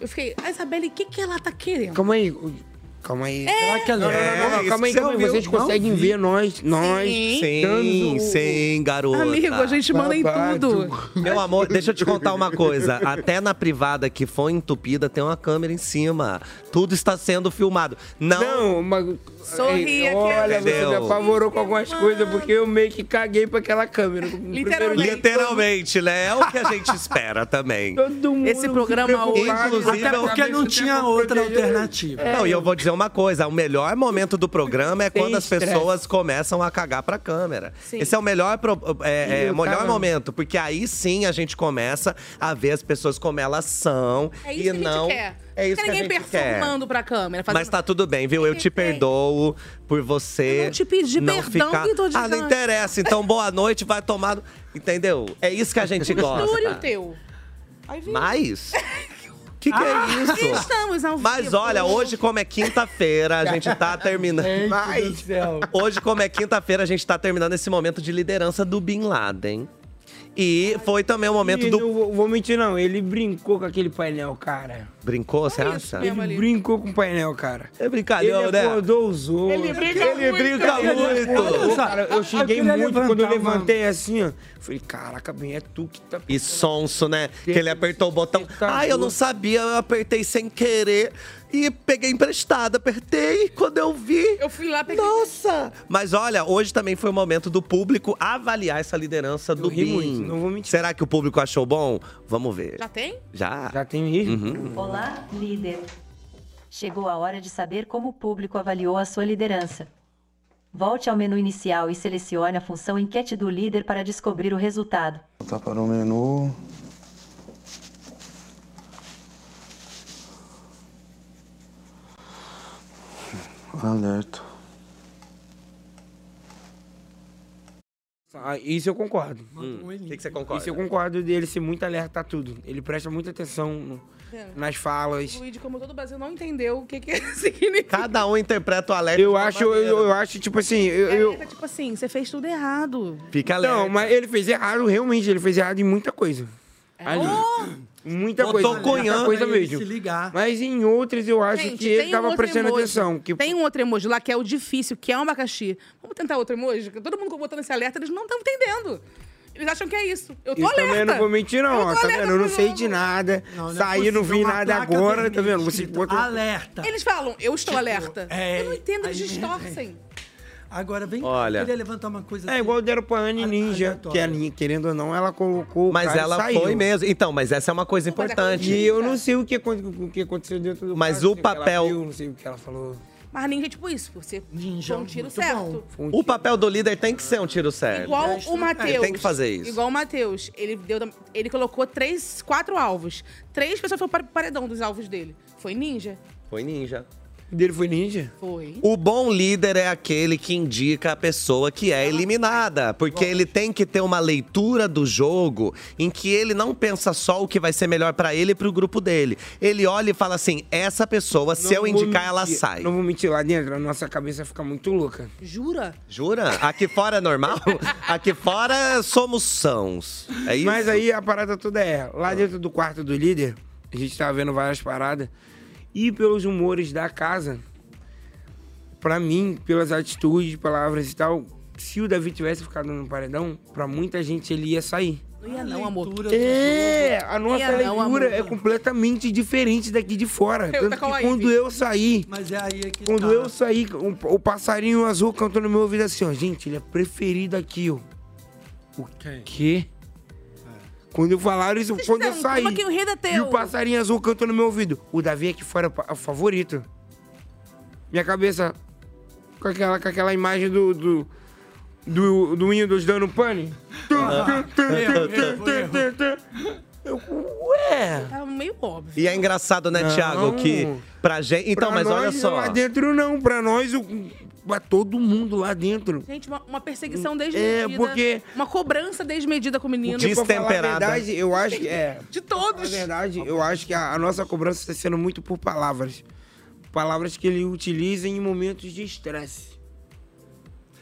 Speaker 6: Eu fiquei, a Isabelle, o que, que ela tá querendo?
Speaker 7: Calma aí. o- Calma aí.
Speaker 6: Será que ela-
Speaker 7: não, não, não, não,
Speaker 6: É,
Speaker 7: não,
Speaker 6: isso
Speaker 7: calma aí,
Speaker 6: que
Speaker 7: calma aí.
Speaker 6: você não
Speaker 7: Vocês
Speaker 6: viu.
Speaker 7: conseguem ver nós, nós.
Speaker 5: Sim,
Speaker 7: dando-
Speaker 5: sim, garota.
Speaker 6: Amigo, a gente manda em tudo.
Speaker 5: Meu amor, deixa eu te contar uma coisa. Até na privada que foi entupida, tem uma câmera em cima. Tudo está sendo filmado. Não.
Speaker 7: Não, mas.
Speaker 6: Sorria,
Speaker 7: Olha, você é
Speaker 5: Entendeu?
Speaker 7: me apavorou com algumas coisas, porque eu meio que caguei pra aquela câmera.
Speaker 5: Literalmente. Literalmente, né? É o que a gente espera também.
Speaker 6: Esse programa hoje.
Speaker 5: Inclusive, é
Speaker 3: Até porque não tinha outra alternativa.
Speaker 5: Não, e eu vou dizer uma coisa: o melhor momento do programa é
Speaker 3: Sem
Speaker 5: quando as
Speaker 3: estresse.
Speaker 5: pessoas começam a cagar pra câmera.
Speaker 3: Sim.
Speaker 5: Esse é o melhor, pro- é, é,
Speaker 3: Eu
Speaker 5: o melhor
Speaker 3: tava-
Speaker 5: momento, porque aí sim a gente começa a ver as pessoas como elas são
Speaker 6: É
Speaker 5: e
Speaker 6: isso que a gente
Speaker 5: não.
Speaker 6: quer.
Speaker 5: É isso
Speaker 6: Não quer
Speaker 5: que a
Speaker 6: ninguém
Speaker 5: gente quer.
Speaker 6: performando pra câmera. Fazendo...
Speaker 5: Mas tá tudo bem, viu?
Speaker 6: É
Speaker 5: Eu te perdoo por você.
Speaker 6: não te pedi
Speaker 5: não
Speaker 6: perdão
Speaker 5: ficar...
Speaker 6: que eu tô te
Speaker 5: Ah, não
Speaker 6: dando.
Speaker 5: interessa. Então, boa noite, vai tomar. no- Entendeu? É isso que a gente
Speaker 6: Misture o
Speaker 5: gosta.
Speaker 6: teu. Aí vem.
Speaker 5: Mas. Que que é isso?
Speaker 6: Estamos ao
Speaker 5: Mas
Speaker 6: vivo.
Speaker 5: olha, hoje, como é quinta-feira, a gente tá terminando.
Speaker 6: Gente do
Speaker 5: Mas, Hoje, como é quinta-feira, a gente tá terminando esse momento de liderança do Bin Laden. E foi também o momento
Speaker 7: E
Speaker 5: do.
Speaker 7: Não vou, vou mentir, não. Ele brincou com aquele painel, cara.
Speaker 5: Brincou, você acha?
Speaker 7: Ele brincou com o painel, cara.
Speaker 5: É brincalhão,
Speaker 7: ele
Speaker 5: né?
Speaker 7: acordou os outros.
Speaker 5: Ele brinca muito. Ele brinca muito.
Speaker 7: Olha só, Cara, eu cheguei
Speaker 5: eu queria
Speaker 7: muito quando eu
Speaker 5: é levantar uma-
Speaker 7: levantei assim, ó. Falei, caraca, bem, é tu que tá.
Speaker 5: E sonso, né? Que ele apertou o botão. Ai, eu não sabia, eu apertei sem querer. E peguei emprestado, apertei. Quando eu vi.
Speaker 6: Eu fui lá pegar.
Speaker 5: Nossa! Mas olha, hoje também foi o momento do público avaliar essa liderança do
Speaker 7: ri
Speaker 5: BIM.
Speaker 7: muito, não vou mentir.
Speaker 5: Será que o público achou bom? Vamos ver.
Speaker 6: Já tem?
Speaker 5: Já. Uhum.
Speaker 7: Já tem isso?
Speaker 2: Olá, líder. Chegou a hora de saber como o público avaliou a sua liderança. Volte ao menu inicial e selecione a função enquete do líder para descobrir o resultado.
Speaker 10: Voltar para Tá o menu. Alerta.
Speaker 7: Ah, isso eu concordo.
Speaker 6: um
Speaker 5: O Hum. que, que você concorda?
Speaker 7: Isso eu concordo dele ser muito alerta a tudo. Ele presta muita atenção no-
Speaker 6: É.
Speaker 7: nas falas.
Speaker 6: O Luigi, como todo o Brasil, não entendeu o que, é que significa.
Speaker 5: Cada um interpreta o alerta.
Speaker 7: Eu acho, eu, eu acho, tipo assim, eu. eu-
Speaker 6: É tipo assim, você fez tudo errado.
Speaker 5: Fica
Speaker 7: não, mas ele fez errado, realmente, ele fez errado em muita coisa.
Speaker 6: É.
Speaker 7: Ali. Muita
Speaker 5: Botou
Speaker 7: coisa.
Speaker 5: cunhã.
Speaker 7: Muita coisa
Speaker 5: Pra ele
Speaker 7: mesmo.
Speaker 5: se
Speaker 3: ligar.
Speaker 7: Mas em outras eu acho
Speaker 6: Gente,
Speaker 7: que ele
Speaker 6: tem
Speaker 7: tava
Speaker 6: outro
Speaker 7: prestando
Speaker 6: emoji.
Speaker 7: atenção. Que
Speaker 6: Tem um outro emoji lá que é o difícil, que é um abacaxi. Vamos tentar outro emoji? Que Todo mundo botando esse alerta, eles não estão entendendo. Eles acham que é isso. Eu tô
Speaker 7: eu
Speaker 6: alerta.
Speaker 7: também não vou mentir, não. ó,
Speaker 6: Eu tô
Speaker 7: tá
Speaker 6: alerta
Speaker 7: vendo? Eu não
Speaker 6: pro
Speaker 7: sei
Speaker 6: jogo.
Speaker 7: de nada.
Speaker 6: não é
Speaker 7: Saí, não
Speaker 6: possível,
Speaker 7: vi
Speaker 6: uma
Speaker 7: nada
Speaker 6: placa
Speaker 7: agora, tá
Speaker 6: vermelha
Speaker 7: vendo? Você bota...
Speaker 3: Alerta.
Speaker 6: Eles falam, eu estou alerta.
Speaker 3: é,
Speaker 6: eu não entendo, eles
Speaker 3: aí-
Speaker 6: distorcem.
Speaker 3: Agora vem cá,
Speaker 7: Olha.
Speaker 3: eu queria levantar uma coisa
Speaker 7: É igual deram pra Anne Ninja, que a Aninha, querendo ou não, ela colocou. o
Speaker 5: Mas
Speaker 7: cara e
Speaker 5: ela
Speaker 7: saiu.
Speaker 5: foi mesmo. Então, mas essa é uma coisa importante.
Speaker 7: E eu não sei o que, acon- o que aconteceu dentro do
Speaker 5: Mas
Speaker 7: carro,
Speaker 5: o
Speaker 7: não sei que ela
Speaker 5: papel-
Speaker 7: viu, não sei o que ela falou.
Speaker 6: Mas ninja é tipo isso, você ninja, um tiro certo.
Speaker 5: O papel do líder tem que ser um tiro sério.
Speaker 6: Igual
Speaker 7: é,
Speaker 6: o Matheus.
Speaker 5: Ele É, tem que fazer isso.
Speaker 6: Igual o Matheus. Ele, deu, ele colocou três, quatro alvos. Três pessoas foram para o paredão dos alvos dele. Foi ninja?
Speaker 5: Foi ninja.
Speaker 7: O dele foi ninja?
Speaker 6: Foi.
Speaker 5: O bom líder é aquele que indica a pessoa que é eliminada, porque ele tem que ter uma leitura do jogo em que ele não pensa só o que vai ser melhor pra ele e pro grupo dele. Ele olha e fala assim: essa pessoa, se eu
Speaker 7: vou
Speaker 5: indicar, ela
Speaker 7: mentir,
Speaker 5: sai.
Speaker 7: Não vou mentir lá dentro, a nossa cabeça fica muito louca.
Speaker 6: Jura?
Speaker 5: Jura? Aqui fora é normal? Aqui fora somos sãos. É isso?
Speaker 7: Mas aí a parada toda é, lá dentro do quarto do líder, a gente tava vendo várias paradas, e pelos humores da casa, pra mim, pelas atitudes, palavras e tal, se o Davi tivesse ficado no paredão, pra muita gente ele ia sair.
Speaker 6: Não ia não, amor.
Speaker 7: É, a nossa
Speaker 6: Ia não, amor.
Speaker 7: leitura é completamente diferente daqui de fora.
Speaker 6: Eu
Speaker 7: Tanto
Speaker 6: tô com a
Speaker 7: que quando
Speaker 6: Ivy.
Speaker 7: eu saí,
Speaker 3: Mas é aí que
Speaker 7: quando
Speaker 3: tá.
Speaker 7: eu saí, o, o passarinho azul cantou no meu ouvido assim, ó, gente, ele é preferido aqui, ó. O quê? É. Quando eu falaram isso, quando eu
Speaker 6: fizeram um
Speaker 7: saí.
Speaker 6: Toma que o Rida é teu.
Speaker 7: E o passarinho azul cantou no meu ouvido. O Davi aqui fora é o pa- é o favorito. Minha cabeça com aquela, com aquela imagem do, do, do, do Windows dando pane. Ah. Ué!
Speaker 6: Tá meio óbvio.
Speaker 5: E é engraçado, né,
Speaker 7: Não.
Speaker 5: Thiago, que pra gente... Então,
Speaker 7: Pra
Speaker 5: mas olha
Speaker 7: nós,
Speaker 5: só.
Speaker 7: Lá dentro não, pra nós, o, pra todo mundo lá dentro.
Speaker 6: Gente, uma, uma perseguição desmedida.
Speaker 7: É, porque-
Speaker 6: Uma cobrança desmedida com o menino.
Speaker 7: Porque, Tipo, pra falar a verdade, eu acho que é.
Speaker 6: De todos.
Speaker 7: Na verdade, eu acho que a, a nossa cobrança está sendo muito por palavras. Palavras que ele utiliza em momentos de estresse.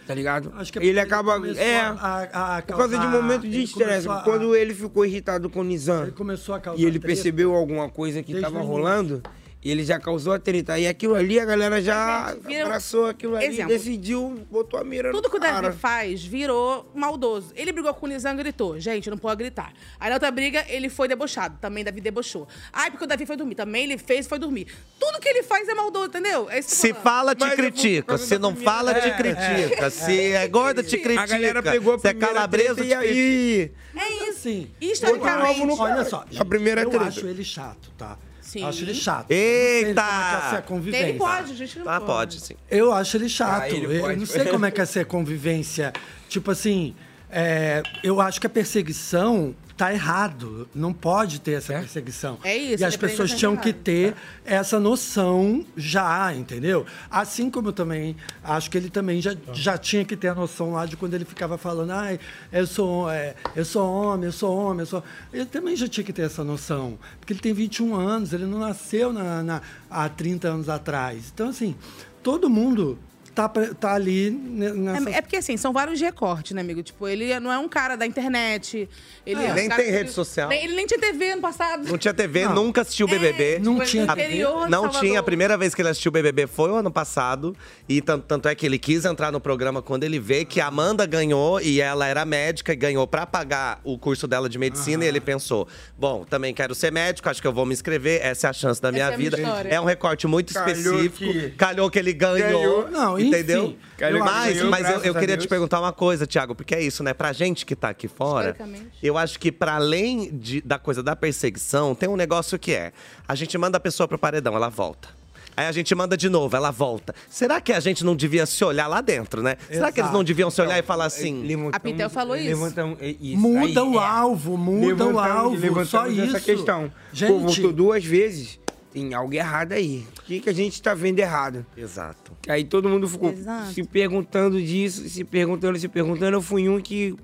Speaker 7: Tá ligado? Acho que ele acaba.
Speaker 3: começou
Speaker 7: É.
Speaker 3: a- a
Speaker 7: por causa de
Speaker 3: causar-
Speaker 7: momento de
Speaker 3: ele
Speaker 7: estresse.
Speaker 3: começou a-
Speaker 7: Quando ele ficou irritado com o Nizam.
Speaker 3: Ele começou a causar
Speaker 7: E ele
Speaker 3: treta.
Speaker 7: percebeu alguma coisa que
Speaker 3: Desde
Speaker 7: tava
Speaker 3: o início.
Speaker 7: rolando. Ele já causou a treta. E aquilo ali, a galera já
Speaker 6: viram-
Speaker 7: abraçou aquilo ali.
Speaker 6: Exemplo.
Speaker 7: Decidiu, botou a mira
Speaker 6: Tudo
Speaker 7: no
Speaker 6: que o
Speaker 7: cara.
Speaker 6: Davi faz virou maldoso. Ele brigou com o Nizam, gritou. Gente, não pode gritar. Aí na outra briga, ele foi debochado. Também Davi debochou. Ai, porque o Davi foi dormir. Também ele fez e foi dormir. Tudo que ele faz é maldoso, entendeu? É isso que eu
Speaker 5: Se
Speaker 6: tô falando.
Speaker 5: fala, te critica. Se não fala, te critica. Se é gorda, te critica.
Speaker 7: A galera pegou a
Speaker 5: Se é
Speaker 7: primeira
Speaker 5: calabreso,
Speaker 7: treta
Speaker 5: te
Speaker 7: e aí...
Speaker 6: É
Speaker 3: isso. Sim.
Speaker 6: Historicamente.
Speaker 3: Olha só, gente,
Speaker 7: A primeira
Speaker 3: eu
Speaker 7: treta.
Speaker 3: acho ele chato, tá?
Speaker 6: Sim.
Speaker 3: Acho ele chato.
Speaker 5: Eita!
Speaker 3: Eu não sei Como é que é ser a convivência.
Speaker 6: Ele pode, a gente não
Speaker 5: Ah, pode, sim.
Speaker 3: Eu acho ele chato.
Speaker 5: Ah, ele
Speaker 3: eu
Speaker 5: pode.
Speaker 3: não sei como é que é ser convivência. Tipo assim, é, eu acho que a perseguição tá errado. Não pode ter essa perseguição.
Speaker 6: É isso,
Speaker 3: E as
Speaker 6: depende É.
Speaker 3: pessoas
Speaker 6: da
Speaker 3: tinham que
Speaker 6: personalidade.
Speaker 3: ter essa noção já, entendeu? Assim como eu também acho que ele também já, já tinha que ter a noção lá de quando ele ficava falando, ai, eu sou, é, eu sou homem, eu sou homem, eu sou. Ele também já tinha que ter essa noção. Porque ele tem 21 anos, ele não nasceu na, na- há 30 anos atrás. Então, assim, todo mundo tá, pre- tá ali ne- nessa.
Speaker 6: É, é porque assim, são vários recortes, né, amigo? Tipo, ele não é um cara da internet. Ele
Speaker 5: É.
Speaker 6: é um
Speaker 5: Nem
Speaker 6: cara
Speaker 5: tem
Speaker 6: que-
Speaker 5: rede social.
Speaker 6: Nem- ele nem tinha TV no passado.
Speaker 5: Não tinha TV, nunca assistiu o
Speaker 3: É, tipo,
Speaker 5: BBB.
Speaker 6: Não tinha
Speaker 5: A-
Speaker 6: interior de
Speaker 5: Não
Speaker 6: Salvador.
Speaker 5: tinha. A primeira vez que ele assistiu o BBB foi o ano passado. E tan- tanto, é que ele quis entrar no programa quando ele vê que a Amanda ganhou e ela era médica e ganhou pra pagar o curso dela de medicina. E ele pensou: bom, também quero ser médico, acho que eu vou me inscrever. Essa é a chance da minha
Speaker 3: é a minha
Speaker 5: vida.
Speaker 3: história.
Speaker 5: É um recorte muito
Speaker 3: Calhou
Speaker 5: específico.
Speaker 3: que-
Speaker 5: Calhou que ele ganhou.
Speaker 3: Ganhou. Não,
Speaker 5: entendeu?
Speaker 3: enfim. Calhou que
Speaker 5: mas
Speaker 3: ganhou,
Speaker 5: mas eu,
Speaker 3: graças
Speaker 5: eu
Speaker 3: a
Speaker 5: queria
Speaker 3: Deus.
Speaker 5: te perguntar uma coisa, Thiago, porque é isso, né? Pra gente que tá aqui fora.
Speaker 6: Historicamente.
Speaker 5: Eu acho que para além de- da coisa da perseguição, tem um negócio que é: a gente manda a pessoa pro paredão, ela volta. Aí a gente manda de novo, ela volta. Será que a gente não devia se olhar lá dentro, né? Será que eles não
Speaker 7: Exato.
Speaker 5: deviam se olhar e falar assim?
Speaker 6: A Pitel falou isso.
Speaker 7: é
Speaker 3: Muda o alvo, muda o alvo,
Speaker 7: Levantamos
Speaker 3: só isso.
Speaker 7: essa questão. Gente. Pô,
Speaker 3: Gente,
Speaker 7: voltou duas vezes. Tem algo errado aí. O que, que a gente tá vendo errado?
Speaker 5: Exato.
Speaker 7: Aí todo mundo ficou
Speaker 6: Exato.
Speaker 7: se perguntando disso, se perguntando, se perguntando. Eu fui um que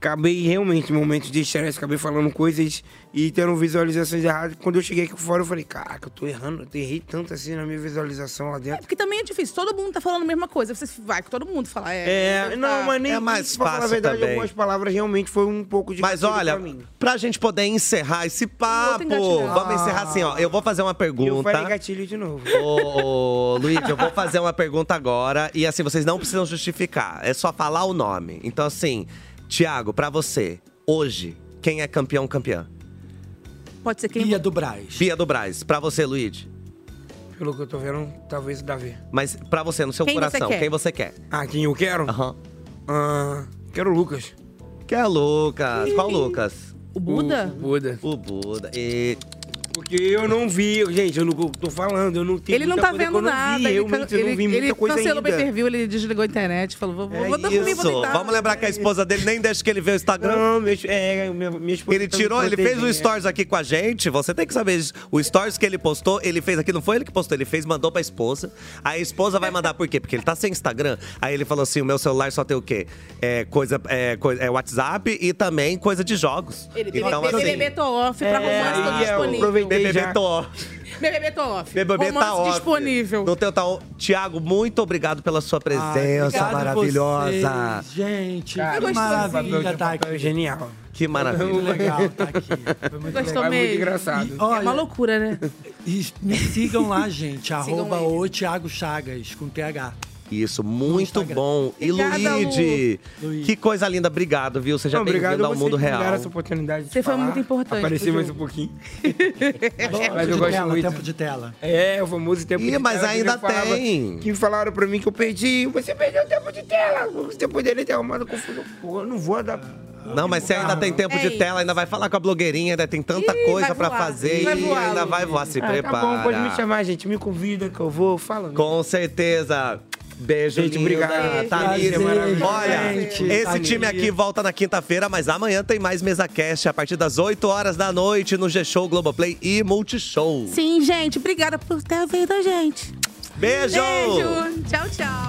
Speaker 7: acabei realmente em momentos de estresse, acabei falando coisas e tendo visualizações erradas. Quando eu cheguei aqui fora, eu falei, caraca, eu tô errando, eu tô- errei tanto assim na minha visualização lá dentro.
Speaker 6: Porque também é difícil, todo mundo tá falando a mesma coisa. Você vai com todo mundo falar.
Speaker 7: É,
Speaker 6: É,
Speaker 7: não, mas nem pra falar a verdade, algumas palavras realmente foi um pouco de
Speaker 5: Mas olha, pra gente poder encerrar esse papo,
Speaker 7: engatilhado.
Speaker 5: vamos encerrar assim, ó. Eu vou fazer uma
Speaker 7: eu
Speaker 5: pergunta.
Speaker 7: falei gatilho de novo.
Speaker 5: Ô, ô, Luiz, eu vou fazer uma pergunta agora. E assim, vocês não precisam justificar. É só falar o nome. Então, assim, Thiago, pra você, hoje, quem é campeão, campeã?
Speaker 6: Pode ser quem.
Speaker 3: Bia do Braz.
Speaker 5: Bia do Braz. Pra você, Luiz.
Speaker 7: Pelo que eu tô vendo, talvez o Davi.
Speaker 5: Mas pra você, no seu
Speaker 7: Quem você
Speaker 5: coração,
Speaker 7: quer?
Speaker 5: quem você quer?
Speaker 7: Ah, quem eu quero? Ah,
Speaker 5: Aham.
Speaker 7: quero o Lucas.
Speaker 5: Quer o Lucas? Qual o Lucas?
Speaker 6: O
Speaker 7: Buda? O Buda.
Speaker 5: O Buda. E...
Speaker 7: Porque eu não vi, gente, eu não eu tô falando, eu não tenho
Speaker 6: Ele não
Speaker 7: muita
Speaker 6: tá
Speaker 7: coisa que
Speaker 6: vendo
Speaker 7: eu não vi,
Speaker 6: nada. ele
Speaker 7: realmente, eu não vi
Speaker 6: ele-
Speaker 7: muita
Speaker 6: ele
Speaker 7: coisa
Speaker 6: cancelou o
Speaker 7: ainda. É
Speaker 6: pay-per-view, ele desligou a internet, falou: vou, vou, vou dormir, vou
Speaker 5: É Isso.
Speaker 6: deitar.
Speaker 5: Vamos lembrar que a esposa dele nem deixa que ele vê o Instagram.
Speaker 7: Não, meu, é, minha, esposa
Speaker 5: Ele
Speaker 7: tá me
Speaker 5: tirou, ele fez o
Speaker 7: protegendo.
Speaker 5: stories aqui com a gente. Você tem que saber. O stories que ele postou, ele fez aqui, não foi ele que postou, ele fez, mandou pra esposa. Aí a esposa vai mandar por quê? Porque ele tá sem Instagram. Aí ele falou assim: o meu celular só tem o quê? É coisa. É, coi- é WhatsApp e também coisa de jogos.
Speaker 6: Ele
Speaker 5: então,
Speaker 6: BBB,
Speaker 5: assim.
Speaker 6: BBB tô off pra
Speaker 7: é,
Speaker 6: romance tô
Speaker 5: aí eu
Speaker 6: disponível.
Speaker 5: BBB tô off.
Speaker 6: BBB tô off.
Speaker 5: BBB
Speaker 6: romance
Speaker 5: tá off.
Speaker 6: disponível.
Speaker 5: No teu tá on. Tiago, muito obrigado pela sua presença
Speaker 3: obrigado
Speaker 5: maravilhosa.
Speaker 3: vocês, gente,
Speaker 7: Cara,
Speaker 3: que
Speaker 7: eu
Speaker 3: maravilha
Speaker 7: gostosinho.
Speaker 3: tá
Speaker 7: É genial.
Speaker 5: Que maravilha.
Speaker 3: legal tá aqui. Foi muito
Speaker 6: Gostou
Speaker 3: legal.
Speaker 6: mesmo? é uma loucura, né?
Speaker 3: E me sigam lá, gente.
Speaker 6: Sigam
Speaker 3: arroba o Thiago Chagas, com TH.
Speaker 5: Isso, muito bom. E
Speaker 7: Obrigada, Lu.
Speaker 5: Luíde, que coisa linda. Obrigado, viu? Seja
Speaker 7: Não, obrigado
Speaker 5: bem-vindo ao
Speaker 7: vocês
Speaker 5: mundo
Speaker 7: que me deram
Speaker 5: real.
Speaker 7: essa oportunidade de
Speaker 6: Você foi
Speaker 7: falar.
Speaker 6: muito importante
Speaker 7: Apareci
Speaker 6: pro
Speaker 7: mais um
Speaker 6: jogo.
Speaker 7: pouquinho.
Speaker 3: Tempo de tela, tempo de tela.
Speaker 7: É, o famoso tempo
Speaker 3: Ih,
Speaker 7: de
Speaker 3: mas
Speaker 7: tela. que
Speaker 3: ainda
Speaker 7: eu falava-
Speaker 3: tem.
Speaker 7: Que falaram pra mim que eu perdi. Você perdeu o tempo de tela. Você poderia ter arrumado confusão. Pô, eu não vou Tá dar...
Speaker 5: Não, mas você ainda tem tempo
Speaker 7: É
Speaker 5: de
Speaker 7: isso.
Speaker 5: tela, ainda vai falar com a blogueirinha, ainda tem tanta coisa pra fazer.
Speaker 7: Vai
Speaker 5: Ih,
Speaker 7: voar,
Speaker 5: ainda
Speaker 7: Lu.
Speaker 5: vai voar, se
Speaker 7: Ah,
Speaker 5: prepara.
Speaker 7: Tá bom, pode me chamar, gente. Me convida que eu vou. Fala.
Speaker 5: Com certeza. Beijo,
Speaker 7: Gente,
Speaker 5: linda.
Speaker 7: obrigado.
Speaker 5: Tamires,
Speaker 7: Prazer, maravilhoso.
Speaker 5: Olha,
Speaker 7: gente. tá
Speaker 5: esse
Speaker 7: Tamires.
Speaker 5: time aqui volta na quinta-feira, mas amanhã tem mais Mesa Cash a partir das 8 horas da noite no G-Show, Globoplay e Multishow.
Speaker 6: Sim, gente. Obrigada por ter ouvido a gente.
Speaker 5: Beijo!
Speaker 6: Beijo. Tchau, tchau.